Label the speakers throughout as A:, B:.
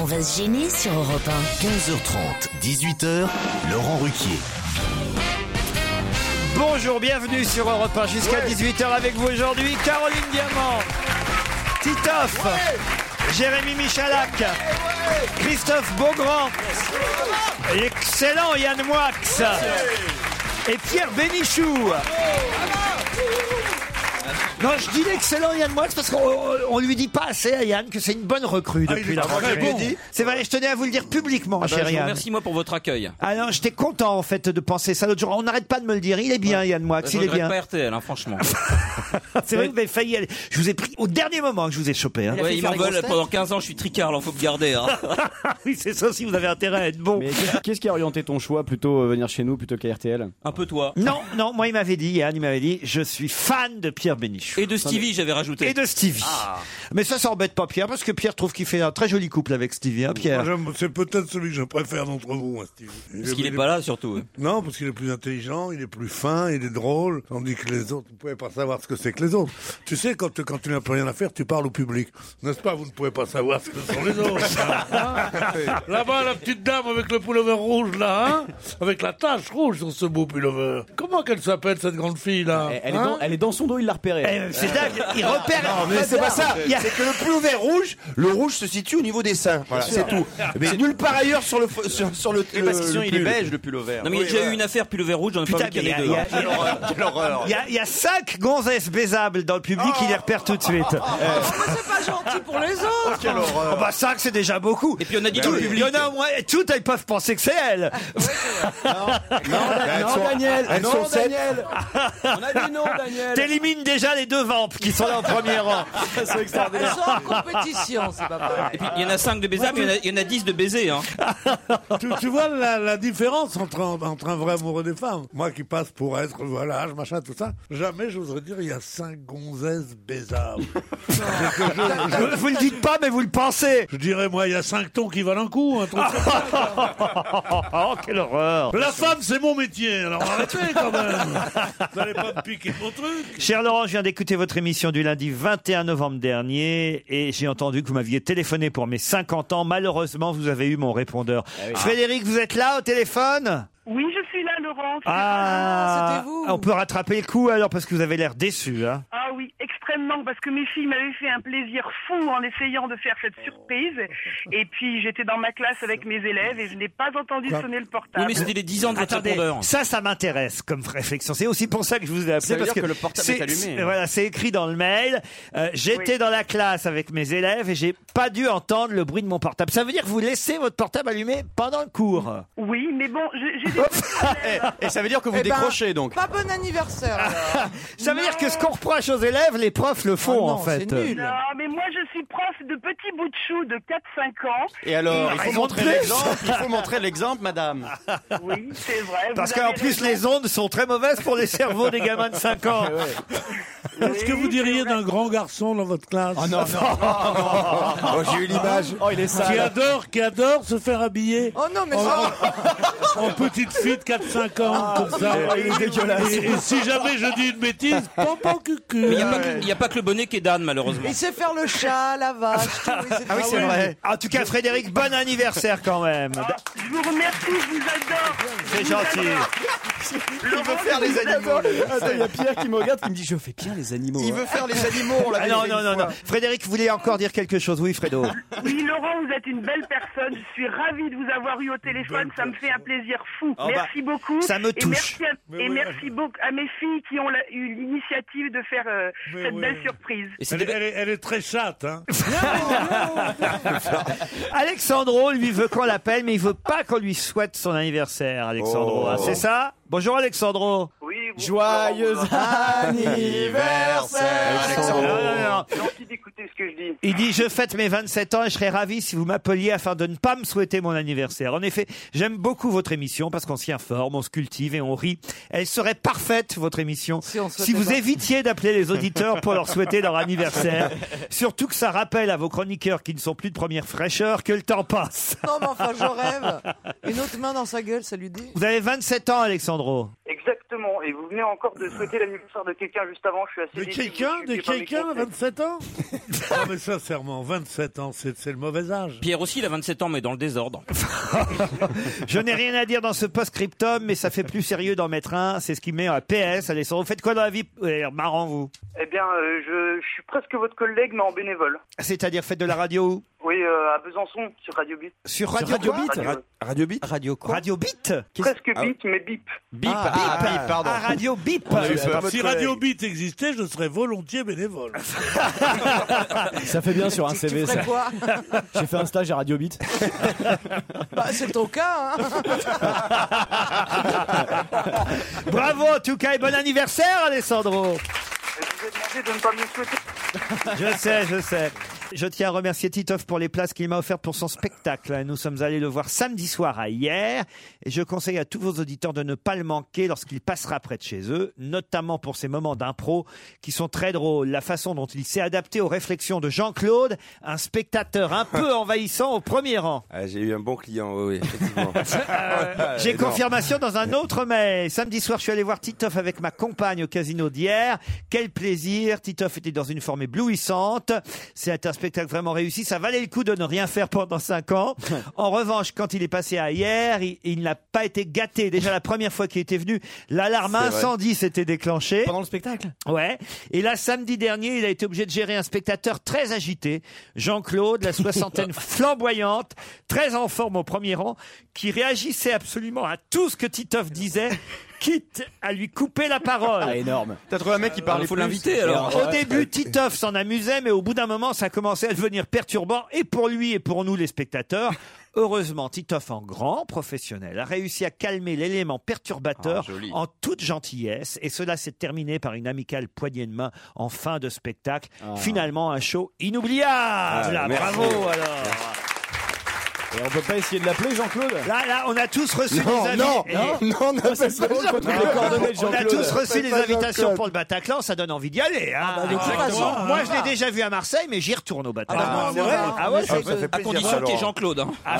A: On va se gêner sur Europe
B: 15h30, 18h, Laurent Ruquier.
C: Bonjour, bienvenue sur Europe 1 jusqu'à 18h avec vous aujourd'hui Caroline Diamant, Titoff, Jérémy Michalak, Christophe Beaugrand, l'excellent Yann Moix et Pierre Bénichou. Non, je dis l'excellent Yann Moix parce qu'on on lui dit pas assez à Yann que c'est une bonne recrue
D: Ah, il est
C: depuis la
D: très
C: rentrée.
D: bon.
C: C'est vrai, je tenais à vous le dire publiquement,
D: Ah bah,
C: cher
D: je vous
C: Yann.
D: remercie moi pour votre accueil.
C: Ah non, j'étais content en fait de penser ça l'autre jour. On n'arrête pas de me le dire. Il est bien, Yann Moix,
D: Bah, Je
C: il bah, est
D: regrette
C: bien. Ah, bah,
D: pas RTL, hein, franchement.
C: C'est vrai que vous avez failli aller. Je vous ai pris au dernier moment que je vous ai chopé. hein.
D: Ouais, ils m'en veulent pendant 15 ans, je suis tricard, alors faut me garder. hein.
C: oui, c'est ça si vous avez intérêt à être bon.
E: Mais qu'est-ce- qu'est-ce qui a orienté ton choix plutôt euh, venir chez nous plutôt qu'à RTL
D: Un peu toi.
C: Non, non, moi il m'avait dit, Yann, il m'avait dit, je suis fan de Pierre Bénichou.
D: Et de Stevie, j'avais rajouté. Ah.
C: Et de Stevie. Mais ça, ça embête pas Pierre, parce que Pierre trouve qu'il fait un très joli couple avec Stevie, hein,
F: Moi,
C: Pierre.
F: j'aime- C'est peut-être celui que je préfère d'entre vous, hein, Steve.
D: Parce qu'il
F: Il
D: est pas là
E: hein.
D: surtout.
F: Non, parce qu'il est plus intelligent, il est plus fin, il est drôle, tandis que les autres, vous ne pouvez pas savoir ce que c'est que les autres. Tu sais, quand, quand tu n'as plus rien à faire, tu parles au public. N'est-ce pas Vous ne pouvez pas savoir ce que sont les autres. Là-bas, la petite dame avec le pullover rouge, là, hein avec la tache rouge sur ce beau pullover. Comment qu'elle s'appelle, cette grande fille, là
E: elle, est
F: hein
E: dans, elle est dans son dos, il l'a repéré.
C: Eh, C'est dingue, il repère.
B: Non, mais c'est pas ça.
C: Il y a-
B: C'est que le plus ouvert rouge, le rouge se situe au niveau des seins. Voilà, c'est tout. Mais nulle part ailleurs sur le f- sur, sur le. le- le pull.
E: le pull vert.
D: Non mais il y a déjà eu une affaire puis le verre rouge, j'en ai
C: Putain,
D: pas vu qu'il y en
C: mais
D: ait
C: il
D: deux.
C: y a-
D: hein.
C: il y a-
B: Quelle horreur.
C: Il y, a, il y a cinq gonzesses baisables dans le public,
F: Oh.
C: il les repère tout de suite.
B: Quelle horreur.
C: Oh bah cinq, c'est déjà beaucoup.
D: Et puis on a dit
C: Tout-
D: tout le
C: il
D: public.
C: y en a au moins, toutes elles peuvent penser que c'est elles.
B: Elles
E: Non,
B: sont-
E: Daniel
B: elles
E: Non,
B: sont sept.
E: Daniel On a dit non, Daniel
C: T'élimines déjà les deux vampes qui sont là en premier rang.
E: C'est extraordinaire.
D: Et puis il y en a 5 de baisers, mais il y en a- il y en a 10 de baisers. Hein.
C: Ah,
F: tu, tu vois la, la différence entre un, entre un vrai amoureux des femmes Moi qui passe pour être, voilà, âge, machin, tout ça, jamais j'oserais dire il y a cinq gonzesses baisables.
C: Vous- Vous le dites pas, mais vous le pensez.
F: Je dirais, moi, il y a cinq tons qui valent un coup. un truc comme ça.
C: Oh, quelle horreur
F: la femme, c'est mon métier, alors arrêtez quand même Vous allez pas me piquer mon truc
C: Cher Laurent, je viens d'écouter votre émission du lundi 21 novembre dernier et j'ai entendu que vous m'aviez téléphoné pour mes 50 ans. Malheureusement, vous avez eu mon répondeur. Frédéric, vous êtes là au téléphone
G: Oui, je suis là, Laurent.
C: Ah, on peut rattraper le coup alors parce que vous avez l'air déçu. Hein.
G: Ah oui, extrêmement.
E: manque parce que mes filles m'avaient fait un plaisir fou en essayant de faire cette surprise. Et puis j'étais dans ma classe avec mes élèves et je n'ai pas entendu sonner le portable.
C: Attendez, Ça, ça m'intéresse comme réflexion. C'est aussi pour ça que je vous ai appelé.
E: Ça veut
C: parce
E: dire que le portable
C: c'est-
E: est allumé.
C: c'est- Voilà, c'est écrit dans le mail. Euh, J'étais
E: Oui.
C: dans la classe avec mes élèves et j'ai pas dû entendre le bruit de mon portable. Ça veut dire que vous laissez votre portable allumé pendant le cours.
E: Oui, mais bon, j'ai j'ai des
C: Et ça veut dire que
H: Eh ben, Pas bon anniversaire. alors.
C: Ça veut dire que ce qu'on reproche aux élèves, les profs le font
H: Ah non,
C: en fait. euh,
H: c'est nul.
E: Non, mais moi je suis prof de petits bouts de chou de 4-5 ans.
H: Et alors, il faut
C: raison
H: montrer
C: de plus.
H: l'exemple, il faut montrer l'exemple, madame.
E: Oui, c'est vrai.
C: Parce
E: vous
C: qu'en
E: avez
C: plus,
E: raison.
C: les ondes sont très mauvaises pour les cerveaux des gamins de 5 ans.
F: Ah Est-ce que vous diriez d'un grand garçon dans votre classe Oh non,
B: Oh, j'ai eu l'image.
H: Oh, il est
F: Qui
H: sale.
F: adore, qui adore se faire habiller
H: Oh non, mais
F: en,
H: ça.
F: en- en petite fille de 4-5 ans,
D: Ah,
F: comme ça.
H: il est dégueulasse.
F: Et, et si jamais je dis une bêtise, pampan cucu.
D: Il n'y a, pas que- y a pas que le bonnet qui est d'âne, malheureusement.
H: Il sait faire le chat, la vache. tout, il sait faire- Ah ouais.
C: En tout cas, Frédéric, bon anniversaire quand même.
E: Je vous remercie, je vous adore.
C: C'est gentil.
E: Il
C: Ah,
E: veut faire les
H: Attends,
E: animaux.
H: attends, il y a Pierre qui me regarde qui me dit je fais
D: Bien les animaux.
H: Il veut faire les animaux, on l'a
C: hein. Ah non, non, non, non. Frédéric, vous voulez encore dire quelque chose Oui, Fredo.
E: Oui, Laurent, vous êtes une belle personne. Je suis ravie de vous avoir eu au téléphone. Ça me fait un plaisir fou.
C: Oh bah,
E: merci beaucoup.
C: ça me
E: Et
C: touche.
E: merci, à, et merci beaucoup à mes filles qui ont la- eu l'initiative de faire euh,
F: Mais
E: cette
F: ouais.
E: belle surprise.
D: Et c'est
F: Elle, est-
D: des-
F: elle est, elle est très chatte, hein.
C: Alexandro, lui, veut qu'on l'appelle, mais il veut pas qu'on lui souhaite son anniversaire, Alexandro.
B: Oh.
C: hein. C'est ça Bonjour, Alexandro.
E: Oui, bon,
H: Joyeux anniversaire.
C: Non, non, non.
E: gentil d'écouter ce que je dis.
C: Il dit Je fête mes 27 ans et je serais ravi si vous m'appeliez afin de ne pas me souhaiter mon anniversaire. En effet, j'aime beaucoup votre émission parce qu'on s'y informe, on se cultive et on rit. Elle serait parfaite, votre émission,
H: Si on souhaitait
C: vous
H: pas.
C: évitiez d'appeler les auditeurs pour leur souhaiter leur anniversaire. Surtout que ça rappelle à vos chroniqueurs qui ne sont plus de première fraîcheur que le temps passe.
H: Non, mais enfin, je rêve. Une autre main dans sa gueule, ça lui dit.
C: Vous avez 27 ans, Alexandro.
E: Exactement. Et vous venez encore de souhaiter l'anniversaire de quelqu'un juste avant. Je suis assez
F: De
E: déçu,
F: quelqu'un,
E: vous
F: de
E: suivez pas mes
F: quelqu'un,
E: conseils.
F: 27 ans Non, Ah, mais sincèrement, 27 ans, c'est c'est le mauvais âge.
D: Pierre aussi, il a 27 ans, mais dans le désordre.
C: Je n'ai rien à dire dans ce post-scriptum, mais ça fait plus sérieux d'en mettre un. C'est ce qui met un PS, Alexandro. Vous faites quoi dans la vie Vous avez l'air marrant, vous.
E: Eh bien, euh, je, je suis presque votre collègue, mais en bénévole.
C: C'est-à-dire, faites de la radio où
E: Oui, euh, à Besançon, sur Radio Bip.
C: Sur Radio, quoi
E: Radio,
B: Radio Beat
H: Radio quoi
C: Radio Bip
E: presque Bip, mais Bip.
H: Bip.
C: Bip Ah, Radio Bip
F: Si Radio Beat existait, je serais volontiers bénévole.
I: Ça fait bien sur un CV,
H: Tu ferais
I: ça.
H: quoi
I: J'ai fait un stage à Radio Beat.
H: Bah, c'est ton cas, hein.
C: Bravo en tout cas et bon anniversaire Alessandro
E: Je vous ai demandé de ne pas me le souhaiter.
C: Je sais, je sais. Je tiens à remercier Titoff pour les places qu'il m'a offertes pour son spectacle. Nous sommes allés le voir samedi soir à hier et je conseille à tous vos auditeurs de ne pas le manquer lorsqu'il passera près de chez eux, notamment pour ces moments d'impro qui sont très drôles. La façon dont il s'est adapté aux réflexions de Jean-Claude, un spectateur un peu envahissant au premier rang. Euh,
B: Ah, j'ai eu un bon client, oui, oui, effectivement.
C: J'ai
B: Non.
C: confirmation dans un autre mail. Samedi soir, je suis allé voir Titoff avec ma compagne au casino d'hier. Quel plaisir. Titoff était dans une forme éblouissante. C'est un spectacle vraiment réussi. Ça valait le coup de ne rien faire pendant cinq ans. En revanche, quand il est passé à hier, il, il n'a pas été gâté. Déjà, la première fois qu'il était venu, l'alarme
B: C'est vrai.
C: incendie s'était déclenchée.
I: Pendant le spectacle
C: Ouais. Et là, samedi dernier, il a été obligé de gérer un spectateur très agité, Jean-Claude, la soixantaine flamboyante, très en forme au premier rang, qui réagissait absolument à tout ce que Titoff disait, quitte à lui couper la
I: Ah,
C: parole.
I: énorme. Euh,
H: T'as trouvé un mec qui
D: Il faut l'inviter alors.
C: Au début, Titoff s'en amusait, mais au bout d'un moment, ça commençait à devenir perturbant, et pour lui et pour nous, les spectateurs. Heureusement, Titoff, en grand professionnel, a réussi à calmer l'élément perturbateur
D: Ah, joli.
C: en toute gentillesse, et cela s'est terminé par une amicale poignée de main en fin de spectacle.
D: Ah.
C: Finalement, un show inoubliable.
B: Ah, merci.
C: Bravo alors.
I: Et on peut pas essayer de l'appeler Jean-Claude
C: Là, là, on a tous reçu
B: Non,
C: des invi-
B: non,
C: Et-
B: non,
I: Ah, c'est
B: n'appelle
I: drôle
B: pas
I: quand on a les coordonnées de
C: On a
I: Jean-Claude.
C: tous reçu les
B: pas
C: invitations
B: Jean-Claude.
C: pour le Bataclan, ça donne envie d'y aller. hein.
H: bah, de toute
C: Exactement.
H: façon,
C: Moi,
H: on
C: je
H: va.
C: l'ai déjà vu à Marseille, mais j'y retourne au Bataclan.
H: bah, moi,
C: Ah, ouais,
H: moi,
C: ah ouais,
H: moi,
C: c'est-
H: je-
D: À condition qu'il y ait Jean-Claude. hein.
F: Ah,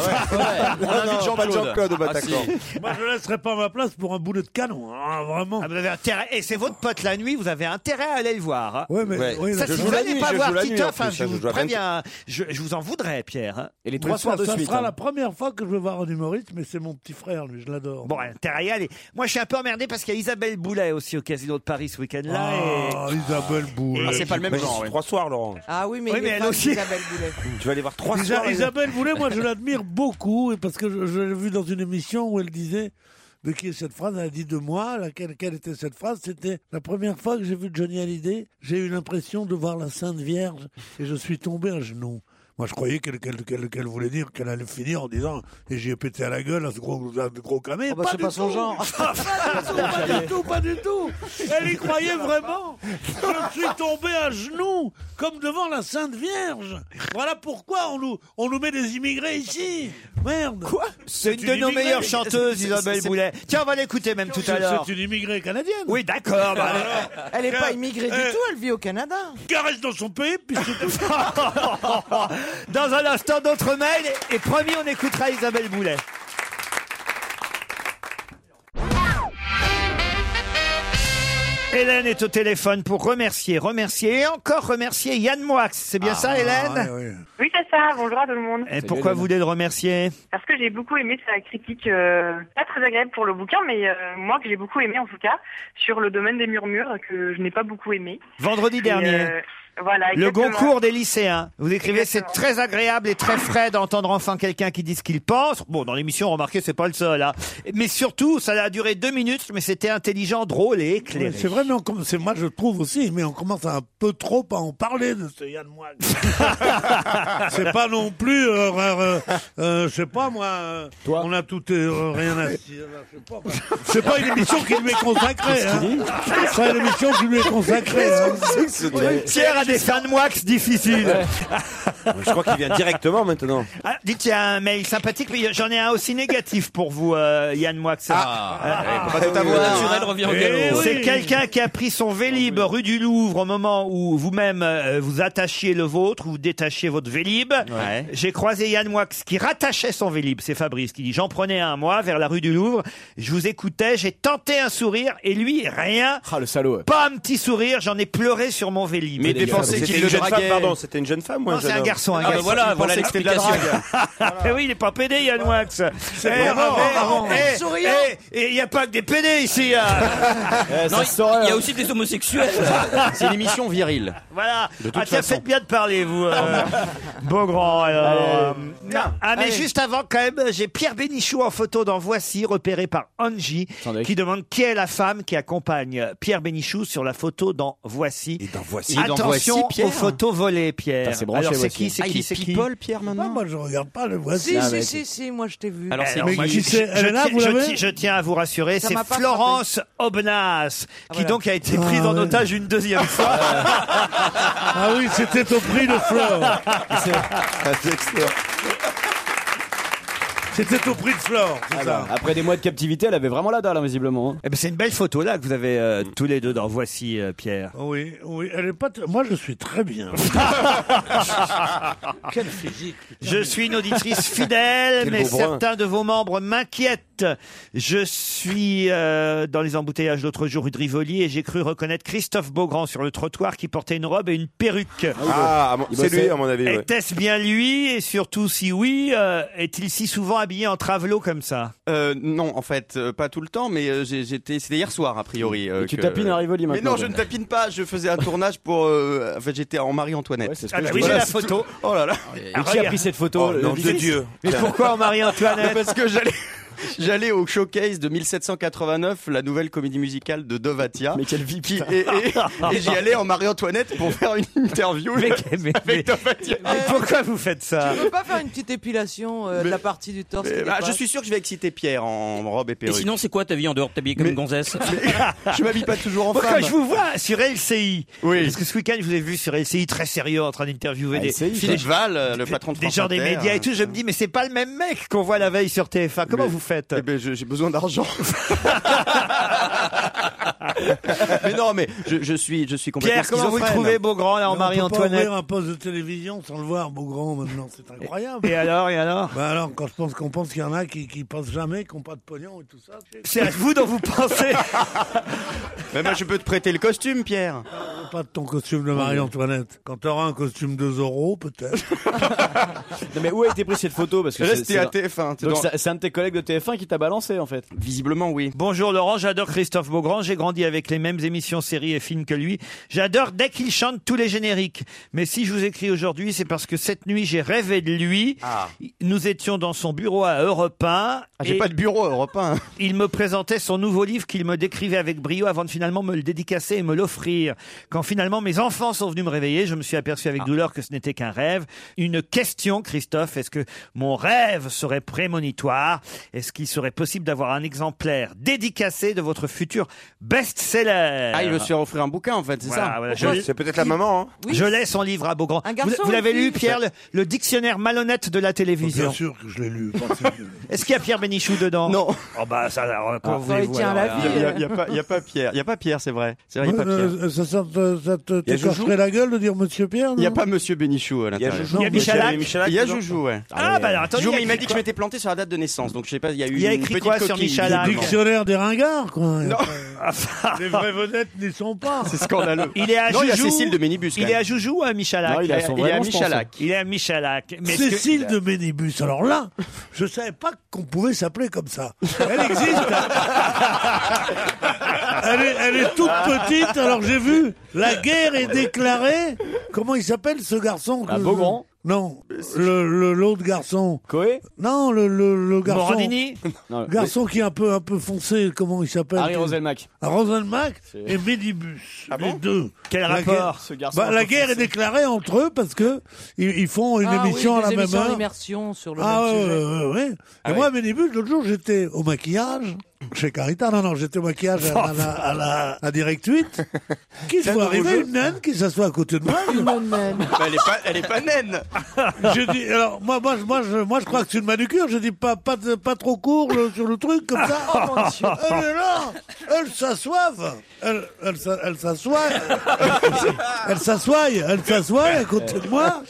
B: On invite Jean-Claude. Jean-Claude au Bataclan.
F: Moi, je ne laisserais pas ma place pour un boulet de canon, hein, vraiment.
C: Ah, vous avez intérêt- Et c'est votre pote la nuit, vous avez intérêt à aller le voir. hein.
F: Ouais, mais,
B: Ouais.
F: oui,
C: Ça,
F: mais-
C: si
B: joue
C: vous
B: la
C: n'allez
B: nuit,
C: pas
B: je
C: voir
B: joue la nuit, en
C: Titoff,
B: plus,
C: hein, je
B: hein, je
C: vous
B: joue la
C: préviens, je, je vous en voudrais, Pierre. hein.
I: Et les
F: mais
I: trois
F: ça-
I: soirs de
F: ça
I: suite. hein.
F: sera sera la première fois que je vais voir un humoriste, mais c'est mon petit frère, lui, je l'adore.
C: Bon, Terraria, elle est- moi je suis un peu emmerdé parce qu'il y a Isabelle Boulet aussi au Casino de Paris ce week-end-là.
F: Ah, Isabelle Boulet.
C: Ah, c'est pas le même
F: Mais
C: genre,
F: c'est
C: ouais.
F: trois soirs, Laurent.
H: Ah oui, mais,
C: Oui,
H: il
C: mais
H: est
C: elle
H: fan
C: aussi.
H: d'Isabelle Boulet.
C: Tu vas aller voir
F: Isa- Isabelle Boulet, moi je l'admire beaucoup et parce que je, je l'ai vue dans une émission où elle disait de qui est cette phrase. Elle a dit de moi. Laquelle, quelle était cette phrase C'était la première fois que j'ai vu Johnny Hallyday. J'ai eu l'impression de voir la Sainte Vierge et je suis tombé à genoux. Moi, je croyais qu'elle qu'elle- qu'elle- qu'elle voulait dire qu'elle allait finir en disant et j'ai pété à la gueule à ce gros, à ce gros camé.
H: bah, c'est
F: du
H: pas son
F: tout.
H: genre.
F: pas du tout, pas du tout, pas du tout. Elle y croyait vraiment. Je suis tombé à genoux, comme devant la Sainte Vierge. Voilà pourquoi on nous, on nous met des immigrés ici. Merde. Quoi
C: C'est une de nos meilleures chanteuses, Isabelle Boulet. Tiens, on va l'écouter même tout à l'heure.
F: C'est une immigrée canadienne.
C: Oui, d'accord. bah,
H: Elle est pas
F: Euh,
H: immigrée du
F: euh,
H: tout, elle vit au Canada.
F: Qu'elle reste dans son pays, puis c'est tout.
C: Dans un instant, d'autres mails. Et promis, on écoutera Isabelle Boulet. Hélène est au téléphone pour remercier, remercier et encore remercier Yann Moix. C'est bien ça, Hélène
J: Ah, Oui, c'est ça. Bonjour à tout le monde.
C: Et pourquoi vous voulez le remercier
J: Parce que j'ai beaucoup aimé sa critique, euh, pas très agréable pour le bouquin, mais euh, moi que j'ai beaucoup aimé en tout cas, sur le domaine des murmures que je n'ai pas beaucoup aimé.
C: Vendredi
J: Et,
C: dernier.
J: euh, voilà,
C: Le
J: exactement.
C: Goncourt des lycéens. Vous écrivez, c'est
J: Exactement.
C: très agréable et très frais d'entendre enfin quelqu'un qui dit ce qu'il pense. Bon, dans l'émission, remarquez, c'est pas le seul. hein. Mais surtout, ça a duré deux minutes, mais c'était intelligent, drôle et éclairé.
F: Ouais, C'est vrai, mais on comm- c'est moi je trouve aussi, mais on commence un peu trop à en parler de ce Yann Moix. c'est pas non plus, euh, euh, euh, euh, je sais pas moi, euh, on a tout euh, rien à. C'est pas une émission qui lui est consacrée. hein. C'est pas une émission qui lui est consacrée. hein.
C: Pierre a des fins de moix difficiles.
B: Je crois qu'il vient directement maintenant.
C: Ah, dites, il y a un mail sympathique, mais j'en ai un aussi négatif pour vous, euh, Yann Moix. Ah,
B: pas tout avouer, hein. Eh oui.
C: C'est quelqu'un qui a pris son Vélib rue du Louvre au moment où vous-même euh, vous attachiez le vôtre, vous détachiez votre Vélib. J'ai croisé Yann Moix qui rattachait son Vélib, c'est Fabrice qui dit « J'en prenais un, moi, vers la rue du Louvre. Je vous écoutais, j'ai tenté un sourire et lui, rien.
K: Ah, le salaud.
C: Pas un petit sourire, j'en ai pleuré sur mon Vélib.
K: Mais il dépensait
B: C'était
K: qu'il
B: une
K: le
B: jeune
K: draguait.
B: femme, pardon, c'était une jeune femme ou
C: Non,
B: un
C: c'est
B: jeune
C: un
B: homme
C: garçon, un
B: Ah, bah
C: garçon.
B: voilà,
C: Il
B: voilà
C: pensait que c'était de la
B: l'explication.
C: Eh oui, il est pas pédé, Yann Moix. Eh,
B: pas marrant,
C: eh,
B: marrant.
C: eh,
H: Souriant.
C: eh, eh, Il n'y a pas que des pédés ici. hein.
B: Eh,
D: Non, il il y a aussi des homosexuels.
C: C'est l'émission virile. Voilà.
D: De toute
C: ah, tiens,
D: façon.
C: faites bien de parler, vous. euh, Beaugrand, alors. euh, non. Ah, mais
K: Allez.
C: juste avant, quand même, j'ai Pierre Bénichou en photo dans Voici, repéré par Angie, qui demande qui est la femme qui accompagne Pierre Bénichou sur la photo dans Voici.
B: Voici.
C: Attention
B: Et dans Voici,
C: aux
B: Pierre.
C: photos volées, Pierre.
B: Putain, c'est branché,
C: alors, c'est
B: Voici.
C: qui, c'est
B: Ah, il
C: qui,
B: est
C: c'est qui
B: people, Pierre, maintenant
F: Ah, Moi je regarde pas le
H: Si,
F: voici.
H: si, si, si, moi je t'ai vu.
C: Ah, Alors, c'est-
F: mais
C: moi,
F: qui
C: je-
F: c'est
C: je-
F: Elle est là,
C: je-
F: vous
C: je-
F: l'avez
C: Je tiens à vous rassurer,
H: Ça
C: c'est
H: m'a pas
C: Florence Obnas,
B: Ah,
C: qui donc a été prise en otage une deuxième fois.
F: Ah oui, c'était au prix de Flore. C'était au prix de Flore, c'est ça.
K: Après des mois de captivité, elle avait vraiment la dalle, hein, invisiblement.
C: Eh ben, c'est une belle photo là que vous avez euh,
K: Mm.
C: tous les deux dans Voici, euh, Pierre.
F: Oui, oui, elle est pas. t- Moi, je suis très bien. Quelle physique.
C: Je suis une auditrice fidèle,
F: Quel
C: mais
F: beau brin.
C: certains de vos membres m'inquiètent. Je suis euh, dans les embouteillages l'autre jour rue de Rivoli et j'ai cru reconnaître Christophe Beaugrand sur le trottoir qui portait une robe et une perruque.
K: bah.
B: Ah, à mon- c'est lui, à mon avis. ouais.
C: Était-ce bien lui Et surtout, si oui, euh, est-il si souvent habillé en travelot comme ça
E: Euh, non, en fait, euh, pas tout le temps, mais euh, j'ai- j'étais, c'était hier soir a priori. euh,
K: Et tu
E: que-
K: tapines à Rivoli
E: Mais
K: maintenant,
E: non, je ne
K: donc.
E: tapine pas. Je faisais un tournage pour. euh, en fait, j'étais en Marie-Antoinette.
K: ce que Ah je bah oui, dis. j'ai la
C: photo.
E: Oh là là.
C: Ah,
K: Et qui a pris cette photo
E: Oh,
K: le
E: nom
K: vidéo
E: de Dieu.
C: Mais pourquoi en Marie-Antoinette
E: Parce que j'allais. J'allais au showcase de 1789, la nouvelle comédie musicale de Dovatia. Mais quelle vie Et, et- et j'y allais en Marie-Antoinette pour faire une interview avec Dovatia.
C: Mais pourquoi vous faites ça
H: Tu veux pas faire une petite épilation euh, de la partie du torse
E: euh, Mais,
H: qui
E: bah,
H: dépasse
E: je suis sûr que je vais exciter Pierre en robe et
D: Et
E: perruque.
D: sinon, c'est quoi ta vie en dehors T'habilles comme une gonzesse
E: ah, je m'habille
F: Ah,
E: pas toujours en
C: Moi,
E: femme.
C: quand je vous vois sur LCI, parce que ce week-end, je vous ai vu sur LCI très sérieux en train
E: Ah,
C: d'interviewer des,
E: Philippe Val, euh, le patron de
C: des
E: France
C: gens des
E: Inter.
C: médias et tout. Je me dis, mais c'est pas le même mec qu'on voit la veille sur TF1. Comment
E: hein. Mais-
C: vous faites faites
E: Eh ben, je- j'ai besoin d'argent. mais non, mais je, je suis, je suis complètement
C: Pierre, comment vous
E: schizophrène.
C: trouvez Beaugrand, là, en
F: Mais On peut pas
C: Marie-Antoinette
F: ouvrir un poste de télévision sans le voir, Beaugrand, maintenant. C'est incroyable.
C: Et alors, et alors
F: Bah alors, quand je pense qu'on pense qu'il y en a qui, qui pensent jamais, qui n'ont pas de pognon et tout ça.
C: C'est à vous dont vous pensez.
E: Mais moi, je peux te prêter le costume, Pierre.
F: Euh, Pas de ton costume de Marie-Antoinette. Quand t'auras un costume de Zorro, peut-être.
B: Non, mais où a été prise cette photo Parce que
F: Là,
B: c'est-
F: c'était
B: c'est
F: à
B: dans-
F: TF1, t'es
B: Donc,
F: dans-
B: c'est- c'est un de tes collègues de TF1 qui t'a balancé en fait.
E: Visiblement, oui.
C: Bonjour Laurent, j'adore Christophe Beaugrand, j'ai grandi avec les mêmes émissions, séries et films que lui. J'adore dès qu'il chante tous les génériques. Mais si je vous écris aujourd'hui, c'est parce que cette nuit, j'ai rêvé de lui. Nous étions dans son bureau à Europe 1.
E: Ah, j'ai pas de bureau à Europe 1.
C: Il me présentait son nouveau livre qu'il me décrivait avec brio avant de finalement me le dédicacer et me l'offrir. Quand finalement mes enfants sont venus me réveiller, je me suis aperçu
E: Ah.
C: avec douleur que ce n'était qu'un rêve. Une question, Christophe, est-ce que mon rêve serait prémonitoire Est-ce qu'il serait possible d'avoir un exemplaire dédicacé de votre futur best-seller
E: Ah, il veut se faire offrir un bouquin, en fait, c'est
C: Voilà,
E: ça
C: voilà, je l'ai- Il- Je l'ai son livre à Beaugrand.
E: Un garçon
C: Vous, vous
E: ou une
C: l'avez lu,
E: fille
C: Pierre, le, le dictionnaire malhonnête de la télévision
F: Bien sûr que je l'ai lu.
C: Est-ce qu'il y a Pierre Bénichou dedans Non. Oh bah ça, alors, quand
E: Ah,
C: voulez-vous, alors, là
E: Il y a- il y a, pas- il y a pas Pierre. Il y a pas Pierre, c'est vrai. C'est vrai, il y a pas Pierre.
F: Euh, Ça, ça, te- ça te
E: Il y a Joujou
F: t'écorcherait la gueule de dire Monsieur Pierre
E: Il n'y a pas Monsieur Bénichou à l'intérieur.
F: Joujou. Il y a Michalak.
E: Il y a Joujou, ouais.
F: Ah,
C: euh,
F: bah alors, attendez,
E: Joujou,
F: il y a
E: mais il m'a
F: écrit
E: dit que je m'étais planté sur la date de naissance, donc je sais pas, il y a eu
F: Il y a
E: une
F: écrit
E: petite
F: quoi sur
E: coquille,
F: Michalak
E: visiblement.
F: Dictionnaire des ringards, quoi.
C: Les
F: vraies vedettes n'y sont pas.
E: C'est scandaleux.
C: Il est à
E: Non, il y a
C: Joujou.
E: Cécile de Ménibus, quand
C: Il est
E: même.
C: à Joujou ou à Michalak
E: Non, il est à son Il est à vrai nom, je pense. Michalak.
C: Il est à Michalak. Mais est-ce que-
F: Cécile de Ménibus. Alors là, je savais pas qu'on pouvait s'appeler comme ça. Elle existe. elle, est, elle est toute petite. Alors j'ai vu, la guerre est déclarée. Comment il s'appelle ce garçon que-
B: Ah, Beaugrand
F: Non, le le- l'autre garçon.
B: Coé
F: Non, le, le, le garçon.
B: Morandini Non,
F: Le garçon qui est un peu un peu foncé. Comment il s'appelle
B: Ah, Harry Roselmack.
F: Ah, Roselmack
B: C'est-
F: et Ménibus.
B: Ah
F: les
B: bon
F: deux.
B: Quel
F: La
B: rapport,
F: guerre-
B: ce garçon
F: Bah,
B: un peu
F: La guerre est
B: foncé
F: déclarée entre eux parce que ils, ils font une
H: Ah oui,
F: émission
H: des
F: à la même
H: émissions
F: heure.
H: d'immersion sur le
F: Ah
H: même
F: ouais,
H: sujet.
F: ouais, ouais, ouais.
B: Ah
F: Et moi, à Ménibus, l'autre jour, j'étais au maquillage chez Carita. Non, non, j'étais au maquillage à, la- à la- à la- à Direct 8. Qui se
E: C'est un
F: voit
E: nouveau
F: arriver
E: jeu.
F: une naine qui s'assoit à côté de moi.
E: Bah, elle, est pas, elle est pas naine.
F: J'ai dit, alors, moi, moi, je- moi, je, moi, je crois que c'est une manucure. J'ai dit, pas, pas, de- pas trop court le- sur le truc, comme ça.
E: Oh, mon Dieu.
F: Elle est là, elle s'assoive. Elle, elle, s'a- elle s'assoit. elle s'assoit, elle s'assoit à
B: Euh,
F: côté de moi.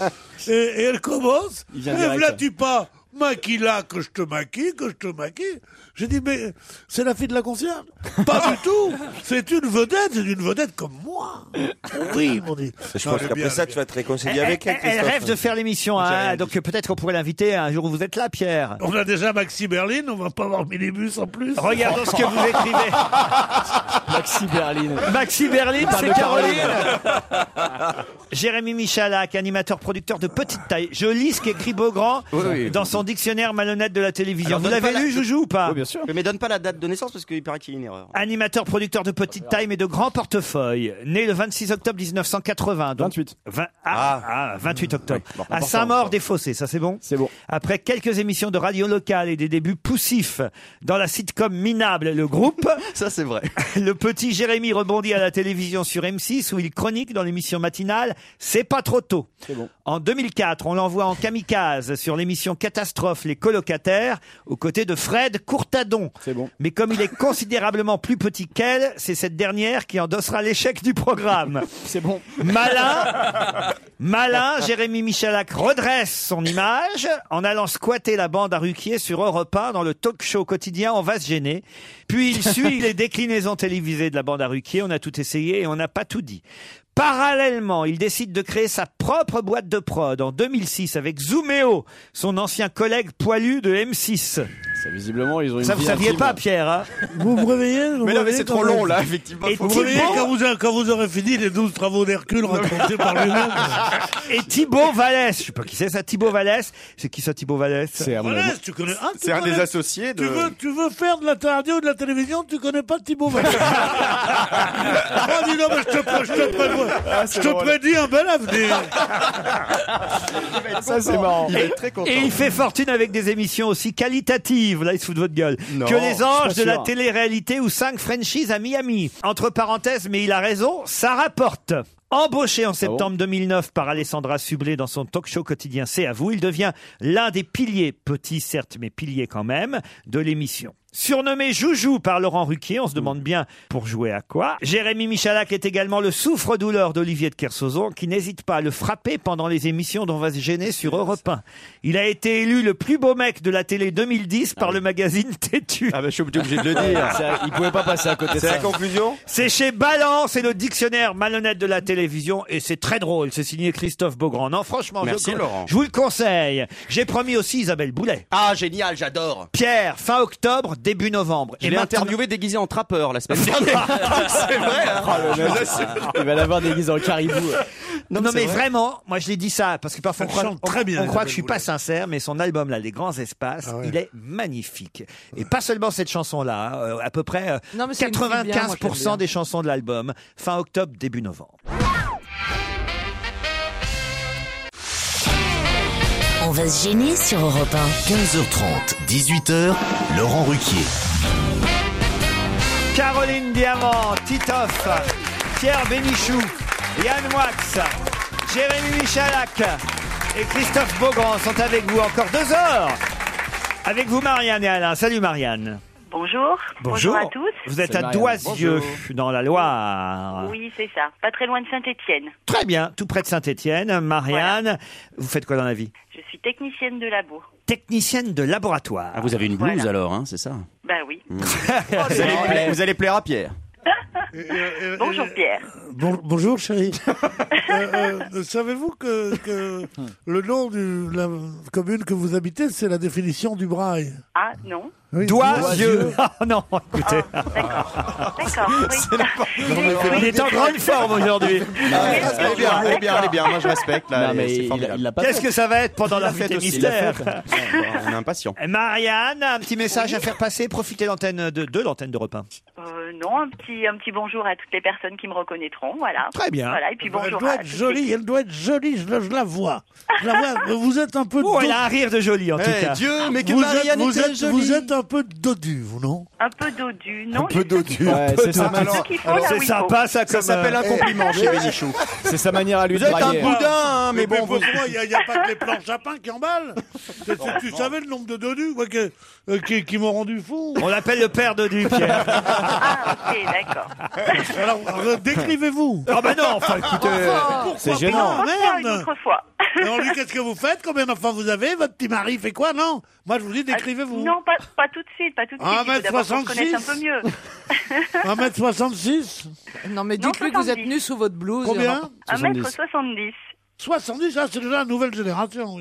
F: Et, et elle commence.
B: Il vient
F: Et
B: direct.
F: là, tu pas. Maquille là, que je te maquille, que je te maquille. J'ai dit, mais c'est la fille de la concierge. Pas du tout. C'est une vedette, c'est une vedette comme moi. Oui, mon
L: Je
F: dieu. Non,
L: pense
F: elle est
L: qu'après
F: bien,
L: ça,
F: elle est
L: tu vas te réconcilier
C: elle,
L: avec elle.
C: elle- elle
L: Christophe.
C: rêve de faire l'émission, hein,
L: J'ai rien
C: donc peut-être qu'on pourrait l'inviter un jour où vous êtes là, Pierre.
E: Oh,
F: On a déjà Maxi Berlin, on va pas avoir Minibus en plus.
C: Regardons ce que vous écrivez.
B: Maxi Berlin.
C: Maxi Berlin,
B: Parle
C: c'est
B: de
C: Caroline. Jérémy Michalak, animateur, producteur de petite taille. Je lis ce qu'écrit Beaugrand
E: Oui, oui.
C: dans son dictionnaire malhonnête de la télévision.
E: Alors,
C: vous
E: donne
C: l'avez
E: pas
C: lu,
E: la-
C: Joujou, ou pas
E: Oui, bien sûr. Mais donne pas la date de naissance parce qu'il paraît qu'il y a une erreur.
C: Animateur, producteur de petite taille mais de grand portefeuille. Né le 26 octobre 1980. 28. ah, ah, 28 octobre. à Saint-Maur-des-Fossés, ça c'est bon C'est bon. Après quelques émissions de radio locale et des débuts poussifs dans la sitcom Minable, le groupe.
E: ça c'est vrai.
C: Le petit Jérémy rebondit à la télévision sur M6 où il chronique dans l'émission matinale C'est pas trop tôt. En 2004, on l'envoie en kamikaze sur l'émission Catastrophe les colocataires aux côtés de Fred Courtadon. Mais comme il est considérablement plus petit qu'elle, c'est cette dernière qui endossera l'échec du programme.
B: C'est bon.
C: Malin, malin, Jérémy Michalak redresse son image en allant squatter la bande à Ruquier sur Europe 1 dans le talk show quotidien On va se gêner. Puis il suit les déclinaisons télévisées de la bande à Ruquier. On a tout essayé et on n'a pas tout dit. Parallèlement, il décide de créer sa propre boîte de prod en 2006 avec Zoumeo, son ancien collègue poilu de M6.
B: Ça, visiblement, ils ont une
C: Ça, vous
B: vie
C: saviez
B: intime.
C: pas, Pierre hein
F: Vous me réveillez vous
B: Mais non, mais
F: réveillez
B: c'est
F: quand
B: trop
F: même
B: long, là, effectivement.
C: Et
F: vous me
C: Thibaut-
F: réveillez quand vous, a- quand vous aurez fini les 12 travaux d'Hercule racontés par lui-même.
C: Et Thibaut Vallès, je sais pas qui c'est ça, Thibaut Vallès. C'est qui ça, Thibaut Vallès C'est
F: Vallès, tu connais ah, tu
E: C'est un
F: connais-
E: des associés de-
F: Tu veux, tu veux faire de la radio ou de la télévision, tu connais pas Thibaut Vallès. oh, dis donc, mais je te, pré- je te, prévois-
E: Ah,
F: je
E: c'est
F: te
E: drôle.
F: prédis un bel avenir.
E: Ça c'est marrant. Il va
C: Et,
E: être très content.
C: et il fait fortune avec des émissions aussi qualitatives, là il se fout de votre gueule,
E: Non,
C: que
E: je suis
C: Les
E: pas
C: Anges de la
E: sûr.
C: télé-réalité ou 5 Frenchies à Miami. Entre parenthèses, mais il a raison, ça rapporte. Embauché
M: Ah
C: en septembre 2009 par Alessandra Sublet dans son talk show quotidien C'est à vous, il devient l'un des piliers, petit certes, mais pilier quand même, de l'émission. Surnommé Joujou par Laurent Ruquier,
M: Mm.
C: on se demande bien pour jouer à quoi. Jérémy Michalak est également le souffre-douleur d'Olivier de Kersauzon, qui n'hésite pas à le frapper pendant les émissions d'On va se gêner sur Europe 1. Il a été élu le plus beau mec de la télé 2010
M: Ah
C: par le magazine Têtu. Ah
M: ben, je suis obligé de le dire. Ça, il pouvait pas passer à côté de C'est ça. la conclusion
C: C'est chez Balance et le dictionnaire malhonnête de la télévision, et c'est très drôle. C'est signé Christophe Beaugrand. Non, franchement,
E: Merci,
C: je,
E: Laurent.
C: je vous le conseille. J'ai promis aussi Isabelle Boulet.
E: Ah, génial, j'adore.
C: Pierre, fin octobre, début novembre.
E: Je l'ai interviewé déguisé en trappeur la semaine dernière. c'est vrai. hein. Là, c'est-
C: Ah, Il va l'avoir déguisé en caribou. Non,
E: mais
C: non
E: euh. c'est
C: mais
E: vrai.
C: vraiment, moi je l'ai dit ça parce que parfois on
E: Elle Ah
C: croit,
E: chante
C: on-
E: très bien,
C: on croit
E: Isabelle
C: que je suis pas sincère, mais son album là, Les Grands Espaces, il est magnifique. Et pas seulement cette chanson là, à peu près euh,
H: Non, mais c'est une fille bien, moi, j'aime
C: 95%
H: bien.
C: des chansons de l'album, fin octobre, début novembre.
N: On va se gêner sur Europe 1.
A: 15h30, 18h, Laurent Ruquier.
C: Caroline Diamant, Titoff, Pierre Bénichou, Yann Wax, Jérémy Michalak et Christophe Beaugrand sont avec vous encore deux heures. Avec vous Marianne et Alain. Salut Marianne.
J: Bonjour.
C: Bonjour.
J: à tous.
C: Vous êtes à Doisieux, dans la Loire.
J: Oui, c'est ça. Pas très loin de Saint-Étienne.
C: Très bien, tout près de Saint-Étienne. Marianne, vous faites quoi dans la vie
J: Je suis technicienne de labo.
C: Technicienne de laboratoire.
E: Ah, vous avez une blouse alors, hein, c'est ça
J: Bah oui.
C: Mm. Oh,
E: vous, allez plaire, vous allez plaire à Pierre.
C: euh,
J: Bonjour Pierre.
F: Bon- bonjour chérie. Euh, euh, Savez-vous que, que le nom de la commune que vous habitez, c'est la définition du braille
J: Ah non.
F: Oui,
C: Doisieux. Ah non, écoutez.
M: Ah,
J: D'accord. Oui.
C: Il est en grande forme aujourd'hui.
E: Elle est bien, elle est bien, elle est bien. Moi, je respecte. Là,
C: Non, mais
E: c'est
C: il-
E: formidable.
C: il l'a pas Qu'est-ce fait. que ça va être pendant
E: Il l'a
C: la fête des
E: fait aussi, il l'a
C: mystères
E: fait. On est impatient.
C: Marianne, un petit message à faire passer. Profitez l'antenne de, de l'antenne de repas.
J: Euh, non, un petit, un petit bonjour à toutes les personnes qui me reconnaîtront. Voilà.
C: Très bien.
J: Voilà, et puis bonjour
F: Elle doit
J: à
F: être
J: toutes
F: jolie,
J: les-
F: elle doit être jolie, je, la- je la vois. Je la vois, vous êtes un peu...
C: Oh, elle
F: dodu.
C: a un rire de jolie en tout
F: Eh,
C: cas.
F: Dieu, mais que Vous êtes- Marianne vous était êtes- jolie. vous êtes un peu dodu, vous, non
J: Un peu dodu, non
F: peu dodu. Ouais,
J: c'est
F: c'est ça. Alors- alors-
C: C'est sympa ça comme
F: s'appelle
J: euh,
F: un
J: Eh.
F: compliment euh, chez
C: Bénichou.
M: C'est sa manière à lui
F: Vous
M: de
F: êtes un
M: brailler.
F: boudin, hein, mais,
M: Mais
F: bon.
M: bon, vous-
F: Il n'y a, pas que les planches à pain qui emballent. C'est- c'est- tu savais le nombre de dodus moi, que- euh, qui, qui m'ont rendu fou. Ah,
C: On l'appelle le père de Pierre.
J: Ok, d'accord.
F: Alors, euh, décrivez-vous.
C: Ah bah non, enfin, écoutez, euh,
F: Pourquoi
C: c'est
F: pas
C: gênant.
F: Merde.
J: Une autre fois.
F: Alors, lui, qu'est-ce que vous faites Combien d'enfants vous avez Votre petit mari fait quoi Non Moi, je vous dis, décrivez-vous.
J: Non, pas, pas tout de suite, pas tout de suite.
F: Un
J: Il faut d'abord qu'on se
F: 1m66.
J: connaisse un peu mieux.
F: 1m66
H: Non, mais dites-lui que vous êtes hein. nu sous votre blouse.
F: Combien
J: 1m70.
F: 70, ah, c'est déjà la nouvelle génération.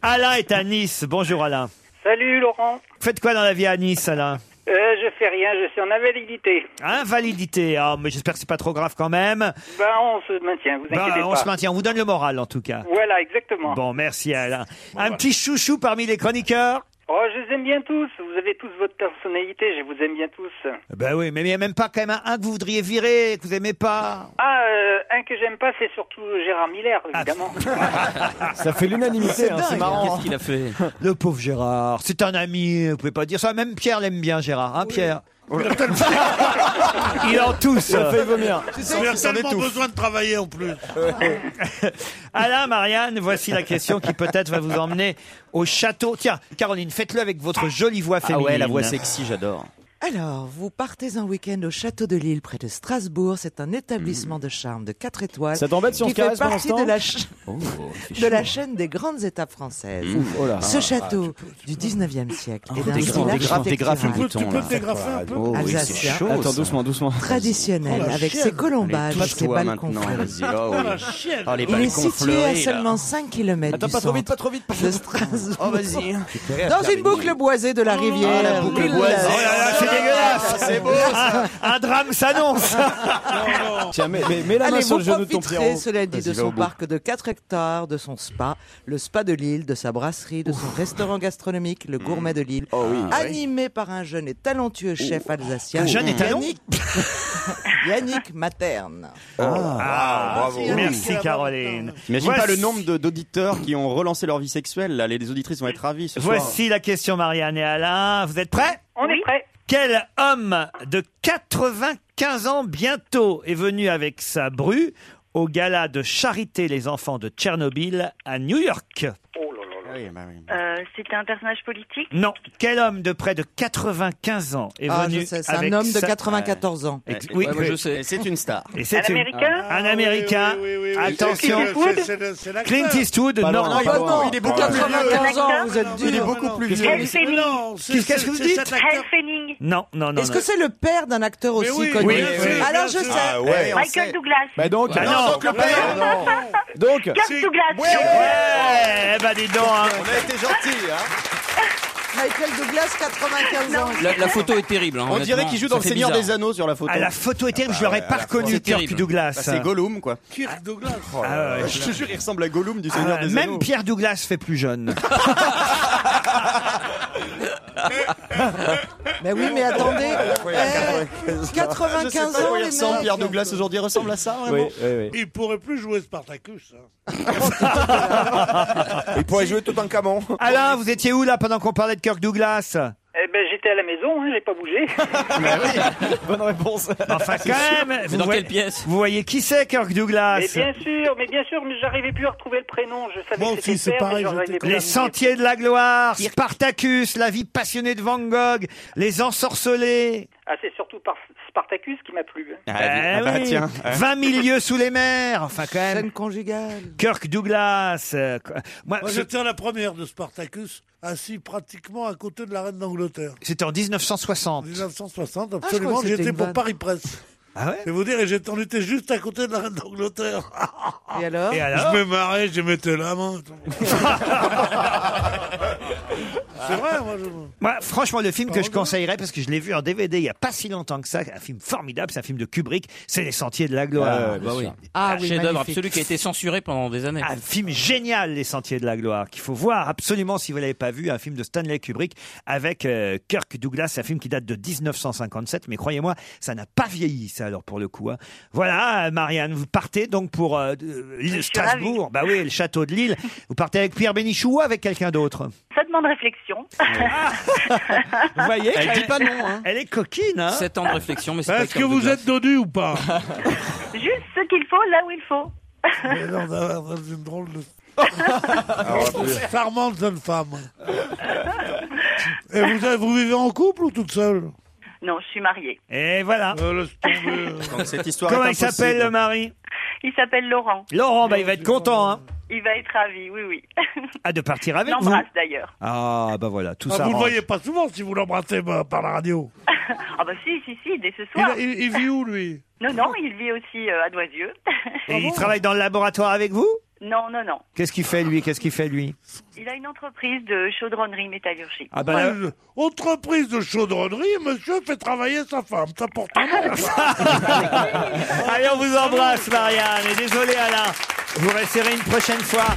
C: Alain est à Nice. Bonjour Alain.
G: Salut Laurent.
C: Faites quoi dans la vie à Nice, Alain
G: Euh, je fais rien, je suis en invalidité.
C: Invalidité. Ah, mais j'espère que c'est pas trop grave quand même.
G: Ben on se maintient, vous
C: Bah,
G: inquiétez
C: on
G: pas.
C: se maintient. On vous donne le moral en tout cas.
G: Voilà, exactement.
C: Bon, merci Alain. Un petit chouchou parmi les chroniqueurs
G: Oh, je les aime bien tous, vous avez tous votre personnalité, je vous aime bien tous.
C: Ben oui, mais il n'y a même pas quand même un, un que vous voudriez virer, que vous aimez pas.
G: Ah, euh, un que j'aime pas, c'est surtout Gérard Miller,
C: Ah.
G: évidemment.
C: Ça fait l'unanimité,
M: hein, c'est marrant. Qu'est-ce qu'il
C: a fait hein. Le pauvre Gérard, c'est un ami, vous pouvez pas dire ça. Même Pierre l'aime bien, Gérard, hein, Pierre Il en tousse.
F: Ça fait
C: vomir.
F: Il a tellement besoin de travailler en plus.
C: Alain, Marianne, voici la question qui peut-être va vous emmener au château. Tiens, Caroline, faites-le avec votre jolie voix
E: Ah
C: féminine.
E: ouais, la voix sexy, j'adore.
H: Alors, vous partez un week-end au Château de Lille, près de Strasbourg. C'est un établissement de charme de 4 étoiles.
M: Mmh. Ça t'embête si on
H: qui
M: se caresse
H: fait
M: pendant
H: partie
M: ce temps
H: de la, ch-
M: Oh, il fait
H: de la
M: chaud.
H: chaîne des grandes étapes françaises.
M: Mmh. Oh là.
H: Ce
M: Ah,
H: château du 19e siècle
M: Oh,
H: est d'un
M: dégraffe,
H: style
M: dégraffe, dégraffe le
H: architectural
M: bouton, Tu peux- tu peux là. dégraffer un peu Oh, oui, c'est
H: alsacien,
M: chaud, Attends, ça. doucement, doucement.
H: Traditionnel,
M: Oh, la
H: avec
M: chienne.
H: ses colombages,
M: Allez,
H: ses
M: touche-toi
H: balcons
M: maintenant,
H: fleuris.
M: vas-y, oh, oui. Oh, la chienne. Oh, les
H: Il est
M: balcons
H: situé à
M: fleuris, là.
H: seulement 5 km
M: Attends,
H: du
M: pas trop vite,
H: centre
M: pas trop vite, pas trop
H: de
M: vite.
H: Strasbourg.
M: Oh, vas-y. Tu fais
H: Dans
M: rire,
H: une boucle boisée de la rivière.
M: Ah, la boucle
H: Lille.
M: boisée.
C: Oh là là, c'est dégueulasse. Un, un drame s'annonce.
M: Tiens, mets, mets- mets la main
H: Allez,
M: sur
H: vous
M: le genou de ton
H: profiterez,
M: Pierrot.
H: cela dit, de
M: Vas-y, va
H: son
M: au bout.
H: parc de 4 hectares, de son spa, le spa de Lille, de sa brasserie, de son restaurant gastronomique, le
M: Mm.
H: gourmet de Lille,
M: Oh, Ah,
H: animé par un jeune et talentueux chef alsacien,
C: Un jeune et talent
H: Yannick, Yannick Materne.
C: Ah,
E: bravo.
C: Merci Caroline.
E: T'imagines
C: Voici-
E: pas le nombre de- d'auditeurs qui ont relancé leur vie sexuelle là, les les auditrices vont être ravies ce soir.
C: Voici la question Marianne et Alain. Vous êtes prêts
G: On est prêts.
C: Quel homme de 95 ans bientôt est venu avec sa bru au gala de charité les enfants de Tchernobyl à New York
G: Oh là là là.
E: bah
J: Euh, C'était un personnage politique
C: Non. Quel homme de près de 95 ans est
H: Ah,
C: venu
H: je sais, c'est un
C: avec
H: homme de
C: sa-
H: 94 ans.
C: Ex-
H: Ouais,
C: Oui,
H: ouais,
C: oui.
H: je sais. Et c'est une star.
C: Et c'est
H: Un
C: une-
H: Américain
F: Ah
C: Un Américain. Attention. Clint Eastwood,
H: Bah
C: non.
H: non, non, Bah non, non, il est beaucoup plus 95 vieux. ans, vous êtes
C: Il est
H: dur.
C: beaucoup plus
H: Qu'est-ce
C: vieux.
H: que vous dites Non, c'est-
C: Qu'est-ce qu'est-ce que vous
H: c'est
C: dites
H: cet acteur. Ralph
C: Non, non, non.
H: Est-ce
C: non.
H: que c'est le père d'un acteur aussi
C: oui,
H: connu
C: oui, oui, oui,
H: Alors
C: bien
H: je
C: sûr.
H: sais.
C: Ah ouais, on Michael sait.
J: Douglas.
C: Bah donc,
H: Bah
C: non,
H: non,
C: donc le père, non. Donc.
J: Kirk Douglas.
C: Ouais, eh ben dis donc. hein.
E: On a été gentils, hein.
H: Michael Douglas, 95 ans.
D: La, la photo est terrible. hein,
E: On dirait
D: honnêtement.
E: qu'il joue dans
D: Ça
E: Le
D: fait
E: Seigneur
D: bizarre.
E: des Anneaux sur la photo.
C: Ah, la photo est terrible,
E: Ah
C: je l'aurais
E: bah,
C: pas
E: la
C: reconnu
E: photo-
C: Kirk
E: terrible.
C: Douglas.
E: Bah, c'est Gollum, quoi.
F: Kirk Douglas.
C: Ah ouais, ouais.
E: Je te jure, il ressemble à Gollum du
C: Ah,
E: Seigneur des Anneaux.
C: même Pierre Douglas fait plus jeune.
H: Mais oui, mais attendez.
E: Ah,
H: eh, 95
E: Je sais pas
H: ans,
E: quoi il
H: les
E: ressemble,
H: mecs.
E: Pierre Douglas aujourd'hui il ressemble à ça, vraiment
F: Oui, Il pourrait plus jouer Spartacus. hein.
B: Il pourrait jouer tout en camon.
C: Alain, vous étiez où là pendant qu'on parlait de Kirk Douglas
G: Eh ben, j'étais à la maison, hein, j'ai pas bougé.
C: Bonne réponse. Enfin, quand même.
G: Mais
C: vous
G: dans
C: voyez-
G: quelle pièce
C: Vous voyez qui c'est Kirk Douglas
G: mais Eh bien sûr, mais bien sûr, mais j'arrivais plus à retrouver le prénom. Je savais
C: Moi
G: que
C: aussi, c'est
G: c'était Père, mais
C: pareil.
G: j'arrivais plus à
C: Les
G: me-
C: Sentiers de la Gloire, Spartacus, La vie passionnée de Van Gogh, Les Ensorcelés.
G: Ah, c'est surtout par Spartacus qui m'a plu. hein.
B: Ah
C: Eh
B: bah,
C: oui.
B: hein.
C: 20 000 lieux sous les mers, enfin quand même.
H: Scène conjugale.
C: Kirk Douglas. euh, quoi- moi,
F: Moi,
C: ce-
F: j'étais à la première de Spartacus, assis pratiquement à côté de la reine d'Angleterre.
C: C'était en 1960.
F: 1960,
C: Ah, je croyais que
F: absolument.
C: c'était
F: j'étais
C: une
F: pour
C: vanne.
F: Paris Presse.
C: Ah ouais
F: Je vais vous dire, et j'étais- on était juste à côté de la reine d'Angleterre.
H: Et alors
C: Et alors
F: Je me marrais, je mettais la main. et tout.
C: Ah.
F: C'est vrai, moi, je...
C: Moi, franchement, le film que je conseillerais, parce que je l'ai vu en DVD il n'y a pas si longtemps que ça, un film formidable, c'est un film de Kubrick, c'est Les Sentiers de la Gloire.
D: Ah, bah oui.
C: Ah
D: Un
C: oui,
D: chef-d'œuvre
C: magnifique.
D: absolu qui a été censuré pendant des années.
C: Un film génial, Les Sentiers de la Gloire, qu'il faut voir absolument si vous ne l'avez pas vu, un film de Stanley Kubrick avec euh, Kirk Douglas, un film qui date de 1957, mais croyez-moi, ça n'a pas vieilli, ça, alors, pour le coup. hein. Voilà, euh, Marianne, vous partez donc pour euh, euh, l'île Strasbourg, bah oui, le château de Lille, vous partez avec Pierre Bénichou ou avec quelqu'un d'autre
J: Ça demande réflexion.
C: Vous voyez
D: Elle dit pas non,
C: Elle est coquine, hein
D: Sept ans de réflexion, mais c'est pas
F: Est-ce que vous êtes dodu ou pas
J: Juste ce qu'il faut là où il faut.
F: Mais non, non, non, c'est une drôle de... Charmante jeune femme. Et vous, vous vivez en couple ou toute seule
J: Non, je suis mariée.
C: Et
F: Ah.
C: voilà.
E: Donc cette histoire
C: Comment
E: est
C: il s'appelle
E: impossible.
C: le mari
J: Il s'appelle Laurent.
C: Laurent, bah, il va être content, hein
J: Il va être ravi, oui, oui.
C: Ah, de partir avec vous
J: L'embrasse d'ailleurs.
C: Ah, bah voilà, tout
F: Ah,
C: ça.
F: vous ne le
C: rentre.
F: voyez pas souvent si vous l'embrassez bah, par la radio.
J: Ah bah si, si, si, dès ce
F: Il,
J: soir.
F: il- il vit où, lui Ah
J: Non, non, il vit aussi euh, à Doisieux.
C: Et il travaille dans le laboratoire avec vous
J: Non, non, non.
C: Qu'est-ce qu'il fait lui Qu'est-ce qu'il fait lui
J: Il a une entreprise de chaudronnerie métallurgique.
C: Ah bah là-
F: Une Entreprise de chaudronnerie, monsieur fait travailler sa femme. C'est important.
C: Allez, on vous embrasse Marianne et désolé Alain. Vous resterez une prochaine fois.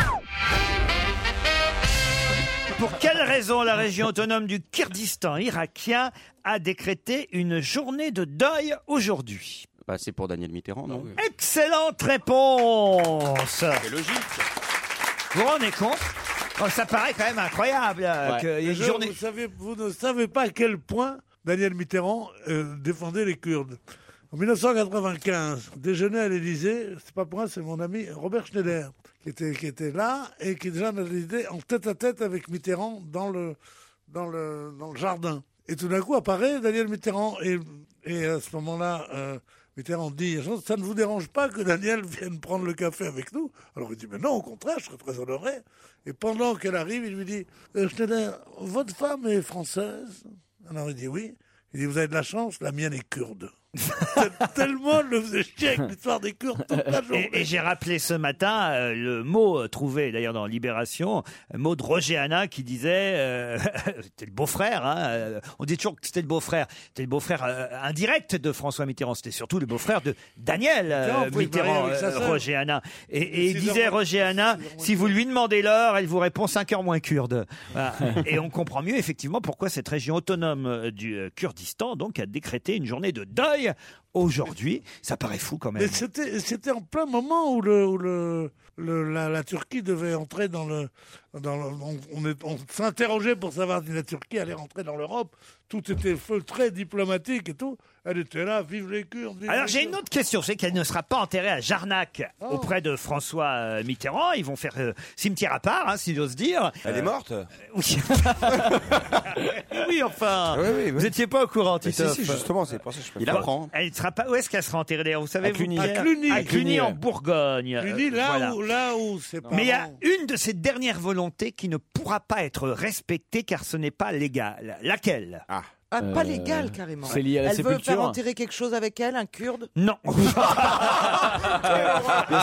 C: Pour quelle raison la région autonome du Kurdistan irakien a décrété une journée de deuil aujourd'hui
E: Bah, c'est pour Daniel Mitterrand, non
C: Excellente réponse.
E: C'est logique.
C: Vous vous rendez compte Oh, Ça paraît quand même incroyable. euh, que- il y a une
F: Je-
C: journée-
F: vous, savez- vous ne savez pas à quel point Daniel Mitterrand euh, défendait les Kurdes. En 1995, déjeuner à l'Élysée, c'est pas pour moi, c'est mon ami Robert Schneider, qui était, qui était là et qui déjà avait l'idée en tête à tête avec Mitterrand dans le, dans le, dans le jardin. Et tout d'un coup apparaît Daniel Mitterrand. Et, et à ce moment-là, euh, Mitterrand dit Ça ne vous dérange pas que Daniel vienne prendre le café avec nous Alors il dit Mais non, au contraire, je serais très honoré. Et pendant qu'elle arrive, il lui dit Euh, Schneider, votre femme est française Alors il dit Oui. Il dit Vous avez de la chance, la mienne est kurde. Tellement le faisait chier avec l'histoire des Kurdes toute la journée.
C: Et, et j'ai rappelé ce matin euh, le mot euh, trouvé d'ailleurs dans Libération, un mot de Roger Hanin qui disait euh, c'était le beau-frère. hein, euh, on dit toujours que c'était le beau-frère, c'était le beau-frère euh, indirect de François Mitterrand. C'était surtout le beau-frère de Daniel euh,
F: Mitterrand, vous pouvez le marier
C: Mitterrand,
F: avec sa
C: euh,
F: sœur.
C: Roger Hanin. Et, et il
F: Six
C: disait
F: heures moins-
C: Roger Hanin, si vous lui demandez l'heure, elle vous répond 5 heures moins kurde. Voilà. et on comprend mieux effectivement pourquoi cette région autonome euh, du euh, Kurdistan donc a décrété une journée de deuil aujourd'hui. Ça paraît fou quand même.
F: Mais c'était, c'était en plein moment où, le, où le, le- la, la Turquie devait entrer dans le. Dans le- on, on est- on s'interrogeait pour savoir si la Turquie allait rentrer dans l'Europe. Tout était feutré, diplomatique et tout. Elle était là, vive les Kurdes. vive
C: Alors
F: les
C: j'ai
F: Kurdes.
C: une autre question, c'est qu'elle ne sera pas enterrée à Jarnac auprès de François euh, Mitterrand. Ils vont faire euh, cimetière à part, hein, si j'ose dire.
B: Elle est
C: Euh,
B: morte
C: Oui. oui, enfin. Vous n'étiez pas au courant,
B: Mais
C: Titoff.
B: si, si, justement, c'est pour ça que je peux
C: Il
B: faire.
C: apprend. Elle ne sera pas. Où est-ce qu'elle sera enterrée d'ailleurs Vous savez
B: À Cluny.
C: Vous, Pierre
B: À Cluny.
C: À Cluny,
B: Cluny,
C: en
B: ouais.
C: Bourgogne.
F: Lui
C: Euh,
F: dit là
C: voilà.
F: où, là où c'est pas.
C: Mais il y a une de ses dernières volontés qui ne pourra pas être respectée car ce n'est pas légal. Laquelle Ah,
H: Ah, pas légal carrément.
C: c'est lié à la
H: elle veut
C: sépulture.
H: faire enterrer quelque chose avec elle, un kurde
C: Non.
H: Bien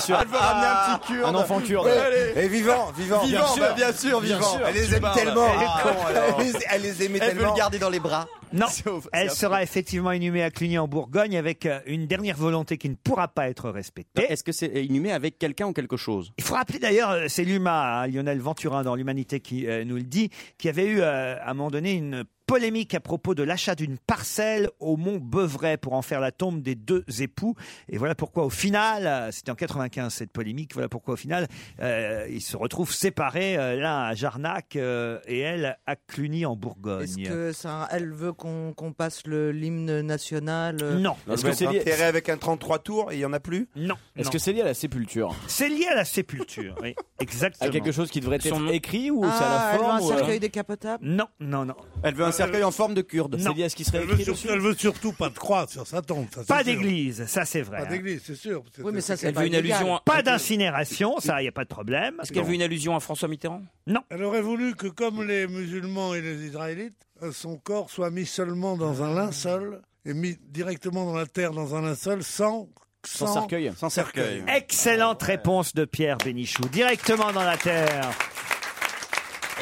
H: sûr.
E: Elle veut ramener un petit cure.
H: Un enfant kurde.
E: Et
B: vivant, vivant.
E: Vivant,
B: Bien sûr.
E: bah, bien sûr,
B: Bien
E: vivant.
B: sûr, Elle les tu aime parles. tellement.
E: Elle est con, Ah, alors.
B: Elle les- elle les aimait
E: Elle veut
B: tellement.
E: le garder dans les bras.
C: Non,
E: C'est au-
C: elle
E: c'est
C: sera effectivement inhumée à Cluny en Bourgogne avec euh, une dernière volonté qui ne pourra pas être respectée.
E: Est-ce que c'est inhumé avec quelqu'un ou quelque chose
C: Il faut rappeler d'ailleurs, euh, c'est l'UMA, hein, Lionel Venturin dans l'Humanité qui euh, nous le dit, qui avait eu euh, à un moment donné une polémique à propos de l'achat d'une parcelle au Mont Beuvray pour en faire la tombe des deux époux. Et voilà pourquoi au final, euh, c'était en 95 cette polémique, voilà pourquoi au final euh, ils se retrouvent séparés, euh, l'un à Jarnac euh, et elle à Cluny en Bourgogne.
H: Est-ce que ça, elle veut qu'on qu'on passe le l'hymne national euh
C: Non.
B: Est-ce que c'est enterré avec un 33 tours et il n'y en a plus
C: Non.
O: Est-ce que c'est lié à la sépulture
C: C'est lié à la sépulture, oui, exactement.
O: À quelque chose qui devrait être
C: Son nom.
O: écrit ou c'est
H: Ah,
O: à
H: elle
O: la
H: veut
O: forme
H: un
O: ou, euh,
H: cercueil décapotable
C: Non, non, non.
E: Elle veut un cercueil en forme de kurde.
C: Non.
O: C'est lié à ce qui serait
F: Elle veut,
O: écrit
F: surtout,
O: dessus
F: elle veut surtout pas de croix sur sa tombe. ça, c'est
C: Pas
F: sûr.
C: d'église, ça c'est vrai.
F: Pas
C: hein.
F: d'église, c'est sûr. C'est-
H: Oui, mais ça,
F: c'est-
H: c'est pas illégal.
C: Pas d'incinération, ça, il n'y a pas de problème.
D: Est-ce qu'elle veut une allusion à François Mitterrand
C: Non.
F: Elle aurait voulu que, comme les musulmans et les israélites, euh, son corps soit mis seulement dans un linceul et mis directement dans la terre dans un linceul sans.
O: Sans cercueil.
F: Sans cercueil.
C: Excellente réponse de Pierre Bénichou, directement dans la terre.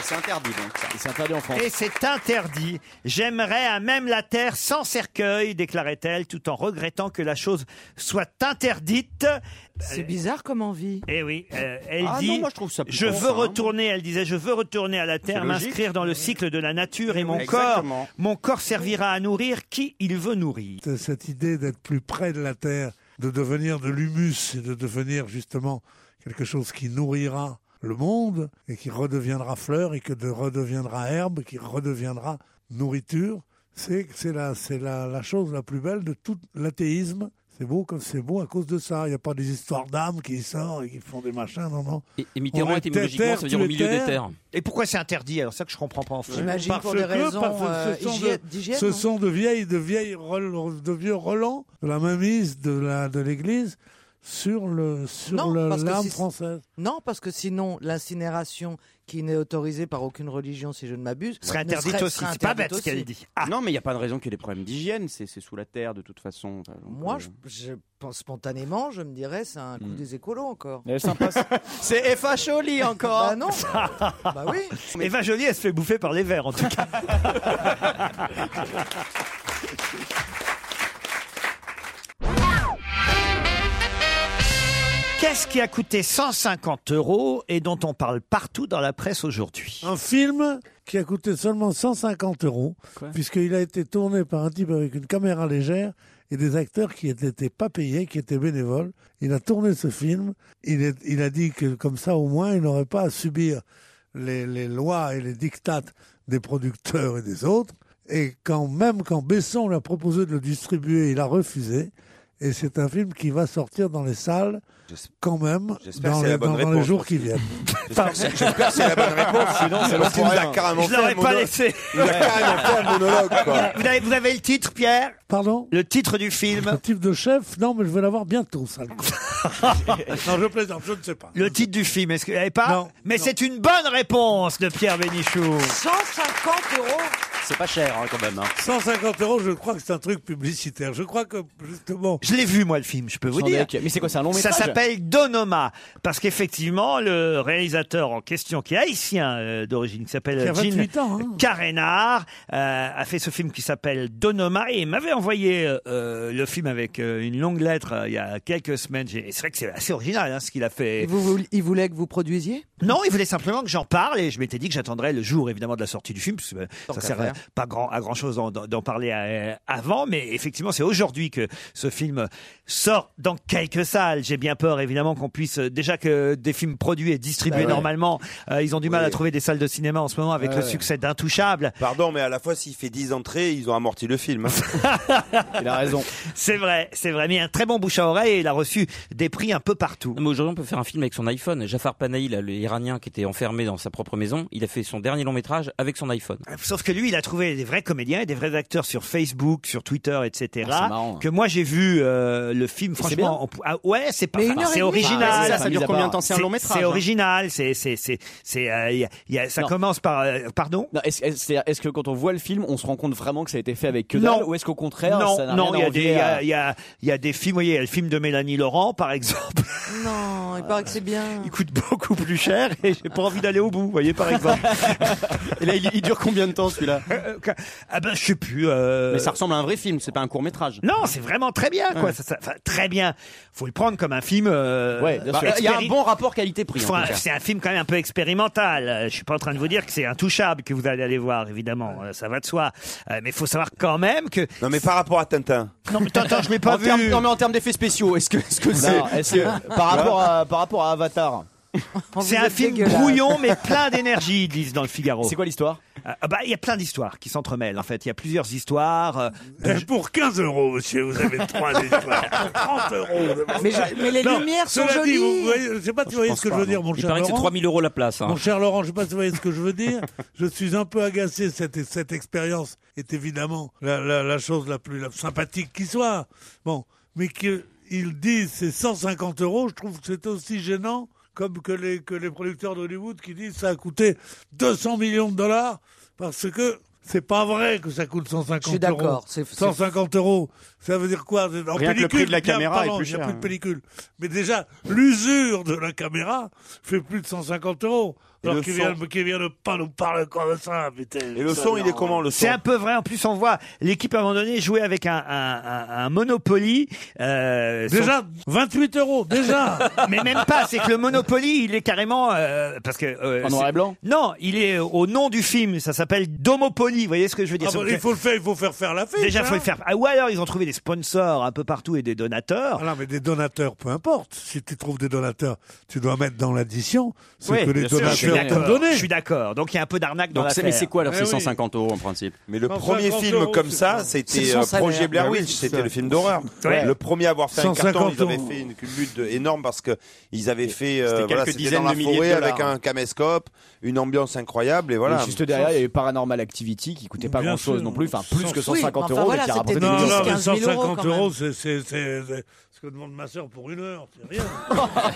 E: C'est interdit donc ça.
O: C'est interdit en France.
C: Et c'est interdit. J'aimerais à même la terre sans cercueil, déclarait-elle, tout en regrettant que la chose soit interdite.
H: C'est bizarre comme envie.
C: Eh oui, euh, elle
H: Ah
C: dit.
H: non, moi, je trouve ça plus
C: je
H: con,
C: veux
H: ça, hein.
C: retourner. Elle disait, je veux retourner à la terre,
H: logique.
C: m'inscrire dans le cycle de la nature et mon
F: Exactement.
C: corps. Mon corps servira à nourrir qui il veut nourrir.
F: C'est Cette idée d'être plus près de la terre, de devenir de l'humus et de devenir justement quelque chose qui nourrira le monde et qui redeviendra fleur et que de redeviendra herbe, qui redeviendra nourriture, c'est c'est la, c'est la, la chose la plus belle de tout l'athéisme. C'est beau comme c'est beau à cause de ça. Il n'y a pas des histoires d'âmes qui sortent et qui font des machins, non, non.
D: Et, et Mitterrand,
F: On est
D: étymologiquement,
F: terre,
D: ça veut dire
F: tu
D: au
F: es
D: milieu des
F: terre.
D: terres.
C: Et pourquoi c'est interdit Alors ça que je comprends pas en fait.
H: J'imagine
F: Parce
H: pour des
F: que-
H: raisons,
F: parce que
H: euh,
F: ce sont,
H: hygiè-
F: de,
H: d'hygiène,
F: ce
H: non
F: sont de vieilles, de vieilles, rel- de vieux relents de la mainmise de la de l'Église sur le sur
H: Non,
F: le-
H: parce que
F: l'âme
H: si-
F: française.
H: Non, parce que sinon, l'incinération, qui n'est autorisée par aucune religion, si je ne m'abuse,
E: Serait
H: ne
E: interdite aussi,
H: serait
E: c'est pas
H: interdite
E: bête ce qu'elle
H: aussi.
E: dit. Non, mais il n'y a pas de raison qu'il y ait des problèmes d'hygiène, c'est c'est sous la terre de toute façon. Enfin, donc,
H: Moi,
E: euh, Hmm.
H: je, je pense spontanément, je me dirais, c'est un coup des écolos encore.
O: Elle est sympa.
E: C'est FH Jolie encore.
H: Bah non. bah oui.
C: Eva Jolie, elle se fait bouffer par les vers en tout cas. Qu'est-ce qui a coûté 150 euros et dont on parle partout dans la presse aujourd'hui
F: Un film qui a coûté seulement 150 euros, puisqu'il a été tourné par un type avec une caméra légère et des acteurs qui n'étaient pas payés, qui étaient bénévoles. Il a tourné ce film. Il, est- il a dit que comme ça, au moins, il n'aurait pas à subir les, les lois et les dictates des producteurs et des autres. Et quand même quand Besson lui a proposé de le distribuer, il a refusé. Et c'est un film qui va sortir dans les salles quand même
B: J'espère que
F: dans
B: c'est la
F: les,
B: bonne
F: dans- dans les
B: réponse,
F: jours qui viennent.
B: J'espère que c'est- j'espère que c'est la bonne réponse, sinon c'est bon
F: Parce
B: pour
F: qu'il nous a
B: rien.
F: carrément
B: Je
F: fait
B: l'aurais
F: un
B: pas
F: monologue.
C: laissé.
F: Il nous a carrément fait un monologue, quoi.
C: Vous avez, vous avez le titre, Pierre
F: Pardon
C: Le titre du film
F: Le titre de chef Non, mais je vais l'avoir bientôt, ça. le coup. non, je plaisante, je ne sais pas.
C: Le titre du film, est-ce que vous l'avez pas Mais c'est une bonne réponse de Pierre Bénichou.
F: 150 euros
O: C'est pas cher hein, quand même. hein.
F: 150 euros, je crois que c'est un truc publicitaire. Je crois que, justement...
C: Je l'ai vu, moi, le film, je peux vous dire. Ça s'appelle Donoma. Parce qu'effectivement, le réalisateur en question, qui est haïtien euh, d'origine, qui s'appelle
F: Qui a
C: Jean
F: 28 ans, hein.
C: Carénard, euh, a fait ce film qui s'appelle Donoma et il m'avait envoyé euh, le film avec euh, une longue lettre euh, il y a quelques semaines. J'ai- C'est vrai que c'est assez original hein, ce qu'il a fait.
H: Et vous, vous- il voulait que vous produisiez
C: Non, il voulait simplement que j'en parle et je m'étais dit que j'attendrais le jour évidemment de la sortie du film parce que euh,
H: Tant
C: ça
H: qu'à
C: sert à-
H: faire.
C: pas grand, à grand chose d'en- d'en d'en parler euh, avant, mais effectivement c'est aujourd'hui que ce film sort dans quelques salles. J'ai bien peur évidemment qu'on puisse euh, déjà que des films produits et distribués
B: Bah ouais.
C: normalement, euh, ils ont du mal à trouver des salles de cinéma en ce moment avec
B: Ouais,
C: le
B: ouais.
C: succès d'Intouchable.
B: Pardon, mais à la fois, s'il fait 10 entrées, ils ont amorti le film. hein.
C: Il a raison. C'est vrai, c'est vrai. Mais un très bon bouche à oreille et il a reçu des prix un peu partout.
D: Mais aujourd'hui, on peut faire un film avec son iPhone. Jafar Panahi, là, l'Iranien qui était enfermé dans sa propre maison, il a fait son dernier long métrage avec son iPhone.
C: Sauf que lui, il a trouvé des vrais comédiens et des vrais acteurs sur Facebook, sur Twitter, etc.
D: Ah, c'est
O: hein.
D: marrant.
C: que moi j'ai vu euh, le film. Franchement, on pou- ah, ouais, c'est pas,
O: Mais une
C: enfin,
O: heure et
C: c'est
O: demie.
C: original.
O: Ah, ouais, c'est ça, ça dure combien de temps C'est un long métrage,
C: C'est
O: hein.
C: original. C'est c'est c'est c'est euh, il y a- il y a- ça
O: Non.
C: commence par euh, pardon.
O: Non, Est-ce est-ce- c'est- est-ce que quand on voit le film, on se rend compte vraiment que ça a été fait avec que
C: Non.
O: dalle Ou est-ce qu'au contraire,
C: non,
O: ça n'a
C: non,
O: rien
C: il y
O: à
C: a des, il
O: envier
C: y
O: à-
C: a, il y a- il y a des films, vous voyez, le film de Mélanie Laurent, par exemple,
H: Non, il paraît que c'est bien.
C: il coûte beaucoup plus cher et j'ai pas envie d'aller au bout, vous voyez, par exemple.
O: Et là, il, il dure combien de temps celui-là
C: Ah ben, je sais plus.
O: Mais ça ressemble à un vrai film, c'est pas un court métrage.
C: Non, c'est vraiment très bien, quoi.
O: Ouais.
C: Ça, ça- enfin, très bien. Faut le prendre comme un film. euh,
O: Ouais, bien
C: bah,
O: sûr. Il y a un
C: expéri-
O: bon rapport qualité-prix. en
C: Faut un-
O: tout cas.
C: C'est un film quand même un peu expérimental. Euh, Je suis pas en train de vous dire que c'est intouchable que vous allez aller voir, évidemment. Euh, Ça va de soi. Euh, Mais faut savoir quand même que.
B: Non, mais par rapport à Tintin.
C: Non, mais Tintin, je l'ai pas
O: En termes-
C: vu.
O: non, mais en termes d'effets spéciaux, est-ce que est-ce que
C: Non,
O: c'est
C: est-ce que-
O: est-ce que- par rapport à par rapport à Avatar
C: C'est un film brouillon mais plein d'énergie, ils disent dans le Figaro. C'est
O: quoi l'histoire
C: Bah il y a plein d'histoires qui s'entremêlent en fait. Il y a plusieurs histoires. euh, de-
F: Pour 15 euros, monsieur, vous avez trois histoires. 30 euros.
C: Mais je- mais les lumières sont
F: cela dit,
C: jolies.
F: vous voyez, je ne sais pas si vous voyez ce que je veux dire, mon
D: Il
F: cher
D: paraît que c'est
F: Laurent.
D: 3000 euros la place. hein.
F: Mon cher Laurent, je ne sais pas si vous voyez ce que je veux dire. Je suis un peu agacé. Cette, cette expérience est évidemment la, la- la chose la plus la- sympathique qui soit. Bon, mais qu'ils disent c'est 150 euros, je trouve que c'est aussi gênant comme que les, que les producteurs d'Hollywood qui disent ça a coûté 200 millions de dollars parce que c'est pas vrai que ça coûte 150 euros.
H: Je suis d'accord, c'est- c'est-
F: 150 euros, ça veut Bah, dire quoi En
O: Rien que le prix de la
F: bien,
O: caméra
F: pardon,
O: est plus
F: il y a
O: cher. hein.
F: plus de pellicule. Mais déjà, l'usure de la caméra fait plus de 150 euros.
B: Et
F: Alors
B: le
F: qu'il
B: son.
F: vient, qu'il vient de pas nous parler comme ça, putain.
B: Et le son, il est comment, le son
C: C'est un peu vrai. En plus, on voit l'équipe à un moment donné jouer avec un, un, un- un Monopoly. euh,
F: Déjà,
C: son-
F: 28 euros, déjà
C: Mais même pas, c'est que le Monopoly, il est carrément euh, parce que euh,
O: En noir
C: c'est-
O: et
F: Ah
O: blanc
C: Non, il est au nom du film. Ça s'appelle Domopoly. Vous voyez ce que je veux dire
F: Ah
C: Ça
F: bah,
C: veut
F: il
C: dire-
F: faut le faire, il faut faire faire la fête.
C: Déjà,
F: hein.
C: faut le faire. Ah, ou alors, ils ont trouvé des sponsors un peu partout et des donateurs.
F: Ah non, mais des donateurs, peu importe. Si tu trouves des donateurs, tu dois mettre dans l'addition ce
C: Oui,
F: que les
C: bien sûr, je suis
F: donateurs t'ont
C: d'accord,
F: donné.
C: Je suis d'accord. Donc, il y a un peu d'arnaque dans
O: Donc, c'est-
C: l'affaire.
O: mais c'est quoi alors
C: Eh
O: ces
C: oui.
O: 150 euros en principe
B: Mais le premier film comme ça, c'était euh, Projet Blair Witch, c'était le film d'horreur.
O: Ouais.
B: Le premier à avoir fait un
O: 150
B: carton, ils avaient
O: euros.
B: fait une lutte énorme parce que ils avaient fait euh,
O: C'était
B: voilà,
O: quelques
B: c'était dans
O: dizaines
B: la
O: de milliers de
B: forêt
O: dollars.
B: avec un caméscope, une ambiance incroyable et voilà.
O: Et juste derrière, il y avait Paranormal Activity qui coûtait pas
B: Bien
O: grand chose
B: sûr.
O: non plus, enfin plus que
B: Sans- Oui,
O: 150
B: enfin,
O: euros,
B: voilà,
O: mais qui
B: c'était
O: rapportait
B: des
O: des
B: dix,
O: millions.
B: quinze
F: mais
O: Oh,
F: 150
B: euros,
F: euros, c'est c'est- c'est- c'est ce que demande ma sœur pour une heure, c'est rien.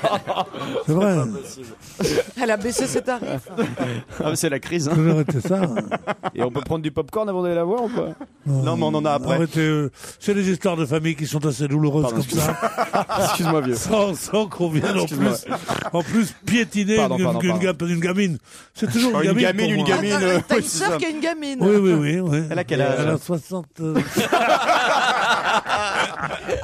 O: C'est vrai.
F: pas possible.
H: Elle a baissé ses tarifs.
O: Ah, mais c'est la crise. hein.
F: Toujours été ça. hein.
O: Et on peut prendre du popcorn avant d'aller la voir ou quoi Non, mais on en a après.
F: Arrêtez, euh, c'est des histoires de famille qui sont assez douloureuses comme ça.
O: Excuse-moi, vieux.
F: Sans, sans qu'on vienne en
O: Excuse-moi.
F: plus, en plus piétiner
O: Pardon,
F: une,
O: pardon,
F: une-
O: pardon.
F: une- une gamine. C'est toujours
O: Oh,
F: une
O: une
F: gamine.
O: gamine,
F: pour
O: une
F: moi.
O: gamine, Ah, t'as- euh, t'as une oui, sœur c'est ça. qui a
H: une gamine.
F: Oui, oui, oui. oui.
O: Elle a quel âge
F: Elle a 60. euh,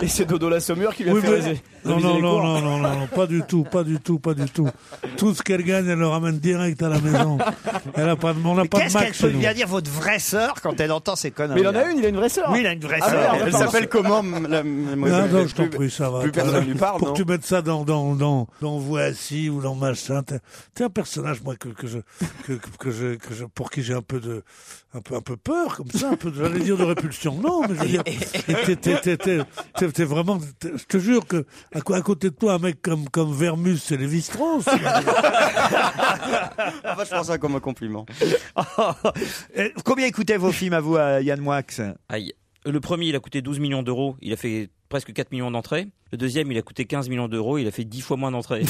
E: Et c'est Dodo la Saumure qui lui a
F: Oui,
E: fait
F: mais-
E: réaliser.
F: Non, non, non, non, non, non, non, pas du tout, pas du tout, pas du tout. Tout ce qu'elle gagne, elle le ramène direct à la maison. Elle a pas, de- on n'a pas de
C: Qu'est-ce
F: Mac
C: qu'elle
F: chez
C: peut
F: nous.
C: bien dire votre vraie sœur quand elle entend ces conneries
F: Mais il en a
C: là
F: une, il a une vraie sœur.
C: Oui, il a une vraie
F: Ah,
C: sœur.
F: merde, Elle pardon. s'appelle
E: comment la,
F: Non, non, je t'en prie, ça va.
E: plus
F: toi,
E: personne
F: là.
E: lui parle,
F: Pour
E: non
F: que tu mettes ça dans, dans, dans, dans Voici ou dans Machin. T'es t'es un personnage, moi, que, que je, que, que- que je, que je, pour qui j'ai un peu de, un peu, un peu peur, comme ça, un peu, de- j'allais dire de répulsion. Non, mais je veux dire, t'es- t'es- t'es- t'es- t'es- t'es vraiment, t'es- je te jure que, à, co- à côté de toi, un mec comme, comme Vermus, c'est les Strauss. Ah,
E: Moi, je prends ça comme un compliment.
C: Euh, Combien écoutaient vos films à vous, à Yann Moix
D: Aïe. Le premier, il a coûté 12 millions d'euros. Il a fait presque 4 millions d'entrées. Le deuxième, il a coûté 15 millions d'euros. Il a fait 10 fois moins d'entrées.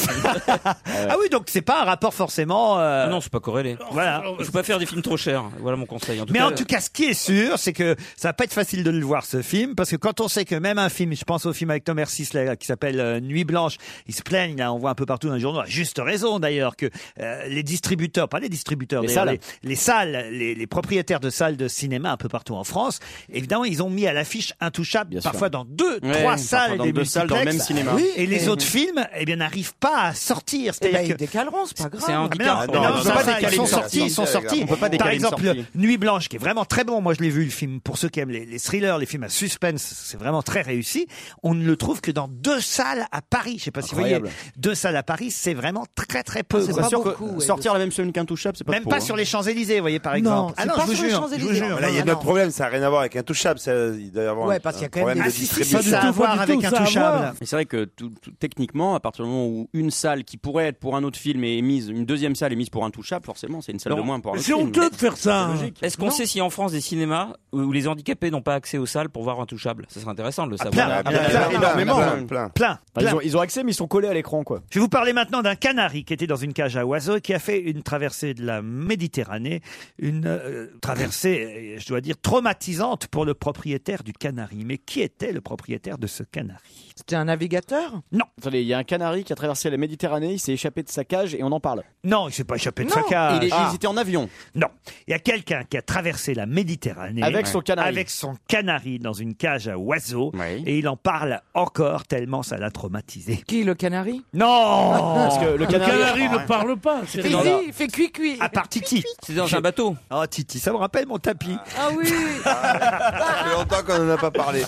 C: Ah oui, donc c'est pas un rapport forcément. euh,
D: non, c'est pas corrélé.
C: Voilà.
D: Il faut pas faire des films trop chers. Voilà mon conseil. En tout
C: Mais
D: cas,
C: en tout cas, ce qui est sûr, c'est que ça va pas être facile de le voir ce film, parce que quand on sait que même un film, je pense au film avec Tom Hersis là, qui s'appelle euh, Nuit Blanche, ils se plaignent, là, on voit un peu partout dans les journaux, à juste raison d'ailleurs, que euh, les distributeurs, pas les distributeurs,
E: Les
C: d'ailleurs,
E: salles.
C: les, les salles, les, les propriétaires de salles de cinéma un peu partout en France, évidemment, ils ont mis à l'affiche intouchable,
E: sûr.
C: parfois dans deux,
E: Ouais,
C: trois
E: parfois
C: salles,
E: dans
C: des
E: deux salles, dans le même
C: multiplexes.
E: cinéma.
C: Oui, et les
E: Et-
C: autres films, eh bien, n'arrivent pas à
H: Eh
C: sortir.
H: ben, ils
C: C'est-à-dire
H: décaleront, c'est pas grave.
C: Ah, mais non,
E: Ah, non,
C: non,
E: on peut
C: ça,
E: pas
C: ça,
E: décaler
C: ils sont
E: une
C: sortis,
E: sortie.
C: ils sont
E: On
C: sortis.
E: peut pas décaler
C: Par
E: une
C: exemple,
E: sortie.
C: Nuit Blanche, qui est vraiment très bon. Moi, je l'ai vu, le film, pour ceux qui aiment les, les thrillers, les films à suspense, c'est vraiment très réussi. On ne le trouve que dans deux salles à Paris. Je sais pas si vous voyez.
E: Incroyable.
C: Deux salles à Paris, c'est vraiment très très peu.
E: C'est pas sûr que sortir la même semaine qu'un touchable, c'est pas
C: Même
E: trop,
C: pas
E: hein.
C: sur les Champs-Élysées, vous voyez, par exemple. ah non, je vous jure. Je vous jure. Ah
B: Là, il y a d'autres problèmes, ça n'a rien à voir avec Intouchable. Ça, il doit y avoir
C: Ouais,
B: un,
C: parce qu'il y a
B: un
C: quand même des-
B: problème de
C: Ah, si, si,
B: distribution.
C: si, ça a à voir avec Intouchable.
E: Mais c'est vrai que tout- tout- techniquement, à partir du moment où une salle qui pourrait être pour un autre film est mise, une deuxième salle est mise pour un touchable, forcément, c'est une salle de moins pour un autre film.
F: hein.
D: Est-ce qu'on sait si en France des cinémas où où les handicapés n'ont pas accès aux salles pour voir Intouchable Ça serait intéressant de le savoir.
E: plein, Ah, plein,
D: bah,
E: plein, plein, énormément. plein, plein.
C: Plein.
D: Ils ont-
C: accès, mais ils sont collés à l'écran, quoi. Je vais vous parler maintenant d'un canari qui était dans une cage à oiseaux et qui a fait une traversée de la Méditerranée. Une euh, traversée, euh, je dois dire, traumatisante pour le propriétaire du canari. Mais qui était le propriétaire de ce canari
H: C'était un navigateur
C: Non.
O: Attendez, il y a un canari qui a traversé la Méditerranée, il s'est échappé de sa cage et on en parle.
C: Non, il s'est pas échappé de
O: Non,
C: sa cage.
O: il est- Ah. ils étaient en avion.
C: Non, il y a quelqu'un qui a traversé la Méditerranée
O: Avec son canari.
C: avec son canari dans une cage à oiseaux et il en parle encore tellement ça l'a traumatisé.
H: Qui, le canari
C: Non
H: Parce que le Le canari- canari
C: ne parle pas.
H: Fais-y,
C: Il
H: fais
E: Ah.
H: cuit-cuit.
C: À part Titi. C'est dans un bateau. Oh, Titi, ça me rappelle mon tapis.
H: Ah oui
B: Ça fait longtemps qu'on n'en a pas parlé.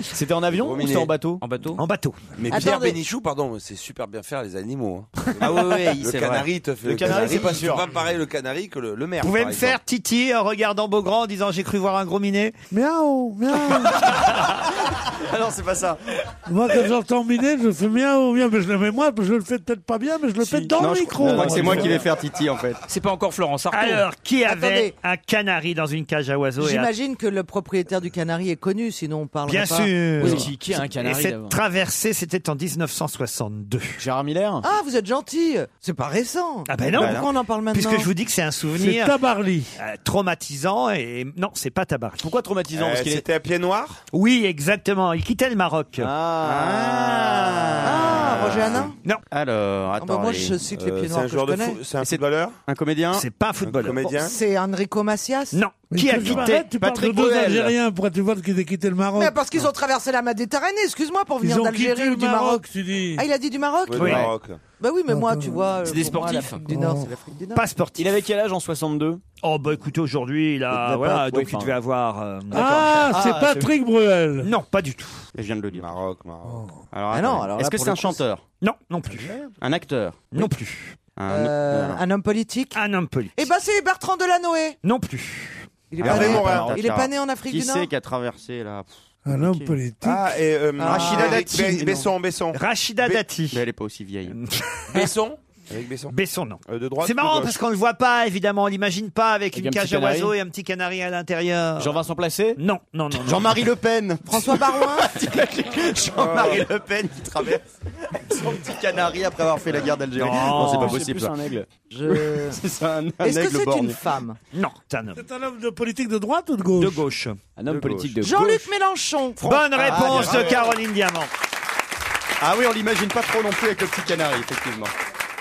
O: C'était en avion ou
B: Rominé.
O: c'était en bateau
D: En bateau.
C: En bateau.
B: Mais
O: Attendez.
B: Pierre Bénichou, pardon, c'est super bien faire les animaux. hein.
D: Ah ouais, ouais,
B: le
D: c'est
B: canari
D: vrai.
B: te fait
D: Le canari, c'est pas
B: il te
D: sûr.
B: fait pas pareil le canari que le, le maire.
C: Vous pouvez
B: par
C: me
B: exemple.
C: faire Titi en regardant Beaugrand en disant j'ai cru voir un gros minet
F: Miaou, miaou.
E: Ah non, c'est pas ça.
F: Moi, quand j'entends Minet, je fais miaou, miaou, mais je le mets moi, je le fais peut-être pas bien, mais je le fais dans
E: Non,
F: le
E: je-
F: micro.
E: je crois que c'est moi qui vais faire Titi en fait.
D: C'est pas encore Florence Artaud.
C: Alors, qui
H: Attendez.
C: avait un canari dans une cage à oiseaux et a-
H: J'imagine que le propriétaire du canari est connu, sinon on parle.
C: Bien
H: pas.
C: sûr
H: Oui.
C: Et cette traversée, c'était en 1962. Gérard Miller
H: Ah, vous êtes gentil. C'est pas récent. Bah,
C: Ah ben non.
H: Pourquoi on en parle maintenant
C: Puisque je vous dis que c'est un souvenir.
H: C'est Tabarly.
C: euh, traumatisant et non, c'est pas Tabarly. Pourquoi traumatisant
B: Euh, C'était à pied noir
C: Oui, exactement. Il quittait le Maroc.
E: Ah.
H: Ah, Roger Hanin
C: Non.
E: Alors, attends.
H: bah moi, je cite les Euh, pieds noirs c'est un que je joueur de connais. foot-
B: c'est un footballeur
E: Un comédien
C: C'est pas un footballeur.
H: Bon, C'est Enrico Macias
C: Non.
F: Mais que tu m'arrêtes, tu parles de deux Algériens, pourquoi tu vois qu'ils aient quitté le Maroc
H: Mais parce qu'ils ont traversé la Méditerranée, excuse-moi, pour
F: Ils
H: venir
F: ont
H: d'Algérie
F: quitté
H: ou
F: le
H: du Maroc.
F: Maroc, tu dis.
H: Ah, il a dit du Maroc
F: Oui, du Oui. Maroc.
H: Bah oui, mais moi, tu vois.
O: C'est des
H: pour moi,
O: sportifs.
H: l'Afrique du Nord, c'est l'Afrique du Nord.
C: Pas sportif.
O: Il avait quel âge en 62
C: Oh bah écoutez, aujourd'hui, il
O: Il
C: a
O: devait pas
C: voilà,
O: être-
C: donc
O: oui,
C: il
O: enfin.
C: devait avoir. euh,
F: Ah,
C: d'accord.
F: c'est Patrick Bruel.
C: Non, pas du tout.
E: Je viens de le dire.
B: Maroc, Maroc.
E: Alors,
H: Oh. Ah non,
E: attends.
H: alors là,
E: Est-ce que
H: pour
E: c'est
H: le
E: un
H: coup, Ah,
E: chanteur
C: Non, non plus.
E: Un acteur
C: Non plus.
E: Un,
H: Euh, un homme politique
C: Un homme politique.
H: Eh ben, c'est Bertrand Delanoë.
C: Non plus.
H: Il est,
E: Ah,
H: pas né,
E: Hervé Morin.
H: il est pas né en Afrique
E: qui
H: du Nord.
E: c'est qui a traversé là
F: Un homme politique.
B: Ah, et euh,
E: Ah, Rachida Dati.
B: Bé-
E: Non.
B: Besson, Besson.
C: Rachida
B: Bé-
C: Dati. Euh,
E: Mais elle est pas aussi vieille.
B: Besson Avec Besson
C: Besson, non.
B: Euh, de droite
C: C'est
B: ou
C: marrant
B: gauche
C: parce qu'on le voit pas, évidemment, on l'imagine pas avec,
O: Avec
C: une
O: un
C: cage
O: petit
C: à
O: canari.
C: oiseaux et un petit canari à l'intérieur.
O: Jean-Vincent Placé
C: Non, non, non. non.
O: Jean-Marie Le Pen
H: François Barouin
E: Jean-Marie
O: Euh.
E: Le Pen qui traverse son petit canari après avoir fait la guerre d'Algérie.
C: Non,
E: c'est pas
C: c'est
E: possible.
C: plus
E: ça.
C: un aigle.
H: Je-
E: c'est ça, un, un
H: Est-ce que
E: aigle
H: c'est
E: borgne.
H: une femme
C: Non, c'est un homme.
F: C'est un homme de politique de droite ou de gauche
C: De gauche.
O: Un homme politique de
H: Jean-Luc Mélenchon. Ah,
C: Bonne réponse
E: bien.
C: de Caroline Diamant.
E: Ah oui, on l'imagine pas trop non plus avec le petit canari, effectivement.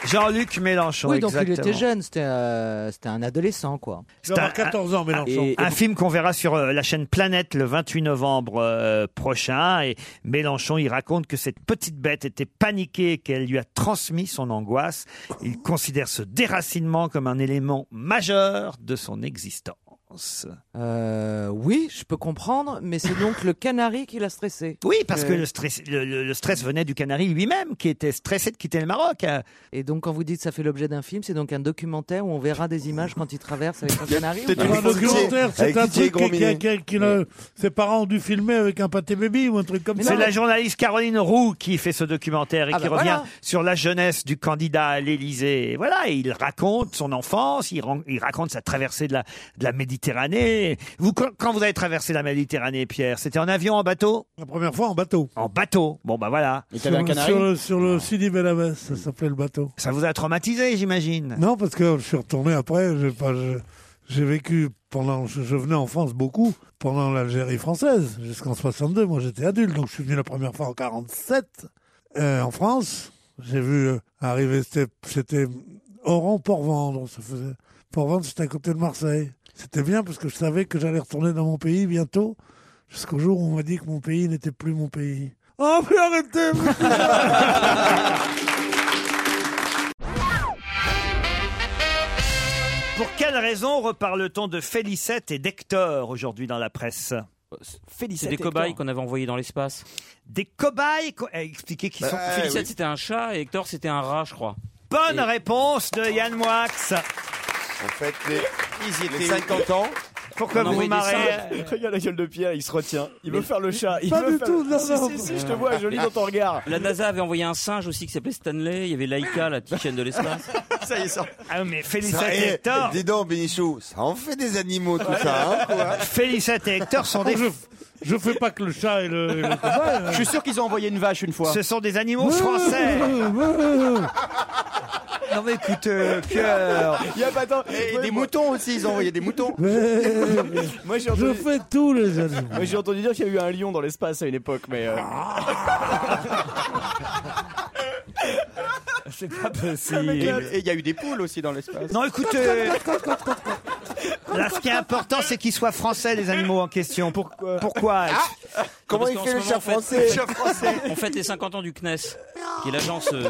C: Jean-Luc Mélenchon,
H: Oui, donc il était
C: exactement.
H: jeune, c'était euh, c'était un adolescent, quoi.
C: C'est un- un- et- Ah, un film qu'on verra sur euh, la chaîne Planète le 28 novembre euh, prochain. Et Mélenchon, il raconte que cette petite bête était paniquée et qu'elle lui a transmis son angoisse. Il considère ce déracinement comme un élément majeur de son existence.
H: Euh, oui, je peux comprendre, mais c'est donc le canari qui l'a stressé. Euh,
C: Oui, parce que le stress, le, le- le stress venait du canari lui-même, qui était stressé de quitter le Maroc. euh.
H: Et donc, quand vous dites ça fait l'objet d'un film, c'est donc un documentaire où on verra des images quand il traverse avec un canari ou
F: C'est
H: pas
F: un documentaire, c'est un truc qui- qui- qui- qui n'a- ses parents ont dû filmer avec un pâté bébé ou un truc comme ça.
C: C'est la journaliste Caroline Roux qui fait ce documentaire et
F: Ah
C: qui
F: bah
C: revient
F: voilà.
C: sur la jeunesse du candidat à l'Élysée. Et Voilà, et il raconte son enfance, il, ran- il raconte sa traversée de la, de la Méditerranée. Vous, quand, quand vous avez traversé la Méditerranée, Pierre, c'était en avion, en bateau
F: La première fois en bateau.
C: En bateau. Bon, bah voilà.
F: sur, sur le, sur le Sidi Benabbes, ça s'appelait le bateau.
C: Ah. Ça vous a traumatisé, j'imagine
F: Non, parce que je suis retourné après. J'ai pas- je- j'ai vécu pendant. Je, je venais en France beaucoup pendant l'Algérie française jusqu'en 62. Moi, j'étais adulte, donc je suis venu la première fois en 47 euh, en France. J'ai vu euh, arriver. c'était- C'était Oran port vendre. Ça faisait port vendre, c'était à côté de Marseille. C'était bien parce que je savais que j'allais retourner dans mon pays bientôt, jusqu'au jour où on m'a dit que mon pays n'était plus mon pays.
M: Ah,
F: Oh, mais arrêtez
C: Pour quelle raison reparle-t-on de Félicette et d'Hector aujourd'hui dans la presse
D: C'est des cobayes qu'on avait envoyés dans l'espace.
C: Des cobayes qu'on- eh, Expliquez
D: Bah,
C: qui
E: Bah,
C: sont.
D: Félicette, c'était un chat et Hector, c'était un rat, je crois.
C: Bonne réponse de Yann Moix.
B: En fait, les,
E: Ils
C: étaient- 50
E: ans.
C: Pourquoi vous vous marrez
O: Regarde la gueule de Pierre, il se retient. Il veut faire le chat. Il
E: Pas
O: veut
E: du
O: faire-
E: tout, non,
O: Si,
E: non.
O: si, si, je te vois, joli dans ton regard.
D: La NASA avait envoyé un singe aussi qui s'appelait Stanley. Il y avait Laika, la petite chaîne de l'espace.
E: Ça y est, ça.
C: Ah, mais
B: Ça,
C: Félicette
B: eh,
C: et Hector.
B: Dis donc, Bénichou, ça en fait des animaux tout ça. Hein, quoi.
C: Félicette et Hector sont des.
F: Je, je fais pas que le chat et le. et le cobaye,
O: euh.
F: hein.
E: Je suis sûr qu'ils ont envoyé une vache une fois.
C: Ce sont des animaux français. Non mais écoute, euh,
E: Cœur.
O: Pierre. Il y a pas attends,
E: Et
O: moi,
E: des
O: moi-
E: moutons aussi, ils ont envoyé des moutons.
O: Moi j'ai entendu,
F: fais tous les animaux.
O: moi, j'ai entendu dire qu'il y a eu un lion dans l'espace à une époque, mais. euh,
F: Ah.
C: C'est pas
E: Et
C: possible.
E: et il y a eu des poules aussi dans l'espace.
C: Non, écoute, euh, là, ce qui est important, c'est qu'ils soient français, les animaux en question. Pourquoi Pourquoi
D: Parce qu'en ce moment, on fête- On fête les 50 ans du CNES, qui est l'agence, euh,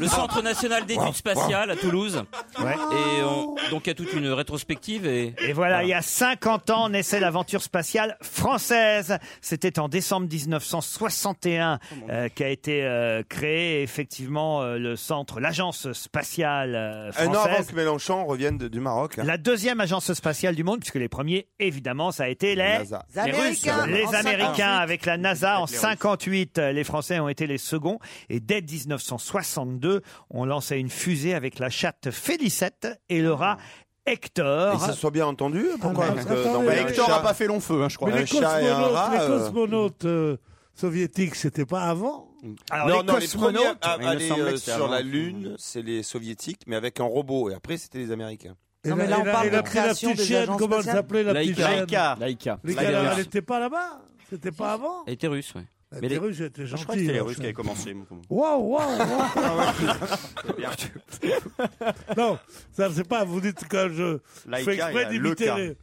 D: le Centre National d'Études Spatiales à Toulouse. Et on- donc il y a toute une rétrospective et,
C: Et voilà, il y a 50 ans naissait l'aventure spatiale française. C'était en décembre 1961
B: Oh
C: euh, qu'a été euh, créé effectivement euh, le centre, l'agence spatiale euh,
B: Un an avant
C: française.
B: que Mélenchon revienne de- du Maroc. hein.
C: La deuxième agence spatiale du monde, puisque les premiers, évidemment, ça a été les,
B: NASA.
C: les
B: Les
C: Russes,
B: Américains,
C: les
B: en
C: Américains
B: 58.
C: avec la NASA en
B: Ah les Russes.
C: 58. euh, Les Français ont été les seconds. Et dès 1962, on lançait une fusée avec la chatte Félicette et le rat
B: Ah.
C: Hector. Ah, bah,
B: Et ça se soit bien entendu Pourquoi Parce que
F: attendez,
B: d'envoyer un
F: Hector
B: chat-
F: a pas fait
E: long feu, je
F: Mais les
B: Un chat et un
F: cosmonautes,
B: rat,
F: les
B: euh,
F: cosmonautes euh, soviétiques, c'était pas avant
C: Alors,
B: non,
C: les
B: non, les premiers
C: cosmonautes,
B: à
C: il me
B: aller
C: semblait
B: euh,
C: que c'était
B: sur
C: avant.
B: la Lune, c'est les Soviétiques, mais avec un robot. Et après, c'était les Américains.
F: Et la- et la- et la- la petite chienne, comment elle s'appelait la petite chienne
E: Laïka.
F: Les
D: Laïka.
F: canards, Elle n'était pas là-bas C'était pas avant
D: Elle était russe, ouais.
F: Elle
D: Mais
F: était
D: les-
F: Ah, russe, elle était
D: Je crois que
F: gentille,
D: c'était les
F: la
D: Russes qui avaient
F: chienne.
D: commencé, mon con.
F: Waouh, waouh,
E: Ah
F: waouh Non, ça, c'est pas, vous dites que je
E: Laïka,
F: fais
E: il y a
F: exprès d'imiter
E: Leuka.
F: les,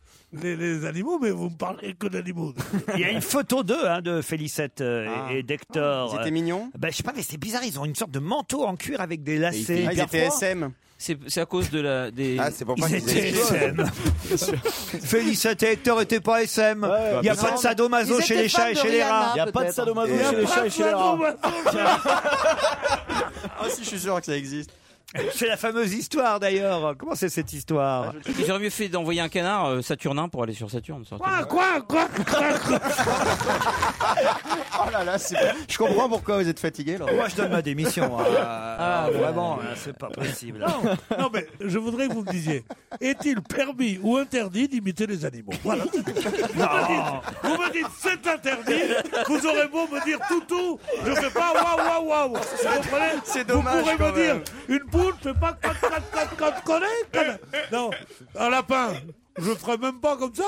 F: les- les animaux, mais vous me parlez que d'animaux.
C: Il y a une photo d'eux, hein, de Félicette euh,
F: Ah.
C: et d'Hector.
F: Ils étaient
C: Euh,
F: mignons
C: bah, Je sais pas, mais c'est bizarre, ils ont une sorte de manteau en cuir avec des lacets.
D: Ah, ils étaient
E: SM.
D: C'est c'est à cause de la des. Ah, c'est pour
C: Ils étaient SM. Félicette et Hector n'étaient pas SM. Il n'y a
D: bah,
C: pas
D: non.
C: de sadomaso
D: Ils
C: chez
D: étaient
C: les
D: fans
C: chats et
D: de
C: chez les
D: Rihanna,
C: rats.
D: Il y a pas de peut-être. sadomaso
C: Il y a
D: chez les
C: pas
D: chats et
C: de
D: chez les rats.
C: sadomaso.
E: Ah, si, je suis sûr que ça existe.
C: C'est la fameuse histoire d'ailleurs. Comment c'est cette histoire
D: J'aurais mieux fait d'envoyer un canard euh, Saturnin pour aller sur Saturne. ça aurait été-
F: Quoi, quoi, quoi, quoi, quoi
B: Ah,
E: Oh là là, c'est- je comprends pourquoi vous êtes fatigué. Laurent.
C: Moi, je donne ma démission. hein.
E: Ah,
C: Ah,
E: ouais.
C: vraiment, hein, c'est pas possible.
F: Non, non, mais je voudrais que vous me disiez, est-il permis ou interdit d'imiter les animaux Voilà. Vous me dites, vous me dites, c'est interdit, vous aurez beau me dire toutou, je fais pas waouh waouh waouh. Vous comprenez
E: C'est
F: Vous
E: dommage,
F: pourrez
E: quand
F: me dire,
E: même.
F: une poule, je fais pas quand quand quand quand quand Non, un lapin. Je ferai même pas comme ça.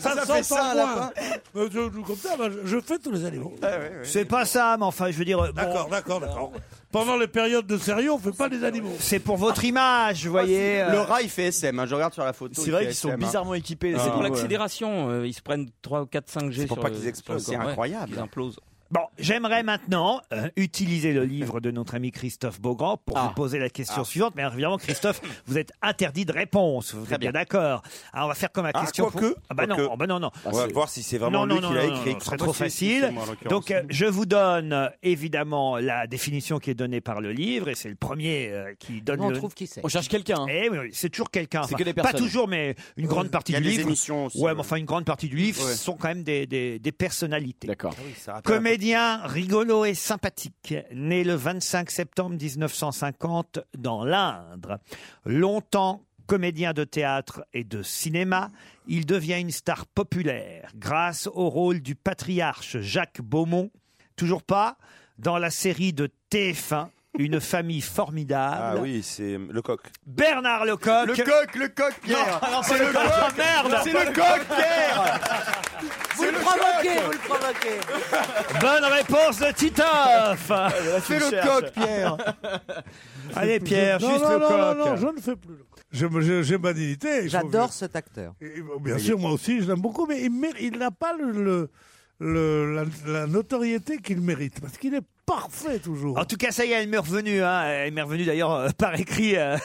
C: Ça
F: sent
C: fait
F: sans
C: ça, un
F: moi.
C: lapin
F: Mais je- je- Comme ça, bah, je- je fais tous les animaux.
C: C'est pas ça, mais enfin, je veux dire. euh, bon,
F: D'accord, d'accord, d'accord. Pendant les périodes de sérieux, on fait pas des animaux. Ah,
C: C'est pour votre image, vous voyez. euh,
E: Le rat, Ah, il fait SM. hein, Je regarde sur la photo. il fait SM, hein.
D: C'est
E: Ah,
D: pour
E: ouais.
D: l'accélération. euh, Ils se prennent 3, 4, 5 G.
E: C'est pour
D: sur
E: pas
D: le-
E: qu'ils
D: sur le
E: explosent,
D: corps.
E: c'est
D: Ouais,
E: incroyable.
D: qu'ils implosent.
C: Bon, j'aimerais maintenant euh, utiliser le livre de notre ami Christophe Beaugrand pour vous poser la question suivante. Mais alors, évidemment, Christophe, vous êtes interdit de réponse. Vous êtes bien, d'accord. Alors, on va faire comme la
B: Ah,
C: question.
B: quoique,
C: pour- ah, bah non,
B: quoique.
C: ah bah non, non.
B: On va voir si c'est vraiment
C: Non, non,
B: lui
C: non,
B: qui l'a
C: non, non,
B: écrit.
C: non, Ce serait trop
B: Moi, c'est-
C: facile.
B: c'est moi, en l'occurrence.
C: Donc, euh, je vous donne euh, évidemment la définition qui est donnée par le livre et c'est le premier euh, qui donne.
H: On
C: le-
H: trouve qui c'est.
C: On cherche quelqu'un. Eh oui, oui, c'est toujours quelqu'un.
H: C'est
C: Enfin,
H: que des
C: pas
H: personnes. Euh,
C: toujours, mais une grande partie
H: Il y a
C: du
H: des
C: livre.
H: émissions aussi,
C: ouais,
H: ouais.
C: mais enfin une grande partie du livre
H: Ouais.
C: sont quand même des, des, des personnalités.
H: Ah
C: D'accord.
H: rappelle
C: Comédien rigolo et sympathique, né le 25 septembre 1950 dans l'Indre. Longtemps comédien de théâtre et de cinéma, il devient une star populaire grâce au rôle du patriarche Jacques Beaumont. Toujours pas dans la série de TF1, une famille formidable.
B: Ah oui, c'est le coq.
C: Bernard Lecoq.
E: Le coq, le coq, Pierre.
C: Non, non,
E: c'est
C: pas
E: le
C: le coq. Ah,
E: coq,
C: Oh, Merde.
E: C'est le coq, Pierre.
H: Vous le provoquez, vous le provoquez.
C: Bonne réponse de Titoff
F: C'est le coq, Pierre.
C: Allez, Pierre,
F: Non,
C: juste
F: non,
C: le
F: non,
C: coq
F: non, non, je ne fais plus le coq. Je me- je- J'ai ma dignité. il faut
H: J'adore
F: que-
H: cet acteur.
F: Et- et- Bien sûr, moi aussi, je l'aime beaucoup, mais il mér- il n'a pas le, le- le- la, la notoriété qu'il mérite, parce qu'il est parfait toujours.
C: En tout cas, ça y est, elle m'est revenue. Hein. Elle m'est revenue d'ailleurs euh, par écrit euh,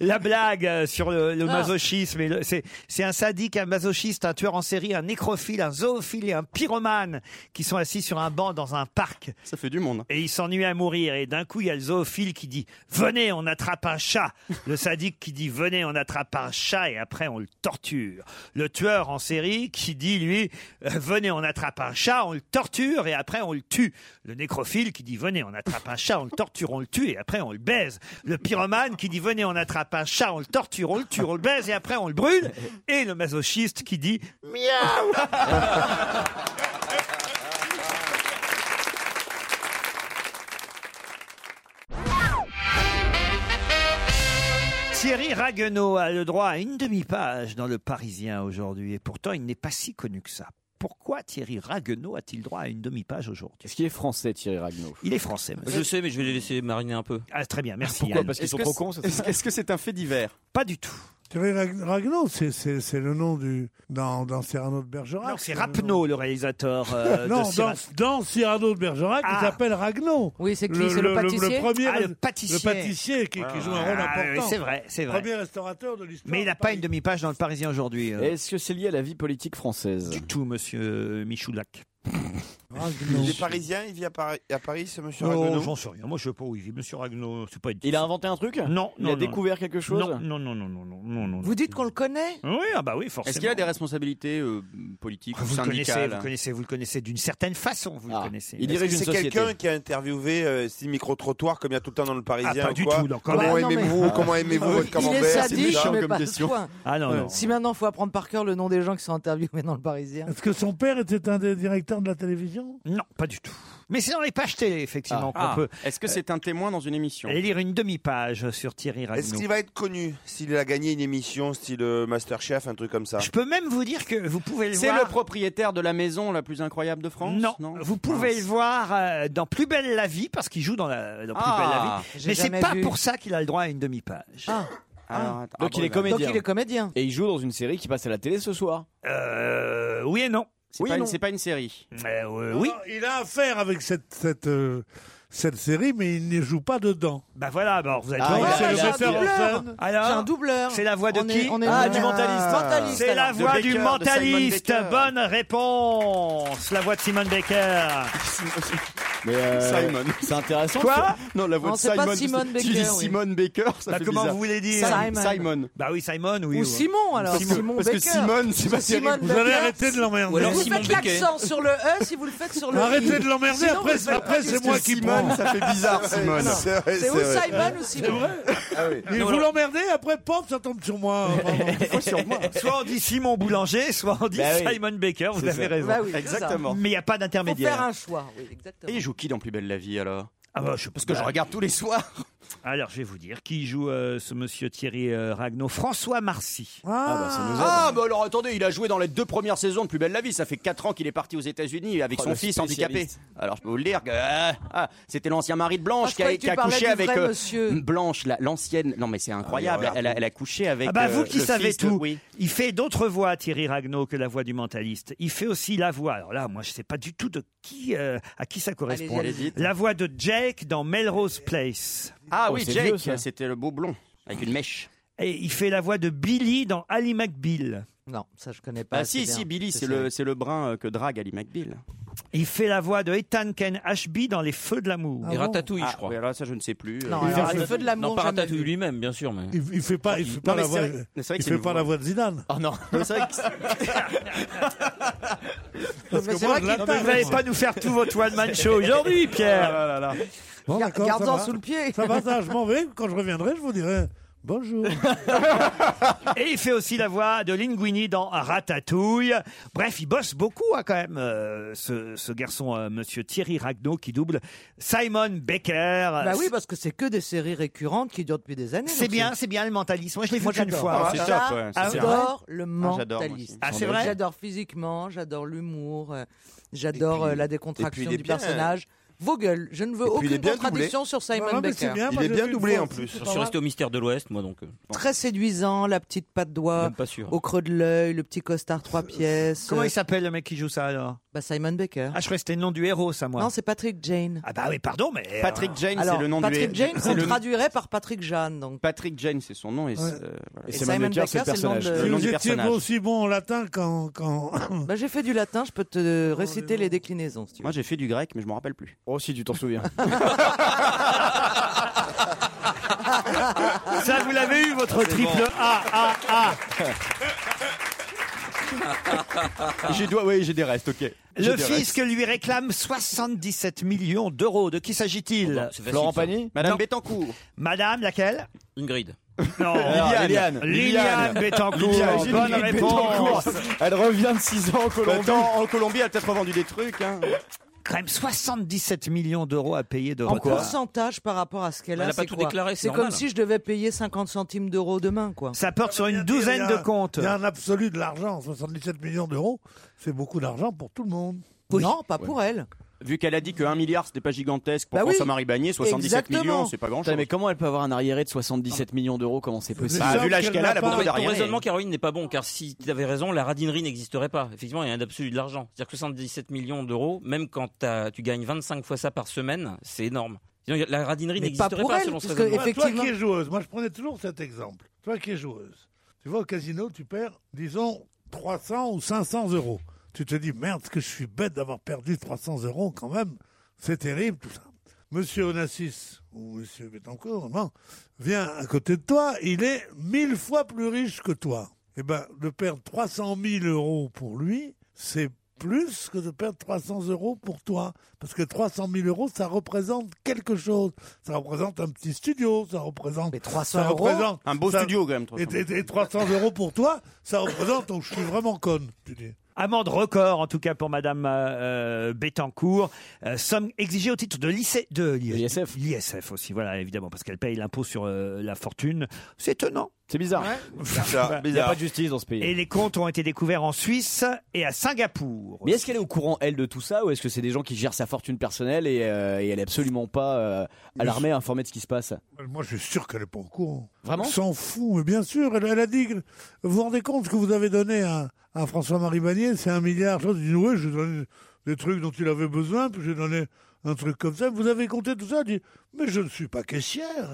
C: la blague euh, sur le, le
H: Ah.
C: masochisme. Et le- C'est c'est un sadique, un masochiste, un tueur en série, un nécrophile, un zoophile et un pyromane qui sont assis sur un banc dans un parc.
E: Ça fait du monde.
C: Et ils s'ennuient à mourir. Et d'un coup, il y a le zoophile qui dit Venez, on attrape un chat. Le sadique qui dit Venez, on attrape un chat et après on le torture. Le tueur en série qui dit lui Euh, Venez, on attrape un chat, on le torture et après on le tue. Le nécrophile qui dit Venez, on attrape un chat, on le torture, on le tue et après on le baise. Le pyromane qui dit Venez, on attrape un chat, on le torture, on le tue, on le baise et après on le brûle. Et le masochiste qui dit Miaou Thierry Raguenaud a le droit à une demi-page dans Le Parisien aujourd'hui, et pourtant il n'est pas si connu que ça. Pourquoi Thierry Raguenaud a-t-il droit à une demi-page aujourd'hui Est-ce qu'il est français, Thierry Raguenaud Il est français,
D: Je
C: monsieur.
D: sais, mais je vais les laisser mariner un peu.
C: Ah, très bien, merci.
D: Pourquoi
C: Yann.
D: Parce qu'ils
C: Est-ce
D: sont
C: que
D: trop
C: c'est-
D: cons,
E: Est-ce est-ce que c'est un fait divers
C: Pas du tout.
F: Thierry Rag- Ragnaud, c'est- c'est c'est le nom du dans, dans Cyrano de Bergerac.
C: Non, c'est Rapneau, le réalisateur euh,
F: non,
C: de Cyrano.
F: dans, dans Cyrano de Bergerac,
C: Ah.
F: il s'appelle Ragnaud.
C: Oui, c'est qui C'est le pâtissier
F: le premier,
C: Ah, le pâtissier.
F: Le pâtissier qui, qui joue un rôle
C: Ah, oui,
F: important.
C: c'est vrai, c'est vrai.
F: Premier restaurateur de l'histoire.
C: Mais il n'a pas une demi-page dans Le Parisien aujourd'hui. euh.
P: Est-ce que c'est lié à la vie politique française
C: Du tout, monsieur Michoulac.
P: Ah,
B: Il est parisien, il vit à Paris, à Paris ce monsieur
C: Non,
B: Raguenaud
C: j'en sais rien. Moi, je sais pas où il vit. Monsieur Ragnaud, c'est pas une-
P: Il a inventé un truc
C: Non,
P: Il
C: non,
P: a
C: non.
P: découvert quelque chose
C: Non, non, non, non, non, non, non, non.
H: Vous dites qu'on le connaît
C: Oui, ah bah oui, forcément. Ah,
E: Est-ce qu'il a des responsabilités euh, politiques ou
C: Vous le connaissez,
E: syndicales
C: vous le connaissez, vous le connaissez d'une certaine façon, vous le connaissez.
B: Est-ce que C'est quelqu'un qui a interviewé euh, ces micro-trottoirs comme il y a tout le temps dans le Parisien.
C: Ah, pas
B: ou
C: du
B: quoi.
C: tout, non, quand
B: Comment
C: même. Ah, non, mais-
B: aimez-vous Comment aimez-vous votre
H: Il
B: camembert
H: est sadique, mais pas à ce point. Euh,
C: Ah non, non.
H: Si maintenant, faut apprendre par cœur le nom des gens qui sont interviewés dans le Parisien.
F: Est-ce que son père était un des directeurs de la télévision
C: Non, pas du tout. Mais c'est dans les pages télé, effectivement, qu'on
E: Ah.
C: peut
E: Est-ce que c'est un témoin dans une émission
C: aller lire une demi-page sur Thierry Ragnaud.
B: Est-ce qu'il va être connu s'il a gagné une émission style euh, Masterchef, un truc comme ça
C: Je peux même vous dire que vous pouvez le
E: C'est
C: voir.
E: le propriétaire de la maison la plus incroyable de France
C: Non, vous pouvez le voir euh, dans Plus belle la vie parce qu'il joue dans, la, dans Plus
E: Ah.
C: belle la vie.
E: J'ai
C: Mais c'est
E: jamais
C: pas
E: vu.
C: pour ça qu'il a le droit à une demi-page.
E: Alors, attends.
P: Donc il
E: Ah,
P: est
E: bon, là.
P: comédien.
H: Donc il est comédien.
P: Et il joue dans une série qui passe à la télé ce soir.
C: Euh, oui et non. Euh,
E: C'est
P: Oui,
E: pas,
P: non.
E: une- c'est pas une série. Euh,
C: oui.
F: Il a affaire avec cette, cette, euh, cette série, mais il ne joue pas dedans.
C: Bah voilà, alors vous êtes
F: Ah,
C: gentil.
F: c'est le metteur en scène.
C: Alors,
H: J'ai un doubleur.
C: C'est la voix de
H: On
C: qui
H: est- on est-
P: Ah, du mentaliste.
H: Mentaliste,
C: C'est la
H: alors.
C: voix
H: De
C: du
H: Baker, de
C: mentaliste.
H: Simon Baker.
C: Bonne réponse. La voix de Simon Baker.
P: Mais euh,
E: Simon.
P: C'est intéressant.
C: Quoi
E: Non, la voix
C: Non,
E: de
C: c'est
E: Simon.
C: pas Simon
E: tu
C: Baker,
E: dis
C: oui.
E: Simon Baker, ça
C: Bah,
E: fait
C: comment
E: bizarre.
C: vous voulez dire
E: Simon. Simon.
C: Bah oui, Simon, oui.
H: Ou
C: oui.
H: Simon, alors.
C: Parce que-
H: Simon
C: parce que
H: Baker.
C: Simon, c'est pas
H: Ou Simon
C: terrible. Vous
H: Baker.
C: allez arrêter de l'emmerder. Ou alors
H: vous
C: Simon
H: faites
C: Baker.
H: l'accent sur le E si vous le faites sur le
F: Arrêtez
H: I.
F: de l'emmerder,
H: Sinon,
F: après,
H: vous faites
F: après,
H: pas du
F: c'est
H: tout.
F: moi qui Simon, prends. ça fait bizarre,
H: C'est
F: Simon.
H: vrai, non.
F: C'est vrai,
H: C'est
F: c'est
H: ou
F: vrai.
H: Simon ou Simon.
C: Ah
F: Et vous l'emmerdez, après, pop, ça tombe sur moi.
C: Soit on dit Simon Boulanger, soit on dit
E: Bah oui.
C: Simon Baker, vous
E: C'est
C: avez
E: ça.
C: raison.
E: Bah oui, c'est Exactement. ça.
C: Mais il n'y a pas d'intermédiaire.
H: choix.
E: Et il joue qui dans Plus belle la vie alors
C: Ah bah, je sais pas
E: Parce que je regarde tous les soirs.
C: Alors, je vais vous dire qui joue euh, ce monsieur Thierry euh, Ragnaud. François Marcy.
E: Ah, bah, ah, bah alors attendez, il a joué dans les deux premières saisons de Plus Belle la Vie. Ça fait 4 ans qu'il est parti aux États-Unis avec
C: Oh,
E: son
C: le
E: fils handicapé.
C: spécialiste.
E: Alors je peux vous le dire, que, euh, ah, c'était l'ancien mari de
H: Ah,
E: Blanche
H: je
E: qui, a,
H: croyais que
E: qui
H: tu
E: a
H: parlais
E: couché
H: du
E: avec
H: vrai
E: euh,
H: monsieur.
E: Blanche, la- l'ancienne. Non mais c'est incroyable.
C: Ah, oui,
E: elle, a, elle a couché avec.
C: Ah bah, vous
E: euh,
C: qui
E: le
C: savez
E: fils de-
C: tout.
E: oui.
C: Il fait d'autres voix, Thierry Ragnaud, que la voix du mentaliste. Il fait aussi la voix. Alors là, moi, je sais pas du tout de qui, euh, à qui ça correspond.
E: Allez-y, allez-y.
C: la voix de Jake dans Melrose Place.
E: Ah oui, Jake, c'était le beau blond avec une mèche.
C: Et il fait la voix de Billy dans Ali McBeal.
H: Non, ça je connais
E: Ah si, si, Billy, c'est le, c'est le brun euh, que drague Ali McBeal.
C: Il fait la voix de Ethan Ken Ashby dans Les Feux de l'amour.
E: Et Ratatouille, je crois. ça, je ne sais plus.
C: Non, Il alors, fait- les Feux de l'amour,
D: Euh, Non, pas
C: jamais
D: Ratatouille lui-même, bien sûr. Mais...
F: Il, il fait pas, il fait pas
D: Non, mais
F: la
D: c'est
F: voix.
D: vrai- mais c'est vrai que
F: il
D: c'est
F: fait
D: une
F: pas
D: voix.
F: la voix de Zidane.
E: Oh non. c'est vrai que
F: Parce que
C: c'est vrai
F: moi, je
C: qu'il-
F: l'attaque,
C: Non, mais vous n'allez
F: moi.
C: pas nous faire tout votre one-man show aujourd'hui, Pierre.
F: Oh là là là. Bon,
C: Gar-
F: d'accord,
C: garde-en
F: ça va.
C: sous le pied.
F: Ça va, ça, je m'en vais. Quand je reviendrai, je vous dirai bonjour.
C: Et il fait aussi la voix de Linguini dans Ratatouille. Bref, il bosse beaucoup hein, quand même, euh, ce, ce garçon, euh, monsieur Thierry Ragnaud, qui double Simon Becker.
H: Bah oui, parce que c'est que des séries récurrentes qui durent depuis des années.
C: C'est bien, c'est bien le mentalisme. Moi, je l'ai vu qu'une
H: j'adore. Ah,
C: fois. Ah,
H: ça,
C: c'est top, ouais, c'est
H: J'adore
C: vrai.
H: le
C: Ah, j'adore, moi
H: mentalisme.
C: aussi. Ah, c'est vrai
H: J'adore physiquement, j'adore l'humour, euh, j'adore
E: puis-
H: euh, la
E: et puis
H: décontraction
E: il est
H: du
E: bien, euh,
H: personnage. Vos gueules, je ne veux
E: Et puis il
H: aucune
E: est bien
H: contradiction
E: doublé.
H: sur Simon
E: Non, non, mais
H: Becker.
E: c'est bien, moi, Il est j'ai bien vu une doublé, fois en aussi, plus. c'est
D: Je
E: pas
D: suis
E: mal.
D: resté au mystère de l'Ouest, moi donc. euh, bon.
H: Très séduisant, la petite patte d'oie,
D: Même pas sûr.
H: au creux de l'œil, le petit costard trois pièces.
C: Comment
H: euh,
C: il s'appelle le mec qui joue ça alors
H: bah, Simon Becker.
C: Ah, je crois que c'était le nom du héros, ça, moi.
H: Non, c'est Patrick Jane.
C: Ah, bah oui, pardon, mais.
E: Patrick Jane,
H: Alors,
E: c'est le nom
H: Patrick
E: du
H: Jane,
E: c'est
H: on
E: le-
H: traduirait par Patrick Jeanne. Donc.
E: Patrick Jane, c'est son nom. Et,
H: Ouais.
E: c'est, euh, voilà.
H: Et Simon Becker, c'est le personnage.
E: Le
F: Si
E: nom
F: vous
E: du
F: étiez
E: personnage.
F: aussi bon en latin quand. quand...
H: Bah, j'ai fait du latin, je peux te réciter les déclinaisons. Si tu
E: Moi, j'ai fait du grec, mais je m'en rappelle plus.
P: Oh, si tu t'en souviens.
C: Ça, vous l'avez eu, votre
E: C'est
C: triple
E: bon.
C: A, A, A.
E: j'ai dois, oui, j'ai des restes, ok. J'ai
C: Le
E: des
C: fils
E: restes.
C: que lui réclame 77 millions d'euros. De qui s'agit-il
E: c'est facile, Florent ça. Pagny Madame Bettencourt.
C: Madame laquelle
D: Ingrid.
C: Non,
E: Ah,
C: Liliane.
E: Liliane.
C: Liliane Bettencourt.
E: Liliane
C: Bonne
E: Bettencourt.
C: réponse.
E: Elle revient de 6 ans en
C: Colombie.
E: Bah, Attends, en Colombie, elle a peut-être revendu des trucs. Hein.
C: Quand même 77 millions d'euros à payer de
H: En
C: retard.
H: pourcentage par rapport à ce qu'elle
C: Elle
H: a,
C: a pas
H: c'est
C: tout
H: quoi
C: déclaré, c'est
H: C'est comme
C: normal.
H: si je devais payer 50 centimes d'euros demain, quoi.
C: Ça porte sur une
F: Il y a- Il y a un absolu de l'argent. 77 millions d'euros, c'est beaucoup d'argent pour tout le monde.
H: Non, pas pour elle.
E: Vu qu'elle a dit que 1 milliard, c'était pas gigantesque pour
H: Bah oui.
E: François-Marie Bagné, 77
H: Exactement.
E: millions, c'est pas grand-chose.
O: Putain, mais comment elle peut avoir un arriéré de 77 millions d'euros Comment c'est possible
E: Bah, vu l'âge qu'elle a, elle a beaucoup
D: Ton
E: d'arriérés.
D: raisonnement, Caroline, n'est pas bon, car si tu avais raison, la radinerie n'existerait pas. Effectivement, il y a un absolu de l'argent. C'est-à-dire que 77 millions d'euros, même quand t'as- tu gagnes 25 fois ça par semaine, c'est énorme. Sinon, la radinerie n'existerait pas, selon ce raisonnement.
F: Toi qui es joueuse, moi je prenais toujours cet exemple. Toi qui es joueuse, tu vas au casino, tu perds, disons, 300 ou 500 euros. Tu te dis, merde, ce que je suis bête d'avoir perdu 300 euros quand même. C'est terrible tout ça. Monsieur Onassis, ou monsieur Bettencourt, non, vient à côté de toi, il est mille fois plus riche que toi. Eh ben, de perdre 300 000 euros pour lui, c'est plus que de perdre 300 euros pour toi. Parce que 300 000 euros, ça représente quelque chose. Ça représente un petit studio, ça représente... Mais
E: 300 euros Un beau studio, quand même, 300
F: Et, et- et 300 euros pour toi, ça représente... oh, je suis vraiment conne, tu dis.
C: Amende record, en tout cas pour Madame euh, euh, Bettencourt. Euh, somme exigée au titre de lycée de l'ISF. L'ISF aussi, voilà, évidemment, parce qu'elle paye l'impôt sur euh, la fortune. C'est étonnant.
P: C'est bizarre.
C: Bizarre,
P: Il n'y a pas de justice dans ce pays.
C: Et les comptes ont été découverts en Suisse et à Singapour.
O: Mais est-ce qu'elle est au courant, elle, de tout ça Ou est-ce que c'est des gens qui gèrent sa fortune personnelle et, euh, et elle est absolument pas euh, alarmée, informée de ce qui se passe
F: Moi, je suis sûr qu'elle est pas au courant.
O: Vraiment
F: Elle s'en fout, mais bien sûr. Elle, elle a dit, que- vous vous rendez compte ce que vous avez donné à, à François-Marie Bagné C'est un milliard. Je dis, oui, je lui ai donné des trucs dont il avait besoin, puis j'ai donné un truc comme ça. Vous avez compté tout ça Elle dit, mais je ne suis pas caissière.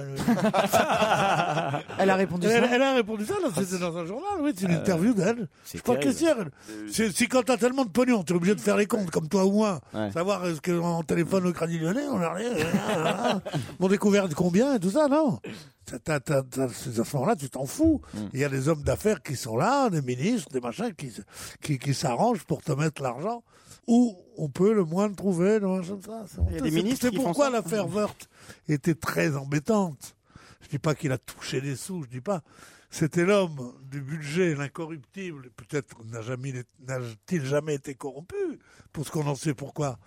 H: Elle a répondu
F: elle,
H: ça
F: elle a répondu ça, là, c'était dans un journal, oui, c'est une
H: Euh,
F: interview d'elle. Je
H: c'est
F: suis pas
H: terrible. Euh,
F: caissière. elle. C'est- Si quand t'as tellement de pognon, t'es obligé de faire les comptes, comme toi ou moi.
O: Ouais.
F: Savoir euh, est-ce qu'on téléphone au crédit lyonnais, on a rien. euh, hein, Mon découvert de combien et tout ça, non T'as- t'as- t'as- t'as- c'est- À ce moment-là, tu t'en fous. Il y a des hommes d'affaires qui sont là, des ministres, des machins qui, se- qui, qui s'arrangent pour te mettre l'argent où on peut le moins le trouver, le machin de ça. C'est
E: Il y a
F: honteux.
E: des
F: C'est-
E: ministres
F: C'est
E: qui font
F: pourquoi
E: ça.
F: l'affaire Wörth était très embêtante. Je dis pas qu'il a touché des sous, je dis pas. C'était l'homme du budget, l'incorruptible. Peut-être n'a jamais, n'a-t-il jamais été corrompu, pour ce qu'on en sait pourquoi.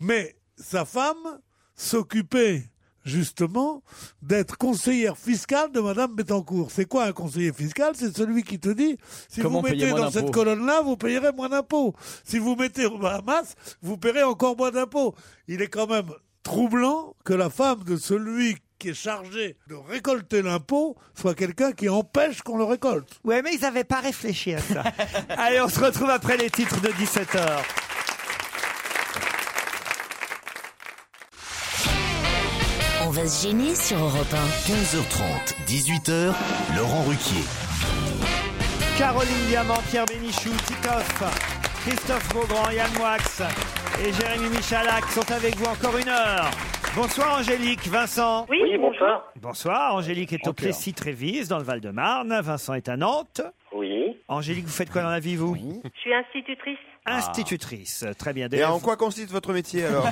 F: Mais sa femme s'occupait justement, d'être conseillère fiscale de Madame Bettencourt. C'est quoi un conseiller fiscal C'est celui qui te dit si
Q: Comment
F: vous
Q: payer
F: mettez
Q: moins
F: dans cette
Q: d'impôts
F: colonne-là, vous payerez moins d'impôts. Si vous mettez au Bahamas, vous paierez encore moins d'impôts. Il est quand même troublant que la femme de celui qui est chargé de récolter l'impôt soit quelqu'un qui empêche qu'on le récolte.
C: Ouais, mais ils n'avaient pas réfléchi à ça. Allez, on se retrouve après les titres de 17h.
R: On va se gêner sur Europe
A: 15h30, 18h, Laurent Ruquier.
C: Caroline Diamant, Pierre Bénichou, Titoff, Christophe Beaugrand, Yann Moix et Jérémy Michalak sont avec vous encore une heure. Bonsoir Angélique, Vincent.
J: Oui, Oui, bonsoir.
C: Bonsoir, Angélique est au Plessis-Trévise dans le Val-de-Marne, Vincent est à Nantes.
J: Oui.
C: Angélique, vous faites quoi dans la vie vous
J: Je suis institutrice.
C: Ah. Institutrice, très bien.
B: Et en quoi consiste votre métier alors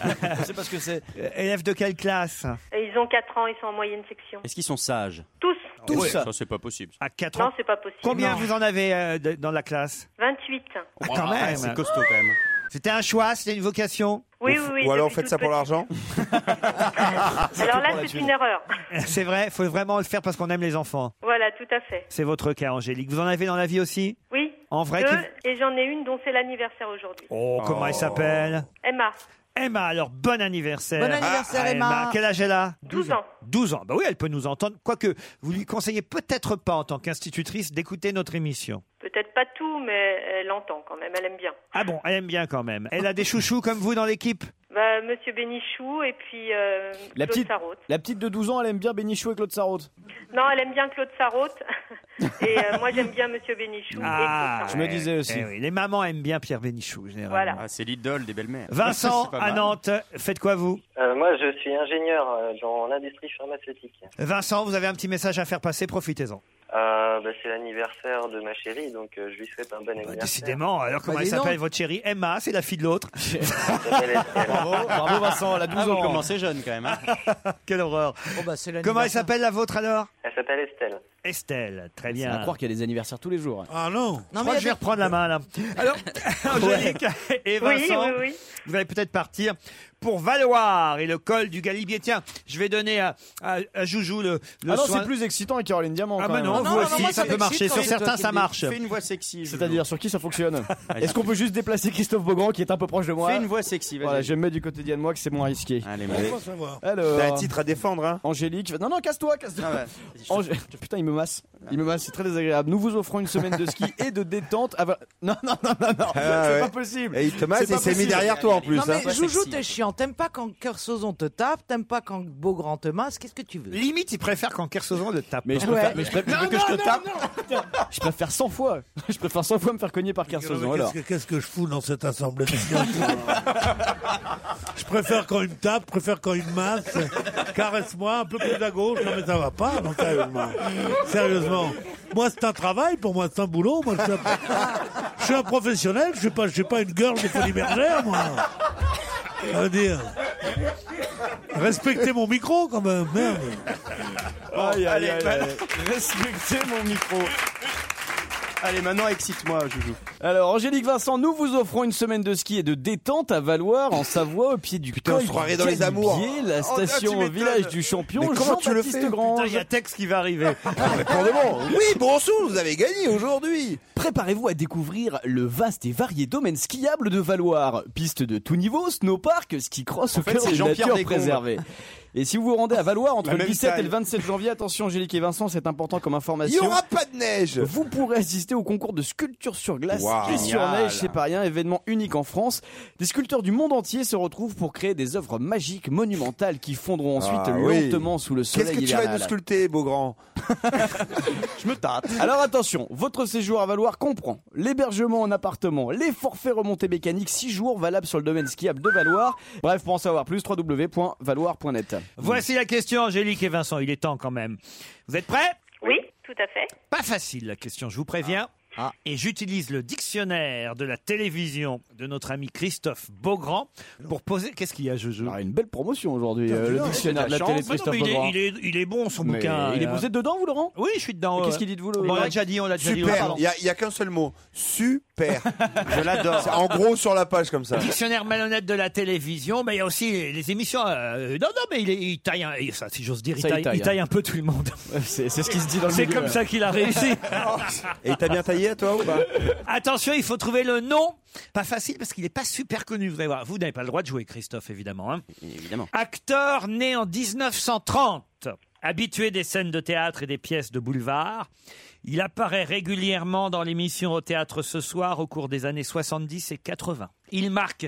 C: C'est parce que c'est... Élève de quelle classe
J: Et ils ont 4 ans, ils sont en moyenne section.
S: Est-ce qu'ils sont sages
J: Tous.
C: Tous.
S: Ouais, Ça, c'est pas possible.
C: À 4
J: Non, c'est pas possible.
C: Combien
J: Non.
C: vous en avez euh, de- dans la classe
J: 28.
C: Ah, quand même.
J: c'est
S: costaud quand même.
C: C'était un choix, c'était une vocation
J: Oui, oui, oui, Ou alors, depuis faites ça toute pour
C: l'argent
J: Alors là, c'est une erreur.
C: C'est vrai, faut vraiment le faire parce qu'on aime les enfants.
J: Voilà, tout à fait.
C: C'est votre cas, Angélique. Vous en avez dans la vie aussi
J: Oui.
C: En vrai
J: Deux,
C: qu'il-
J: Et j'en ai une dont c'est l'anniversaire aujourd'hui.
C: Oh, comment elle s'appelle
J: Emma,
C: Emma, alors bon anniversaire.
J: Bon anniversaire,
C: à
J: Emma.
C: Quel âge elle a
J: 12 ans.
C: 12 ans. Bah oui, elle peut nous entendre. Quoique, vous lui conseillez peut-être pas en tant qu'institutrice d'écouter notre émission.
J: peut-être pas tout, mais elle entend quand même, elle aime bien.
C: Ah bon, elle aime bien quand même. Elle a des chouchous comme vous dans l'équipe
J: Bah, Monsieur Bénichou et puis euh,
E: La
J: Claude
E: petite,
J: Sarraute.
E: la petite de 12 ans, elle aime bien Bénichou et Claude Sarraute.
J: Non, elle aime bien Claude Sarraute et euh, moi j'aime bien Monsieur Bénichou. et Claude Sarraute.
E: Je me disais aussi.
C: Ah, eh oui, les mamans aiment bien Pierre Bénichou, généralement.
J: Voilà.
G: Ah, c'est l'idole des belles-mères.
C: Vincent,
G: C'est pas
C: à
G: mal.
C: Nantes, faites quoi vous
T: Euh, moi, je suis ingénieur euh, dans l'industrie pharmaceutique.
C: Vincent, vous avez un petit message à faire passer, profitez-en.
T: Euh, bah, c'est l'anniversaire de ma chérie, donc euh, je lui souhaite un
F: Bah,
T: bon anniversaire.
C: Décidément, alors comment
T: Bah,
C: elle
T: dis donc.
C: s'appelle votre chérie Emma, c'est la fille de l'autre.
G: Bravo, bravo Vincent, elle a 12
C: Ah, vous
G: ans.
C: commencez
G: jeune quand même. hein.
C: Quelle horreur.
E: Oh, bah,
C: Comment elle s'appelle la vôtre alors
T: Elle s'appelle Estelle.
C: Estelle, très bien.
E: à croire qu'il y a des anniversaires tous les jours. hein.
F: Ah non
C: Je crois que je vais reprendre la main là. Alors, Angélique et
E: Oui,
C: Vincent,
E: oui, oui.
C: vous allez peut-être partir pour Valoir et le col du Galibier. Tiens, je vais donner à, à- à Joujou le, le
E: ah non,
C: soin-
E: c'est plus excitant avec Caroline Diamant.
C: Ah
E: quand
C: bah
E: même.
C: non, vous aussi, ça peut marcher. Sur certains, ça marche.
E: Fais une
G: voix sexy.
E: C'est-à-dire sur qui ça fonctionne
G: Ah,
E: Est-ce qu'on peut juste déplacer Christophe Beaugrand qui est un peu proche de moi
G: Fais une voix sexy, vas-y.
E: Voilà, je me mets du côté d'Yann Moix, c'est moins risqué. Allez,
G: allez.
E: Alors,
G: T'as un titre
E: à défendre, hein Angélique, non, non, casse-toi, casse-toi.
G: Ah ouais.
E: Angé- Putain, il me masse, il me masse, c'est très désagréable. Nous vous offrons une semaine de ski et de détente. à Val- Non, non, non, non, non,
B: Ah
E: c'est
B: ouais.
E: pas possible.
B: Et il te masse
E: C'est
B: et
E: pas
B: il s'est mis
E: possible.
B: derrière toi, en plus,
H: Non mais Joujou, t'es chiant. T'aimes pas quand Kersozon te tape, t'aimes pas quand Beaugrand te masse. Qu'est-ce que tu veux
C: Limite, il préfère quand Kersozon le tape.
E: Mais je préfère, mais je préfère que je te tape. Je préfère 100 fois. Je préfère 100 fois me faire cogner par Carsozon.
F: Mais
E: Alors.
F: Qu'est-ce que, qu'est-ce que je fous dans cette assemblée de Je préfère quand il me tape, je préfère quand il me masse. Caresse-moi, un peu plus à gauche. Non, mais ça va pas, non, sérieusement. Sérieusement. Moi, c'est un travail, pour moi, c'est un boulot. Moi, je suis un, je suis un professionnel, je suis pas, je suis pas une girl des folies bergères, moi. Ça veut dire. Respectez mon micro, quand même, merde.
G: Aïe, aïe,
F: allez,
G: aïe,
F: mal-
G: aïe. Respectez mon micro. Allez, maintenant, excite-moi, Joujou.
E: Alors, Angélique Vincent, nous vous offrons une semaine de ski et de détente à Valoir, en Savoie, au pied du
B: Putain, on
E: col
B: se croirait
E: du
B: dans les
E: Galibier,
B: amours.
E: la
B: Oh, ah, tu
E: station au
B: m'étonnes.
E: village du champion.
B: Mais comment tu le
E: Jean-Baptiste
B: fais
E: Grange.
B: Putain, il y a
C: texte qui va arriver.
B: Ah, Oui, bonjour, vous avez gagné aujourd'hui.
E: Préparez-vous à découvrir le vaste et varié domaine skiable de Valoir. Piste de tout niveau, snowpark, ski cross
G: En
E: au
G: fait,
E: cœur
G: c'est
E: d'une
G: Jean-Pierre
E: nature
G: Descombes.
E: préservée. Et si vous vous rendez à Valoir entre
G: La
E: le
G: même
E: 17 et
G: taille.
E: le 27 janvier, attention Angélique et Vincent, c'est important comme information.
B: Il y aura pas de neige.
E: Vous pourrez assister au concours de sculpture sur glace
B: Wow.
E: et sur
B: Génial.
E: neige, c'est pas rien, événement unique en France. Des sculpteurs du monde entier se retrouvent pour créer des œuvres magiques, monumentales qui fondront ensuite
B: Ah oui.
E: lentement sous le soleil
B: Qu'est-ce que tu vas nous
E: hivernal.
B: sculpter, Beaugrand
E: Je me tâte. Alors attention, votre séjour à Valoir comprend l'hébergement en appartement, les forfaits remontées mécaniques 6 jours valables sur le domaine skiable de Valoir. Bref, pour en savoir plus, www.valoir.net.
C: Voici la question, Angélique et Vincent. Il est temps quand même. Vous êtes prêts
J: Oui, tout à fait. Ah.
C: Ah, Pas facile la question, je vous préviens. Et j'utilise le dictionnaire de la télévision de notre ami Christophe Beaugrand pour poser. Qu'est-ce qu'il y a, Jojo
O: Une belle promotion aujourd'hui, euh, le
C: Non,
O: dictionnaire de la
C: chance.
O: télé
C: Mais
O: de
C: non,
O: Christophe
C: mais il est-
O: Beaugrand.
C: il, est, il est bon son
O: Mais
C: bouquin.
O: il est- vous
C: posé
O: êtes dedans, vous, Laurent
C: Oui, je suis dedans.
O: Mais
C: euh,
O: qu'est-ce qu'il dit de vous, le-
C: Bon, on l'a déjà dit, on l'a déjà dit.
B: Super,
C: Pardon.
B: il n'y a, il y a qu'un seul mot. Super.
C: Je l'adore.
B: C'est En gros, sur la page comme ça.
C: Dictionnaire malhonnête de la télévision, mais il y a aussi les, les émissions. euh, non, non, mais il, est- il taille, un- et ça, si j'ose dire, il
O: Ça, il
C: taille,
O: taille,
C: il taille
O: hein.
C: un peu tout le monde.
O: C'est c'est ce qui se dit dans le
C: C'est
O: milieu,
C: comme
O: ouais.
C: ça qu'il a réussi.
B: Et t'as bien taillé, toi, ou pas
C: Attention, il faut trouver le nom. Pas facile parce qu'il n'est pas super connu. Vous allez voir. Vous n'avez pas le droit de jouer, Christophe, évidemment. hein.
E: Évidemment.
C: Acteur né en 1930, habitué des scènes de théâtre et des pièces de boulevard, il apparaît régulièrement dans l'émission au théâtre ce soir au cours des années 70 et 80. Il marque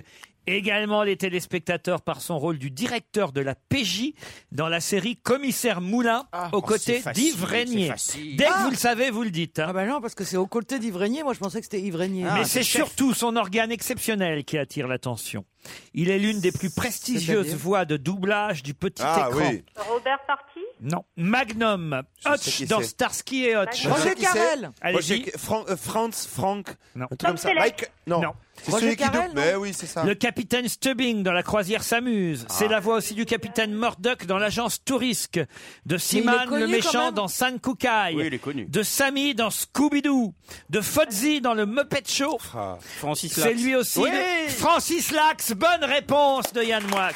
C: également les téléspectateurs par son rôle du directeur de la PJ dans la série Commissaire Moulin
H: oh,
C: aux
H: c'est
C: côtés
H: facile,
C: d'Yves Régnier.
H: c'est facile.
C: Dès que
H: Ah
C: vous le savez, vous le dites. hein. Ah,
H: Ah bah non, parce que c'est au côté d'Ivraigné, moi je pensais que c'était Ivraigné.
C: Mais c'est surtout son organe exceptionnel qui attire l'attention. Il est l'une des plus prestigieuses
H: C'est-à-dire
C: voix de doublage du petit
H: Ah,
C: écran.
H: oui.
G: Robert Parti
C: Non. Magnum, Hutch
B: qui
C: dans
B: c'est.
C: Starsky et Hutch.
B: Je sais qui c'est. Moi, je sais
C: Allez-y.
B: que- Fran- euh, Franz, Frank,
C: non.
B: un truc comme ça. Mike, non. C'est celui qui double. Mais oui, c'est ça. Ah.
C: Le capitaine Stubbing dans La Croisière s'amuse. C'est la voix aussi du capitaine Murdoch dans L'Agence Tourisque.
O: il
C: De
O: est
C: Seaman
O: connu
C: le
O: quand
C: méchant
O: même.
C: dans San Kukai.
E: Oui, il est connu.
C: De Sammy dans Scooby-Doo. De Fozzie dans Le Muppet Show.
E: Ah, Francis
C: C'est
E: Lax.
C: lui aussi.
E: Oui
C: le- Francis Lax. Bonne réponse de Yann Moix.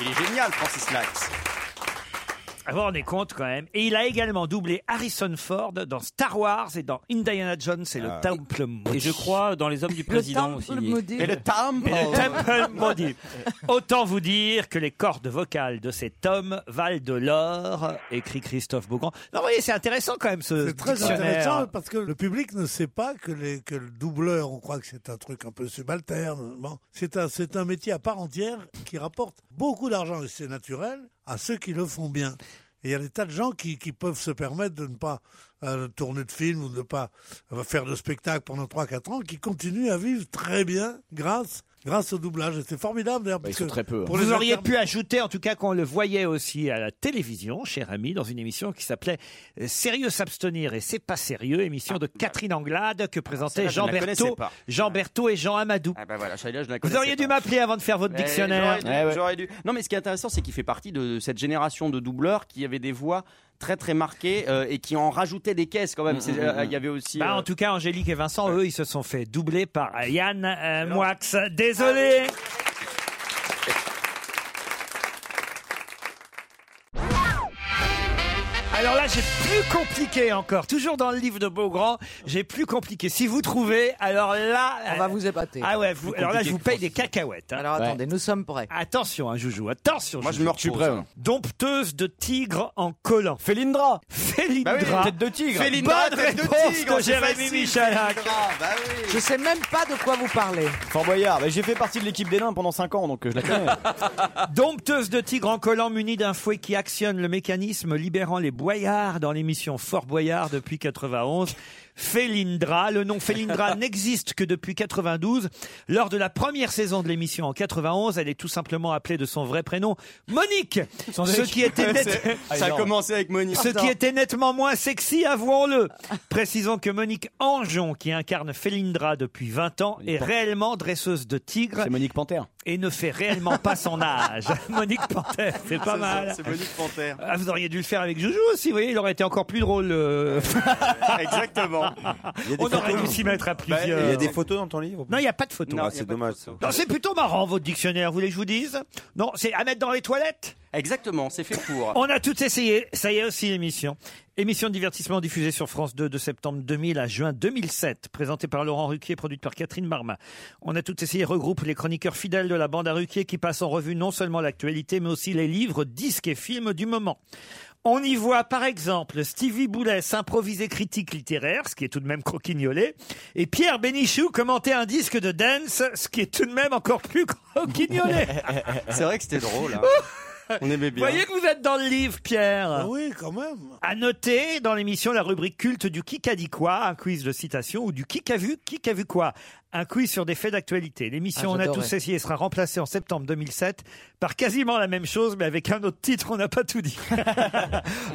E: Il est génial, Francis Lax.
C: Avant, Ah on est compte quand même. Et il a également doublé Harrison Ford dans Star Wars et dans Indiana Jones et
E: Ah.
C: le Temple Maudit.
D: Et je crois dans Les Hommes du Président aussi.
C: Et le Temple, maudit. Autant vous dire que les cordes vocales de cet homme valent de l'or, écrit Christophe Beaugrand. Non, vous voyez, c'est intéressant quand même ce
F: C'est très
C: dictionnaire.
F: intéressant parce que le public ne sait pas que, les, que le doubleur, on croit que c'est un truc un peu subalterne. Bon, c'est un, c'est un métier à part entière qui rapporte beaucoup d'argent et c'est naturel à ceux qui le font bien. Et il y a des tas de gens qui, qui peuvent se permettre de ne pas euh, tourner de film ou de ne pas euh, faire de spectacle pendant 3-4 ans, qui continuent à vivre très bien grâce, grâce au doublage. Et c'est formidable d'ailleurs. parce
O: sont
F: que
O: très peu, hein.
F: pour
C: vous
F: les
C: auriez
F: internes-
C: pu ajouter, en tout cas, qu'on le voyait aussi à la télévision, cher ami, dans une émission qui s'appelait euh, Sérieux s'abstenir et c'est pas sérieux, émission
E: Ah.
C: de Catherine Anglade que présentaient
E: celle-là, je
C: Jean
E: ne la connaissais
C: Berthaud,
E: pas.
C: Jean Berthaud et Jean Amadou.
E: Ah ben voilà, celle-là, je la
C: Vous
E: connaissais
C: auriez dû m'appeler avant de faire votre
E: Eh,
C: dictionnaire.
E: j'aurais dû, j'aurais dû. Non, mais ce qui est intéressant, c'est qu'il fait partie de cette génération de doubleurs qui avaient des voix très très marquées euh, et qui en rajoutaient des caisses quand même. C'est- euh, Il y avait aussi.
C: Bah,
E: euh,
C: en tout cas, Angélique et Vincent, eux, ils se sont fait doubler par euh, Yann euh, Moix.
E: Ah
C: Désolé. Alors là, j'ai plus compliqué encore. Toujours dans le livre de Beaugrand, j'ai plus compliqué. Si vous trouvez, alors là, on va vous épater. Ah ouais, vous-
H: Plus
C: alors là,
H: compliqué
C: je vous
H: que
C: paye des cacahuètes. Alors
H: attendez,
C: nous sommes prêts. Attention, hein, Joujou, attention.
O: Moi, je
C: Joujou.
O: me repose, Je suis prêt, hein.
C: Dompteuse de tigre en collant. Félindra. Félindra.
O: Bah oui, tête de tigre.
H: Félindra,
C: Bonne
H: tête de
C: réponse
H: tigre,
C: de
H: c'est
C: Jérémy
H: facile,
C: Michalak.
H: Je sais même pas de quoi vous parlez.
O: Fort Boyard, mais j'ai fait partie de l'équipe des nains pendant 5 ans, donc euh, je la connais.
C: Dompteuse de tigre en collant munie d'un fouet qui actionne le mécanisme libérant les boyards dans l'émission Fort Boyard depuis 91. Félindra, le nom Félindra n'existe que depuis 92. Lors de la première saison de l'émission en 91, elle est tout simplement appelée de son vrai prénom Monique. Ce qui était net-
E: C'est- ça a commencé avec Monique.
C: Ce qui était nettement moins sexy, avouons-le. Précisons que Monique Anjon, qui incarne Félindra depuis 20 ans, est réellement dresseuse de tigre. C'est
O: Monique Panthère.
C: Et ne fait réellement pas son âge. Monique Panthère, c'est pas
E: ça,
C: mal.
E: Ah, C'est Monique Panthère.
C: Ah, vous auriez dû le faire avec Joujou aussi, vous voyez, il aurait été encore plus drôle. euh.
E: Exactement.
B: Il y a des
C: On aurait
B: photos. Bah,
C: dû s'y mettre à
E: Bah,
C: plusieurs.
E: euh,
B: Il y a des photos dans ton livre
C: euh, Non, il n'y a pas de photos.
B: Ah, c'est dommage. ça.
C: Non, c'est plutôt marrant, votre dictionnaire, vous voulez que je vous dise Non, c'est à mettre dans les toilettes
E: Exactement, c'est fait pour.
C: on a tout essayé. Ça y est aussi l'émission. Émission de divertissement diffusée sur France 2 de septembre 2000 à juin 2007, présentée par Laurent Ruquier, produite par Catherine Marma. On a tout essayé regroupe les chroniqueurs fidèles de la bande à Ruquier qui passent en revue non seulement l'actualité, mais aussi les livres, disques et films du moment. On y voit par exemple Stevie Boulet s'improviser critique littéraire, ce qui est tout de même croquignolé, et Pierre Bénichou commenter un disque de dance, ce qui est tout de même encore plus croquignolé.
E: C'est vrai que c'était drôle. hein. On aimait bien.
C: Vous voyez que vous êtes dans le livre, Pierre.
F: Ah Oui, quand même.
C: À noter dans l'émission la rubrique culte du qui qu'a dit quoi, un quiz de citation ou du qui qu'a vu, qui qu'a vu quoi, un quiz sur des faits d'actualité. L'émission
O: Ah,
C: On a
O: j'adorais.
C: tous essayé sera remplacée en septembre 2007 par quasiment la même chose mais avec un autre titre, on n'a pas tout dit.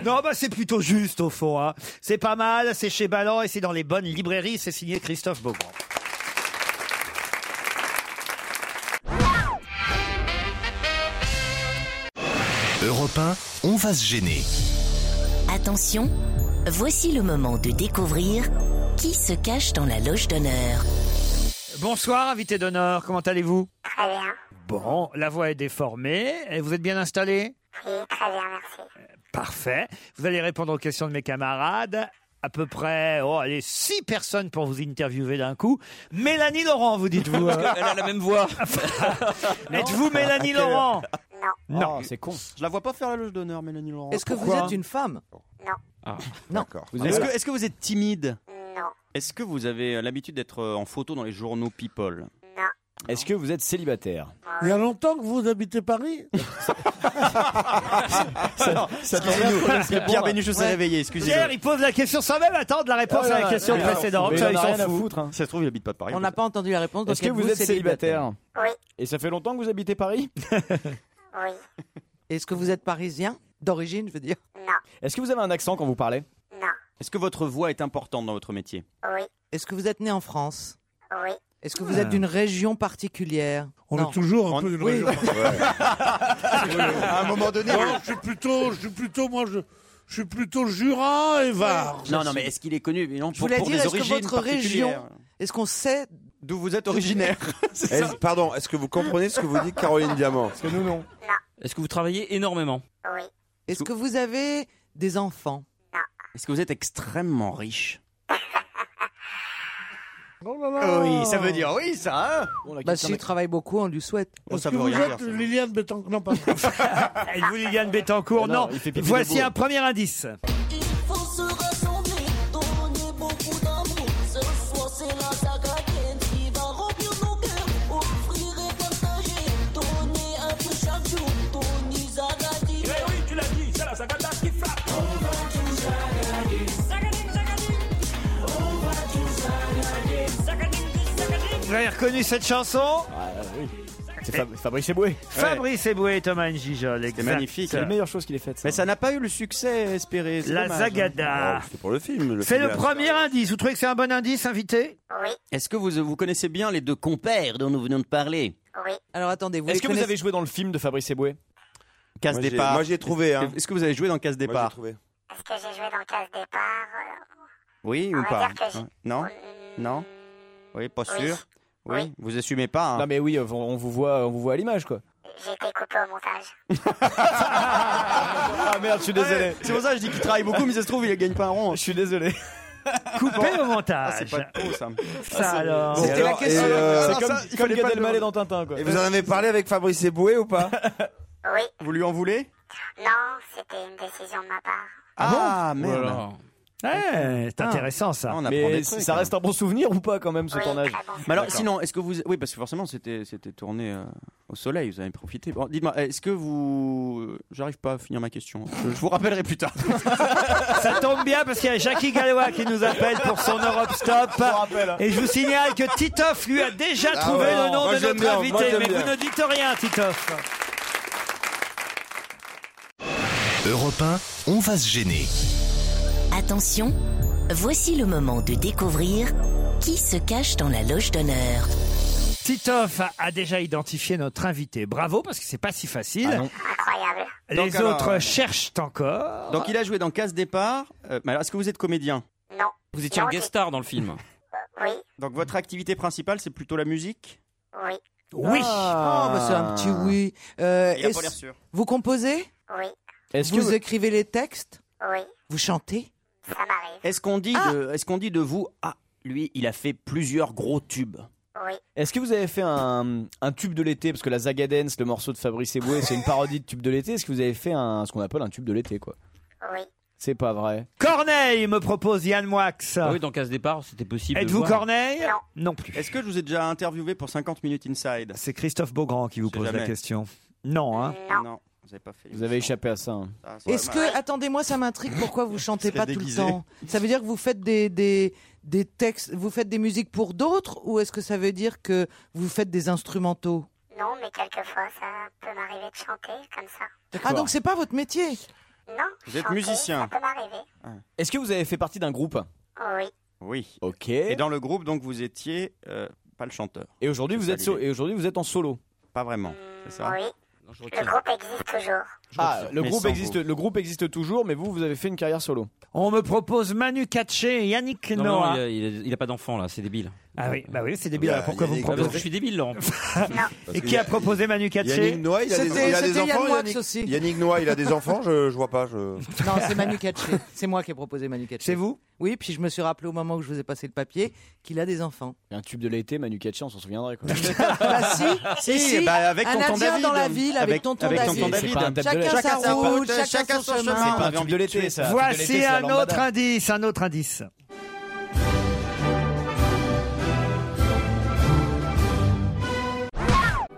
C: non, bah c'est plutôt juste au fond. hein. C'est pas mal, c'est chez Ballant et c'est dans les bonnes librairies, c'est signé Christophe Beaugrand.
U: Europe 1, on va se gêner.
A: Attention, voici le moment de découvrir qui se cache dans la loge d'honneur.
C: Bonsoir, invité d'honneur, comment allez-vous Bon, la voix est déformée. Et vous êtes bien installé Parfait. Vous allez répondre aux questions de mes camarades. À peu près, oh, allez, six personnes pour vous interviewer d'un coup. Mélanie Laurent, vous dites-vous. hein
D: Elle a la même voix.
C: Êtes-vous Mélanie
E: À quelle heure
C: Laurent
E: Ah, Non.
F: Oh,
C: Non, Ah, c'est con.
E: Je la vois pas faire la loge d'honneur, Mélanie Laurent.
H: Est-ce que vous êtes une femme
E: Non.
H: Vous
E: Est-ce
H: avez-
E: que, est-ce que vous êtes timide Non. Est-ce que vous avez l'habitude d'être euh, en photo dans les journaux People Non.
O: Est-ce que vous êtes célibataire
F: Il y a longtemps que vous habitez Paris
E: Non, excusez-nous, parce que Pierre Bénichou
F: hein.
E: s'est
C: Ouais.
E: réveillé, excusez-nous.
C: Pierre, il pose la question sans même attendre la
O: Ah
C: réponse à la question précédente. Il s'en fout.
E: Ça se trouve, il habite pas Paris.
H: On n'a pas entendu la réponse.
O: hein. Est-ce que vous êtes célibataire Oui. Et ça fait longtemps que vous habitez Paris
H: Oui. Est-ce que vous êtes parisien D'origine, je veux dire.
O: Est-ce que vous avez un accent quand vous parlez
E: Est-ce que votre voix est importante dans votre métier
H: Oui. Est-ce que vous êtes né en France
E: Oui.
H: Est-ce que vous êtes d'une région particulière
F: On
H: Non.
F: est toujours un peu une
H: Oui.
F: région.
E: À un moment donné,
F: Non,
E: oui.
F: je suis plutôt, je suis plutôt, moi, je, je suis plutôt Jura et Var.
E: Non, non, mais est-ce qu'il est connu mais non,
H: Je
E: pour,
H: voulais
E: pour
H: dire,
E: des
H: est-ce que
E: origines
H: votre région, est-ce qu'on sait
E: d'où vous êtes originaire
B: Est-ce- Eh, Pardon, est-ce que vous comprenez ce que vous dit Caroline Diamant Parce
O: que nous, non.
D: Est-ce que vous travaillez énormément
H: Oui. Est-ce que vous avez des enfants
E: Est-ce que vous êtes extrêmement riche
F: Oh
H: Oui, ça veut dire
E: oui, ça.
H: Bah, s'il travaille beaucoup, on lui souhaite.
E: Bon, ça
F: Que vous êtes Liliane Bettencourt Non, pas.
C: Êtes-vous Liliane Bettencourt Non.
F: il fait pipi
C: Voici
F: debout.
C: un premier indice.
M: Faut se rassembler, donner beaucoup d'amour. Ce soir, c'est la saga qui va remplir nos cœurs. Offrir et partager, donner un peu chaque jour. Tony Zagadi. Eh oui, tu l'as dit, c'est la saga qui frappe. On va tout zagader. Zagadine, zagadine. On va tout zagader. Zagadine, zagadine.
C: Vous avez reconnu cette chanson
O: C'est Fab- Fabrice Eboué.
C: Fabrice Eboué et Thomas Njijol. C'était
E: magnifique.
O: C'est la meilleure chose qu'il ait faite.
E: Mais ça n'a pas eu le succès espéré. c'est
C: La
E: dommage. hein. Ah,
C: Zagada.
B: C'est pour le film.
C: C'est le
E: film.
C: premier indice. Vous trouvez que c'est un bon indice, invité
E: Est-ce que vous, vous connaissez bien les deux compères dont nous venons de parler
H: Oui. Alors attendez, vous
O: Est-ce
H: les
O: que vous
H: connaissez-
O: avez joué dans le film de Fabrice Eboué
E: Casse
B: Moi, j'ai-
E: départ.
B: moi, j'ai trouvé,
E: Est-ce que-
B: hein.
E: Est-ce que vous avez joué dans Casse départ
M: Est-ce que j'ai joué dans Case Départ euh,
E: Oui
M: On
E: ou
M: va
E: pas
M: dire que j'ai-
E: Ouais. Non Non Oui, pas
M: Oui.
E: sûr. Oui, vous assumez pas. hein.
O: Non mais oui, on on vous voit, on vous voit à l'image quoi.
M: J'ai été coupé au montage.
O: Ah merde, je suis désolé.
E: C'est pour ça que je dis qu'il travaille beaucoup, mais ça se trouve, il gagne pas un rond. hein. Ah,
O: Je suis désolé.
C: Coupé au montage.
E: c'est pas de peau, ça.
C: Ça alors.
B: C'était la question. et, euh,
O: C'est comme, comme Gad Elmaleh dans Tintin quoi.
B: Et vous en avez parlé avec Fabrice Eboué ou pas
M: Oui.
E: Vous lui en voulez
M: Non, c'était une décision de ma part.
E: Ah,
O: bon
E: merde.
O: Voilà.
C: Ouais, Eh, c'est intéressant ça.
E: Ah. on apprend
O: Mais
E: des
O: c-
E: trucs,
O: ça
E: hein.
O: reste un bon souvenir ou pas quand même ce
M: Oui,
O: tournage
M: très Ah, bon.
E: Mais alors, sinon, est-ce que vous. Oui, parce que forcément, c'était c'était tourné euh, au soleil, vous avez profité. Bon, Dites-moi, est-ce que vous. euh, J'arrive pas à finir ma question. hein. Je, je vous rappellerai plus tard.
C: Ça tombe bien parce qu'il y a Jackie Galois qui nous appelle pour son Europe Stop.
E: hein.
O: hein.
C: Et je vous signale que Titoff lui a déjà
V: Ah
C: trouvé
V: ouais.
C: le nom
V: Moi,
C: de
V: j'aime
C: notre
V: bien, moi,
C: invité,
V: j'aime
C: mais
V: bien.
C: vous ne dites rien, Titoff.
U: Europe 1, on va se gêner.
A: Attention, voici le moment de découvrir qui se cache dans la loge d'honneur.
C: Titoff a- a déjà identifié notre invité. Bravo parce que c'est pas si facile.
M: Incroyable.
C: Les
E: Donc, alors,
C: autres
B: euh,
E: ouais.
C: cherchent encore.
E: Donc, il a joué dans Casse départ. Euh, mais alors, est-ce que vous êtes comédien
M: Non.
D: Vous étiez un
M: Non,
D: guest star dans le film.
M: Oui,
E: Euh, Donc, votre activité principale, c'est plutôt la musique
M: oui,
C: Oui.
O: oh,
H: Ah, bah, c'est un petit oui. Euh,
E: Il a pas
H: est-ce-
E: l'air sûr.
H: Vous composez
M: oui,
O: Est-ce que
H: Vous écrivez les textes
M: oui.
H: Vous chantez
M: Ça m'arrive.
E: Est-ce qu'on dit,
O: Ah!
E: de- est-ce qu'on dit de vous Ah, lui, il a fait plusieurs gros tubes.
M: Oui.
O: Est-ce que vous avez fait un, un tube de l'été Parce que la Zagadance, le morceau de Fabrice Eboué, c'est une parodie de tube de l'été. Est-ce que vous avez fait un, ce qu'on appelle un tube de l'été quoi
M: Oui.
O: C'est pas vrai.
C: Corneille me propose Yann Moix.
D: Ah oui, dans Casse départ, c'était possible. de
C: Êtes-vous
D: voir.
C: Corneille Non plus.
E: Est-ce que je vous ai déjà interviewé pour 50 minutes inside
C: C'est Christophe Beaugrand qui vous pose la
E: jamais.
C: question. Non, hein.
E: Non, vous avez pas fait.
O: Vous avez échappé à ça. hein.
E: Ah, c'est
H: Est-ce
E: dommage.
H: que attendez-moi, ça m'intrigue. Pourquoi bah vous chantez
E: serait
H: pas
E: déguisé.
H: tout le temps Ça veut dire que vous faites des, des des textes, vous faites des musiques pour d'autres, ou est-ce que ça veut dire que vous faites des instrumentaux Ah,
M: Non, mais quelquefois, ça peut m'arriver de chanter comme ça.
H: Ah donc c'est pas votre métier
M: Non,
O: Vous êtes
M: chanter,
O: musicien.
M: Ça peut m'arriver.
O: Est-ce que vous avez fait partie d'un groupe
M: Oui,
E: Oui.
O: Ok.
E: Et
O: Et,
E: dans le groupe, donc, vous étiez euh, pas le chanteur.
O: aujourd'hui
E: C'est
O: vous
E: ça
O: êtes so-
E: l'idée.
O: et aujourd'hui vous êtes en solo.
E: Pas vraiment, c'est ça
M: oui. Le groupe existe toujours.
E: Ah, le
C: Mais
E: groupe
C: sans
E: existe, le groupe existe toujours, mais vous, vous avez fait une carrière solo.
C: On me propose Manu Katché et Yannick
D: Non,
C: Noah.
D: non, il a- il a- il a pas d'enfant là, c'est débile.
C: Ah oui, bah oui, c'est débile. Alors pourquoi vous me
D: Parce que
C: proposez
D: je suis débile, Laurent.
C: Et qui a proposé Manu Katché
B: Yannick Noah, il a des, il a des enfants. Yannick, Yannick Noah, il a des enfants. Je, je vois pas. Je...
H: Non, c'est Manu Katché. C'est moi qui ai proposé Manu Katché. C'est
C: vous
H: Oui, puis je me suis rappelé au moment où je vous ai passé le papier qu'il a des enfants.
E: Un tube de l'été, Manu Katché, on s'en souviendrait. Quoi.
H: bah si, si, si.
E: bah, avec
H: un
E: tonton
H: indien
E: David.
H: dans la ville avec,
E: Avec-
H: tonton
E: avec
H: David.
E: tonton David. C'est pas un table de
H: Chacun,
E: l'été.
H: sa
E: Chacun sa
H: route,
E: route,
H: chacun,
E: chacun
H: son
E: son
H: chemin.
E: chemin. C'est pas un tube de l'été, ça.
C: Voici un autre indice, un autre indice.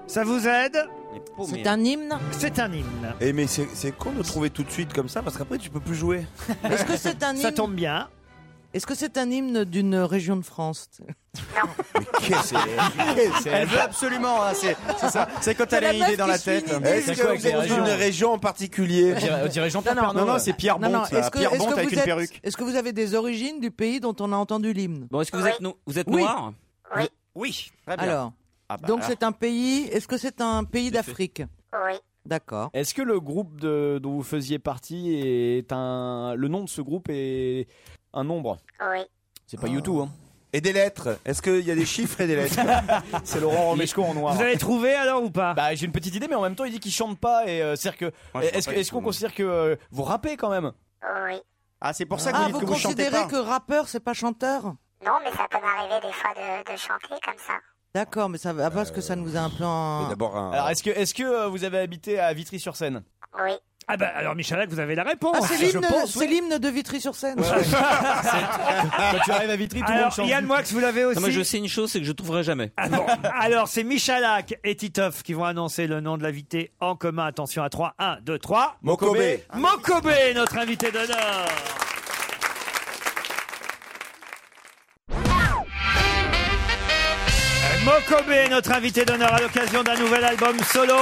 C: Ça vous aide
H: C'est un hymne
C: C'est un hymne.
B: Et Eh, mais c'est c'est con de trouver tout de suite comme ça parce qu'après tu peux plus jouer.
H: Est-ce que c'est un hymne
C: Ça tombe bien.
H: Est-ce que c'est un hymne d'une région de France
J: Qu'est-ce que c'est Elle veut absolument, hein, c'est c'est ça. C'est quand
H: C'est
J: elle a
H: la
J: une
H: meuf
J: idée dans
H: qui
J: la
H: suit
B: Eh,
J: tête.
H: l'idée. Est-ce que vous êtes dans une
B: région en particulier
J: Non, non, non, c'est Pierre
H: Non, non,
J: Bonte. ça.
H: est-ce que-
J: Pierre
H: est-ce que
J: Bonte avec
H: vous
J: une
H: êtes-
J: perruque.
H: Est-ce que vous avez des origines du pays dont on a entendu l'hymne
D: Bon, est-ce que vous êtes, no- vous êtes
H: Oui.
D: noir
H: Oui.
D: Oui.
H: Alors, donc c'est un pays. Est-ce que c'est un pays d'Afrique
E: Oui.
H: D'accord.
E: Est-ce que le groupe de- dont vous faisiez partie est un. Le nom de ce groupe est un nombre
M: Oui.
E: C'est
J: Ah.
E: pas YouTube, hein.
B: Et des lettres. Est-ce qu'il y a des chiffres et des lettres
E: C'est Laurent Romeshko en noir.
B: Vous avez
C: trouvé alors ou pas
E: Bah j'ai une petite idée, mais en même temps il dit qu'il chante pas et euh, c'est-à-dire que
J: Moi, je vois
E: est-ce
J: pas
E: que-
J: du
E: est-ce qu'on considère que euh, vous rappez quand même
M: Oui.
J: Ah c'est pour ça que vous
H: Ah,
J: dites
H: vous
J: que vous chantez
H: considérez
J: pas.
H: que rappeur, c'est pas chanteur
M: Non, mais ça peut m'arriver des fois de, de chanter comme ça.
H: D'accord, mais ça va parce que ça nous a un peu
J: Ah.
H: en...
E: Alors est-ce que est-ce que euh, vous avez habité à Vitry-sur-Seine
M: Oui.
C: Ah bah alors Michalak, vous avez la réponse.
H: Ah, c'est l'hymne, c'est l'hymne de Vitry-sur-Seine.
E: Ah, Quand tu arrives à Vitry, tout le monde
C: Alors,
E: chante.
C: Yann Moix, vous l'avez aussi. Ah,
D: Non, moi, je sais une chose, c'est que je trouverai jamais.
C: Alors, c'est Michalak et Titoff qui vont annoncer le nom de l'invité en commun. Attention à 3. 1, 2, 3.
B: Mokobé.
C: Mokobé, notre invité d'honneur. Mokobé, notre invité d'honneur à l'occasion d'un nouvel album solo.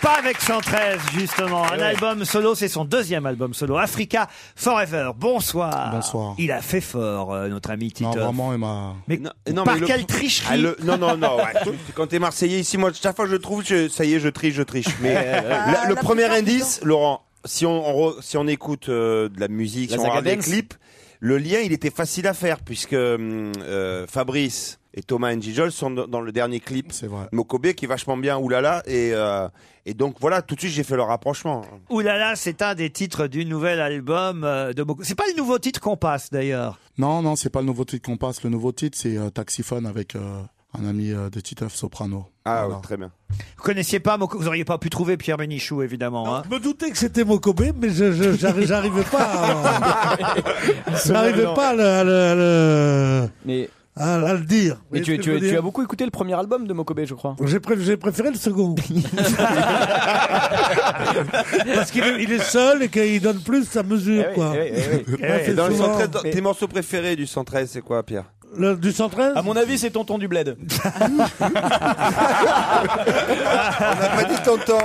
C: Pas avec 113, justement.
W: Ah
C: Un album solo, c'est son deuxième album solo. Africa Forever. Bonsoir. Bonsoir. Il a fait fort, euh, notre ami Titoff.
W: vraiment, il m'a.
C: Mais
B: Non,
C: par
B: mais le-
C: quelle tricherie
B: Ah, le- Non, non, non. ouais. Quand t'es Marseillais ici, moi, chaque fois que je trouve, je- ça y est, je triche, je triche. Mais euh,
W: Ah,
B: le, le
W: la
B: premier
W: plupart du
B: indice, Laurent, si on, on re- si on écoute euh, de la musique,
W: La
B: si on regarde des
W: Zagadance.
B: clips, le lien, il était facile à faire puisque hum, euh, Fabrice et Thomas Njijol sont dans, dans le dernier clip Mokobé qui est vachement bien, oulala. Et, euh, et donc voilà, tout de suite, j'ai fait le rapprochement.
C: Oulala, là là, c'est un des titres du nouvel album euh, de Moko. C'est pas le nouveau titre qu'on passe d'ailleurs.
W: Non, non, c'est pas le nouveau titre qu'on passe. Le nouveau titre, c'est euh, Taxiphone avec euh, un ami euh, de Titeuf Soprano.
B: Ah, ouais, très bien.
C: Vous connaissiez pas Moko, vous auriez pas pu trouver Pierre Benichou évidemment. hein.
F: Je me doutais que c'était Mokobé, mais je, je- j'arri- j'arrivais pas à, j'arrivais pas à le, à le- à le- à- à le dire.
E: Mais
F: Vous voyez
E: tu,
F: ce que
E: tu-
F: je veux
E: tu
F: dire
E: as beaucoup écouté le premier album de Mokobé, je crois.
F: J'ai, pré- j'ai préféré le second. Parce qu'il est, il est seul et qu'il donne plus sa mesure,
E: Eh
F: quoi. Eh Ouais,
B: Et
F: c'est
B: Eh dans le
F: souvent-
B: 113, dans- tes morceaux préférés du 113, c'est quoi, Pierre
F: Le- du 113
E: À mon avis, c'est Tonton du Bled.
B: On n'a pas dit tonton.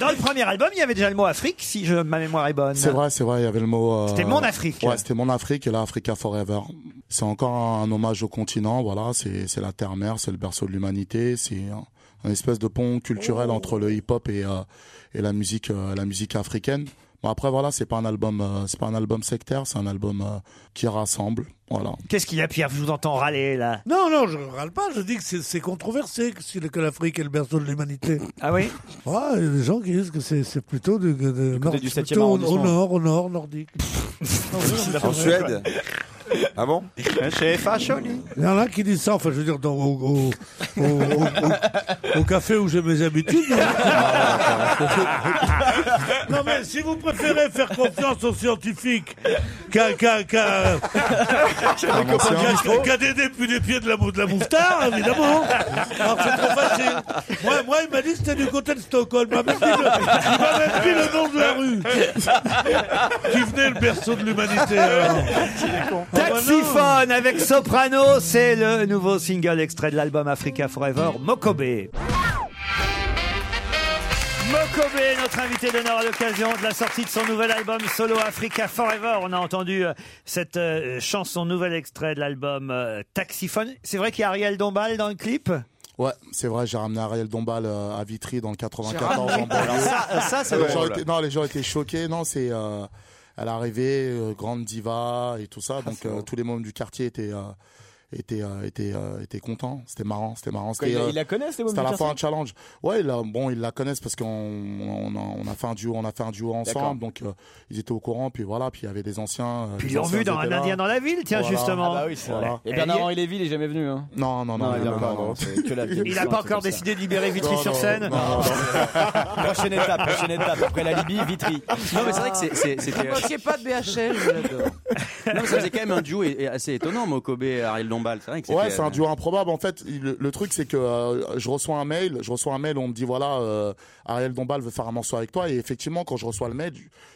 C: Dans le premier album, il y avait déjà le mot Afrique si je, ma mémoire est bonne.
W: C'est vrai, c'est vrai, il y avait le mot. euh,
C: C'était Mon Afrique.
W: Ouais, c'était Mon Afrique et là, Africa Forever. C'est encore un, un hommage au continent, voilà. C'est c'est la terre-mère, c'est le berceau de l'humanité, c'est un, un espèce de pont culturel entre le hip-hop et, euh, et la musique, euh, la musique africaine. Bon, après, voilà, c'est pas un album, euh, c'est pas un album sectaire, c'est un album euh, qui rassemble, voilà.
C: Qu'est-ce qu'il y a Pierre Je vous entends râler là.
F: Non, non, je râle pas, je dis que c'est, c'est controversé que, si- que l'Afrique est le berceau de l'humanité.
C: Ah oui
F: Ouais, il y a des gens qui disent que c'est, c'est plutôt, du- de- de- nord-
E: du
F: plutôt
E: septième
F: au,
E: arrondissement.
F: au nord, au nord, nordique.
B: En Suède Ah bon
J: Chez FA Jolie.
F: Il y en a qui disent ça, enfin je veux dire, dans- au, au- au- au- au café où j'ai mes habitudes. Non mais si vous préférez faire confiance aux scientifiques qu'à qu'à- qu'à- qu'à- qu'à des députés des pieds de la, mou- de la moutarde, évidemment. Alors c'est trop facile. Moi, moi il m'a dit que c'était du côté de Stockholm. Il m'a même dit le, il m'a même dit le nom de la rue. Qui venait le berceau de l'humanité. alors.
C: Taxiphone avec Soprano, c'est le nouveau single extrait de l'album Africa Forever, Mokobé. Mokobé, notre invité d'honneur à l'occasion de la sortie de son nouvel album solo Africa Forever. On a entendu euh, cette euh, chanson, nouvel extrait de l'album euh, Taxiphone. C'est vrai qu'il y a Ariel Dombal dans le clip
W: Ouais, c'est vrai, j'ai ramené Ariel Dombal euh, à Vitry dans le 94
X: ramené-
W: en banlieue.
X: Alors ça- ça, c'est
W: Les
X: drôle.
W: gens étaient- Non, les gens étaient choqués. Non, c'est euh, elle est arrivée, euh, grande diva et tout ça. donc euh, tous les membres du quartier étaient euh, étaient euh, étaient euh, étaient contents. C'était marrant, c'était marrant.
E: Quoi,
W: C'était,
E: ils la-
W: euh,
E: ils la connaissent, les membres
W: C'était à
E: du
W: la fois un
E: quartier
W: challenge. Ouais, ils la- bon, ils la connaissent parce qu'on on a, on a fait un duo, on a fait un duo
C: D'accord.
W: ensemble. Donc euh, ils étaient au courant. Puis voilà, puis il y avait des anciens. euh,
C: Puis
W: les
C: ils l'ont
W: anciens
C: vu dans
W: étaient
C: Un
W: là.
C: Indien dans la ville, tiens,
W: Voilà.
E: Ah
C: justement.
E: bah Et Bernard-Henri Lévy, il est jamais venu. Hein.
W: Non, non, non,
E: Non,
W: non,
E: il a
W: non,
E: pas-
W: non,
E: non,
W: non.
E: c'est que la vie.
C: Il n'a pas encore décidé de libérer Vitry-sur-Seine
E: prochaine étape, prochaine étape. Après la Libye, Vitry.
B: Non, mais c'est vrai que c'est- c'est-
H: Ne
B: c'était.
H: manquez pas de BHL, je l'adore.
B: Non, mais ça faisait quand même un duo et- et assez étonnant, Mokobe et Ariel Dombal. C'est vrai que
W: Ouais,
B: c'était-
W: c'est un duo improbable. En fait, il- le, le truc c'est que euh, je reçois un mail, je reçois un mail, on me dit voilà, euh, Ariel Dombal veut faire un morceau avec toi. Et effectivement, quand je reçois le mail,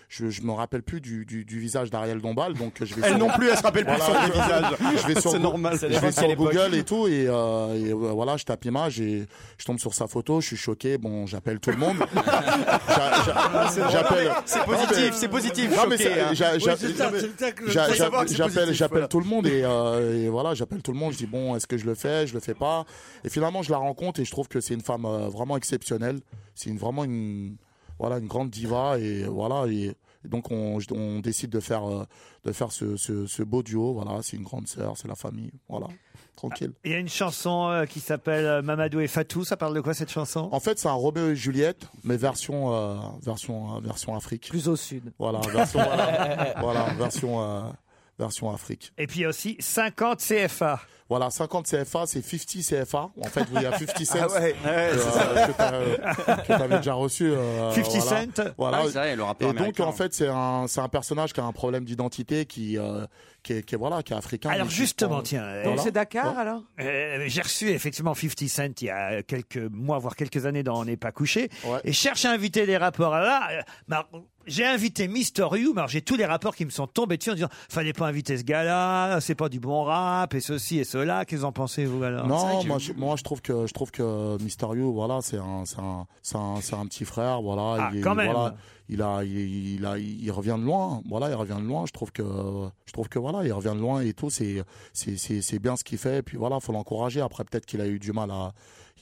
W: je, je me rappelle plus du, du, du visage d'Ariel Dombal, donc euh, je vais.
B: Elle
W: sur-
B: non plus, elle se rappelle plus de son visage.
W: Je vais sur
B: C'est
W: Goo-
B: normal, c'est
W: Je vais
B: l'époque,
W: sur
B: c'est
W: Google
B: l'époque.
W: et tout, et, euh, et, euh, voilà, je tape image et je tombe sur sa photo. Je suis choqué. Bon, j'appelle tout le monde. J'a- j'a-
B: C'est drôle,
W: J'appelle.
B: mais c'est positif,
W: Non, mais-
B: c'est positif,
W: Non,
B: choqué,
W: mais c'est-
B: hein.
W: j'a-
B: Oui,
W: j'a-
B: c'est ça, c'est le tacle, le
W: j'a-
B: faut
W: j'a-
B: savoir que c'est
W: J'appelle,
B: positif,
W: j'appelle
B: voilà.
W: tout le monde et, euh, et voilà, j'appelle tout le monde. Je dis bon, est-ce que je le fais, je le fais pas. Et finalement, je la rencontre et je trouve que c'est une femme euh, vraiment exceptionnelle. C'est une vraiment une voilà une grande diva et voilà et donc on, on décide de faire euh, de faire ce, ce, ce beau duo. Voilà, c'est une grande sœur, c'est la famille. Voilà, tranquille.
C: Il y a une chanson euh, qui s'appelle euh, Mamadou et Fatou. Ça parle de quoi cette chanson
W: En fait, c'est un Roméo et Juliette, mais version euh, version euh, version Afrique.
H: Plus au sud.
W: Voilà, version voilà, voilà, version euh, version Afrique.
C: Et puis il y a aussi 50 CFA.
W: Voilà, 50 CFA, c'est 50 CFA. En fait, oui, il y a 50 cents
C: Ah ouais, ouais,
W: que,
C: c'est
W: euh,
C: ça.
W: que t'as, euh, que t'avais déjà reçu. euh,
C: 50
W: voilà.
C: Cent.
W: Voilà.
B: Ah oui, c'est vrai, le rappeur
W: Et donc,
B: américain. hein.
W: en fait, c'est un, c'est un personnage qui a un problème d'identité, qui, euh, qui, est, qui est, voilà, qui est africain.
C: Alors
W: mais qui
C: justement,
W: prend-
C: tiens.
W: Voilà. Ouais.
H: alors
C: Euh, J'ai reçu effectivement 50 Cent il y a quelques mois, voire quelques années dans On n'est pas couché. Et je cherche à inviter des rappeurs là. euh, bah, j'ai invité Mister You, mais alors j'ai tous les rappeurs qui me sont tombés dessus en disant fallait pas inviter ce gars-là, c'est pas du bon rap, et ceci et cela. Qu'est-ce que vous en pensez, vous alors
W: Non, moi je, moi je trouve que je trouve que Mysterio, voilà, c'est un, c'est un, c'est un, c'est un petit frère, voilà.
C: Ah, quand
W: il,
C: même.
W: voilà, il a, il, il a, il revient de loin, voilà, il revient de loin. Je trouve que, je trouve que voilà, il revient de loin et tout. C'est, c'est, c'est, c'est bien ce qu'il fait. Et puis voilà, faut l'encourager. Après, peut-être qu'il a eu du mal à,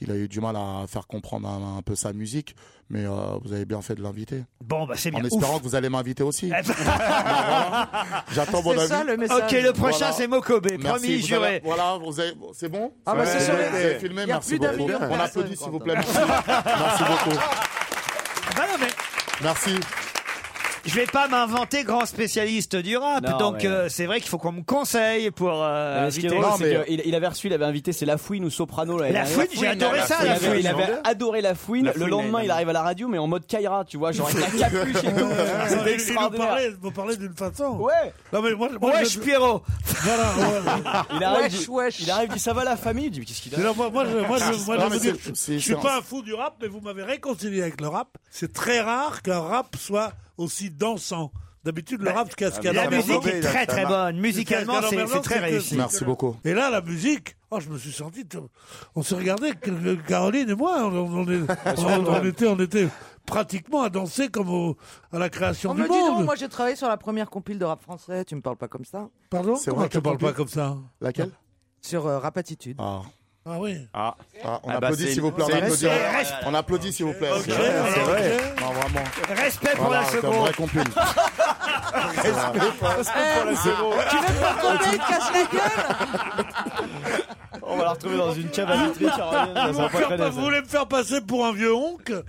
W: il a eu du mal à faire comprendre un, un peu sa musique, mais euh, vous avez bien fait de l'inviter.
C: Bon, bah c'est bien.
W: En espérant
C: Ouf.
W: que vous allez m'inviter aussi. Bah
C: ben-
W: Voilà. J'attends mon avis.
C: C'est ça, le message. Ok, le prochain, c'est Mokobé,
W: Merci,
C: promis,
W: vous
C: juré.
W: avez- voilà, vous avez- c'est bon
C: Ah, bah, c'est
W: Vous
C: sur
W: avez-
C: les-
W: vous avez filmé,
C: Il y a plus
W: merci
C: hein. d'un
W: beaucoup.
C: million de
W: On
C: personnes,
W: applaudit, s'il vous plaît.
C: Quentin.
W: Merci, Merci beaucoup.
C: Bah non, mais.
W: Merci.
C: Je vais pas m'inventer grand spécialiste du rap,
E: Non,
C: donc
E: mais-
C: euh, c'est vrai qu'il faut qu'on me conseille pour euh,
F: Bah,
E: Mais ce qui est
C: inviter-
E: drôle, c'est qu'il- il avait reçu, il avait invité, c'est La Fouine ou Soprano. là,
C: La
E: il a-
C: Fouine, j'ai
E: il avait-
C: adoré ça, La
E: il avait-
C: Fouine.
E: Il avait adoré La Fouine.
C: La
E: Le
C: Fouine,
E: lendemain,
C: elle-
E: il arrive à la radio, mais en mode Kaira, tu vois, genre avec la capuche et tout.
F: Il- il
E: C'était
F: nous
E: extraordinaire.
F: parlait- Vous parlez d'une façon.
E: Ouais.
F: Non mais moi, moi,
E: Wesh,
F: je-
C: Pierrot.
F: Voilà.
E: Il arrive, du- il arrive, dit ça va la famille, il dit Mais qu'est-ce qu'il a
F: Mais non, moi, moi, je, moi, je, moi,
E: Non,
F: je
E: mais
F: veux dire,
E: c'est-
F: je,
E: c'est-
F: je suis
E: c'est-
F: pas un fou du rap, mais vous m'avez réconcilié avec le rap. C'est très rare qu'un rap soit aussi dansant. D'habitude, le rap, ce
W: Ah,
F: qu'a- ce qu'a
C: la
F: dans
C: musique
F: Merlin-
C: est très, très bonne. Musicalement,
F: Ce qu'a dans
C: c'est-
F: Merlin,
C: c'est très
F: que-
C: réussi.
W: Merci beaucoup.
F: Et là, la musique, oh, je me suis senti. t- On se regardait, que- Caroline et moi, on, on est- on- on était, on était pratiquement à danser comme au- à la création
H: On
E: Oh,
F: du
E: bah,
H: me dit
F: monde.
H: non, moi j'ai travaillé sur la première compile de rap français, tu me parles pas comme ça.
F: Pardon
W: C'est Comment vrai, tu quelle parles pas compile comme
F: ça
W: Laquelle
H: Sur euh, Rapatitude.
W: Ah.
F: Ah oui.
W: Ah, on
H: Ah bah,
W: applaudit
H: c'est-
W: s'il vous plaît, on
H: c'est-
W: applaudit.
H: c'est- reste-
W: On applaudit s'il vous plaît.
H: Ok,
W: C'est vrai,
H: ok.
W: c'est vrai. Non, vraiment.
C: Respect
W: Voilà, c'est un vrai compil.
H: Tu veux pas qu'on aille
F: Ah.
H: te casse la gueule
E: On va la retrouver dans une cave à vitrine, Caroline. ça
F: Vous,
E: va pas traîner, ça.
F: Ah. vous voulez me faire passer pour un vieux oncle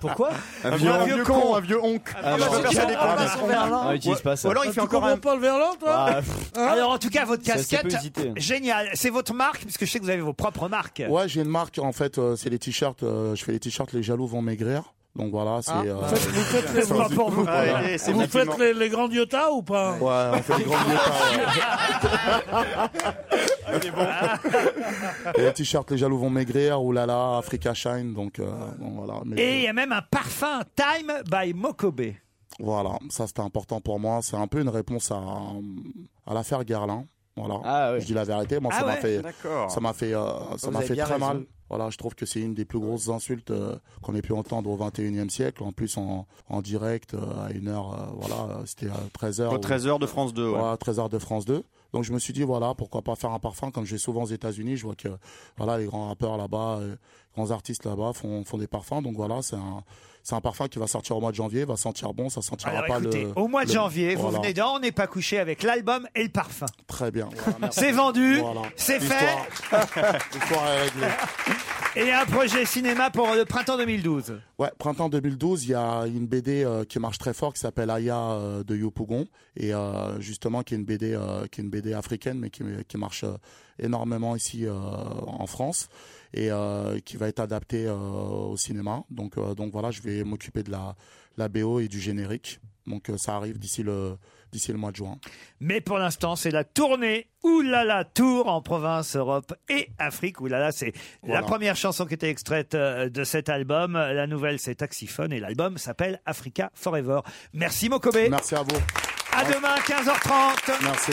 E: Pourquoi
F: Un vieux- un vieux con, un vieux
W: oncle.
F: Ah, bah, si, on prend pas son verlan.
E: On Ah, utilise pas ça.
F: Ou alors il fait encore un. Euh, pas le verlan, toi
C: Bah, Alors en tout cas, votre
W: Ça, c'est peu
C: casquette,
W: hésité.
C: génial. C'est votre marque, parce que je sais que vous avez vos propres marques.
W: Ouais, j'ai une marque en fait, euh, c'est les t-shirts. euh, je fais les t-shirts, les jaloux vont maigrir. Donc voilà, c'est.
F: Ah.
W: euh,
F: Vous faites- vous faites les-
W: c'est-
F: Pas pour vous.
W: Voilà.
F: Ouais, Vous faites les, les grands yotas ou pas
W: Ouais, on fait les grands Et les t-shirts, les jaloux vont maigrir. Oulala, Africa Shine. Donc, euh, bon, voilà. mais-
C: Et il y a même un parfum Time by Mokobe.
W: Voilà, ça c'était important pour moi. C'est un peu une réponse à, à l'affaire Garlin. Voilà, je dis la vérité. Moi,
C: Ah
W: ça m'a
C: ouais,
W: fait,
C: d'accord.
W: ça m'a fait, euh,
C: Vous
W: ça m'a
C: avez
W: fait
C: bien
W: très
C: raison.
W: mal. Voilà, je trouve que c'est une des plus grosses insultes euh, qu'on ait pu entendre au 21e siècle. En plus, en, en direct, euh, à une heure, euh, voilà, euh, c'était à 13h.
E: Au 13h de France 2, ouais.
W: 13h de France 2. Donc je me suis dit, voilà, pourquoi pas faire un parfum comme je vais souvent aux États-Unis. Je vois que voilà, les grands rappeurs là-bas, euh, grands artistes là-bas font, font des parfums. Donc voilà, c'est un, c'est un parfum qui va sortir au mois de janvier, va sentir bon, ça sentira
C: Alors
W: pas
C: écoutez,
W: le.
C: au mois de
W: le-
C: janvier, vous
W: voilà.
C: venez dans On n'est pas couché avec l'album et le parfum.
W: Très bien. voilà, merci.
C: C'est vendu,
W: Voilà.
C: c'est fait.
W: L'histoire- L'histoire est réglée.
C: Et un projet cinéma pour le printemps 2012.
W: Ouais, printemps 2012, il y a une BD euh, qui marche très fort qui s'appelle Aya euh, de Yopougon et euh, justement qui est une BD euh, qui est une BD africaine mais qui, qui marche euh, énormément ici euh, en France et euh, qui va être adaptée euh, au cinéma. Donc euh, donc voilà, je vais m'occuper de la la BO et du générique. Donc euh, ça arrive d'ici le d'ici le mois de juin.
C: Mais pour l'instant, c'est la tournée Oulala Tour en province, Europe et Afrique. Oulala, c'est
W: Voilà.
C: la première chanson qui était extraite euh, de cet album. La nouvelle, c'est Taxiphone et l'album s'appelle Africa Forever. Merci Mokobé.
W: Merci à vous.
C: À demain, 15h30.
W: Merci.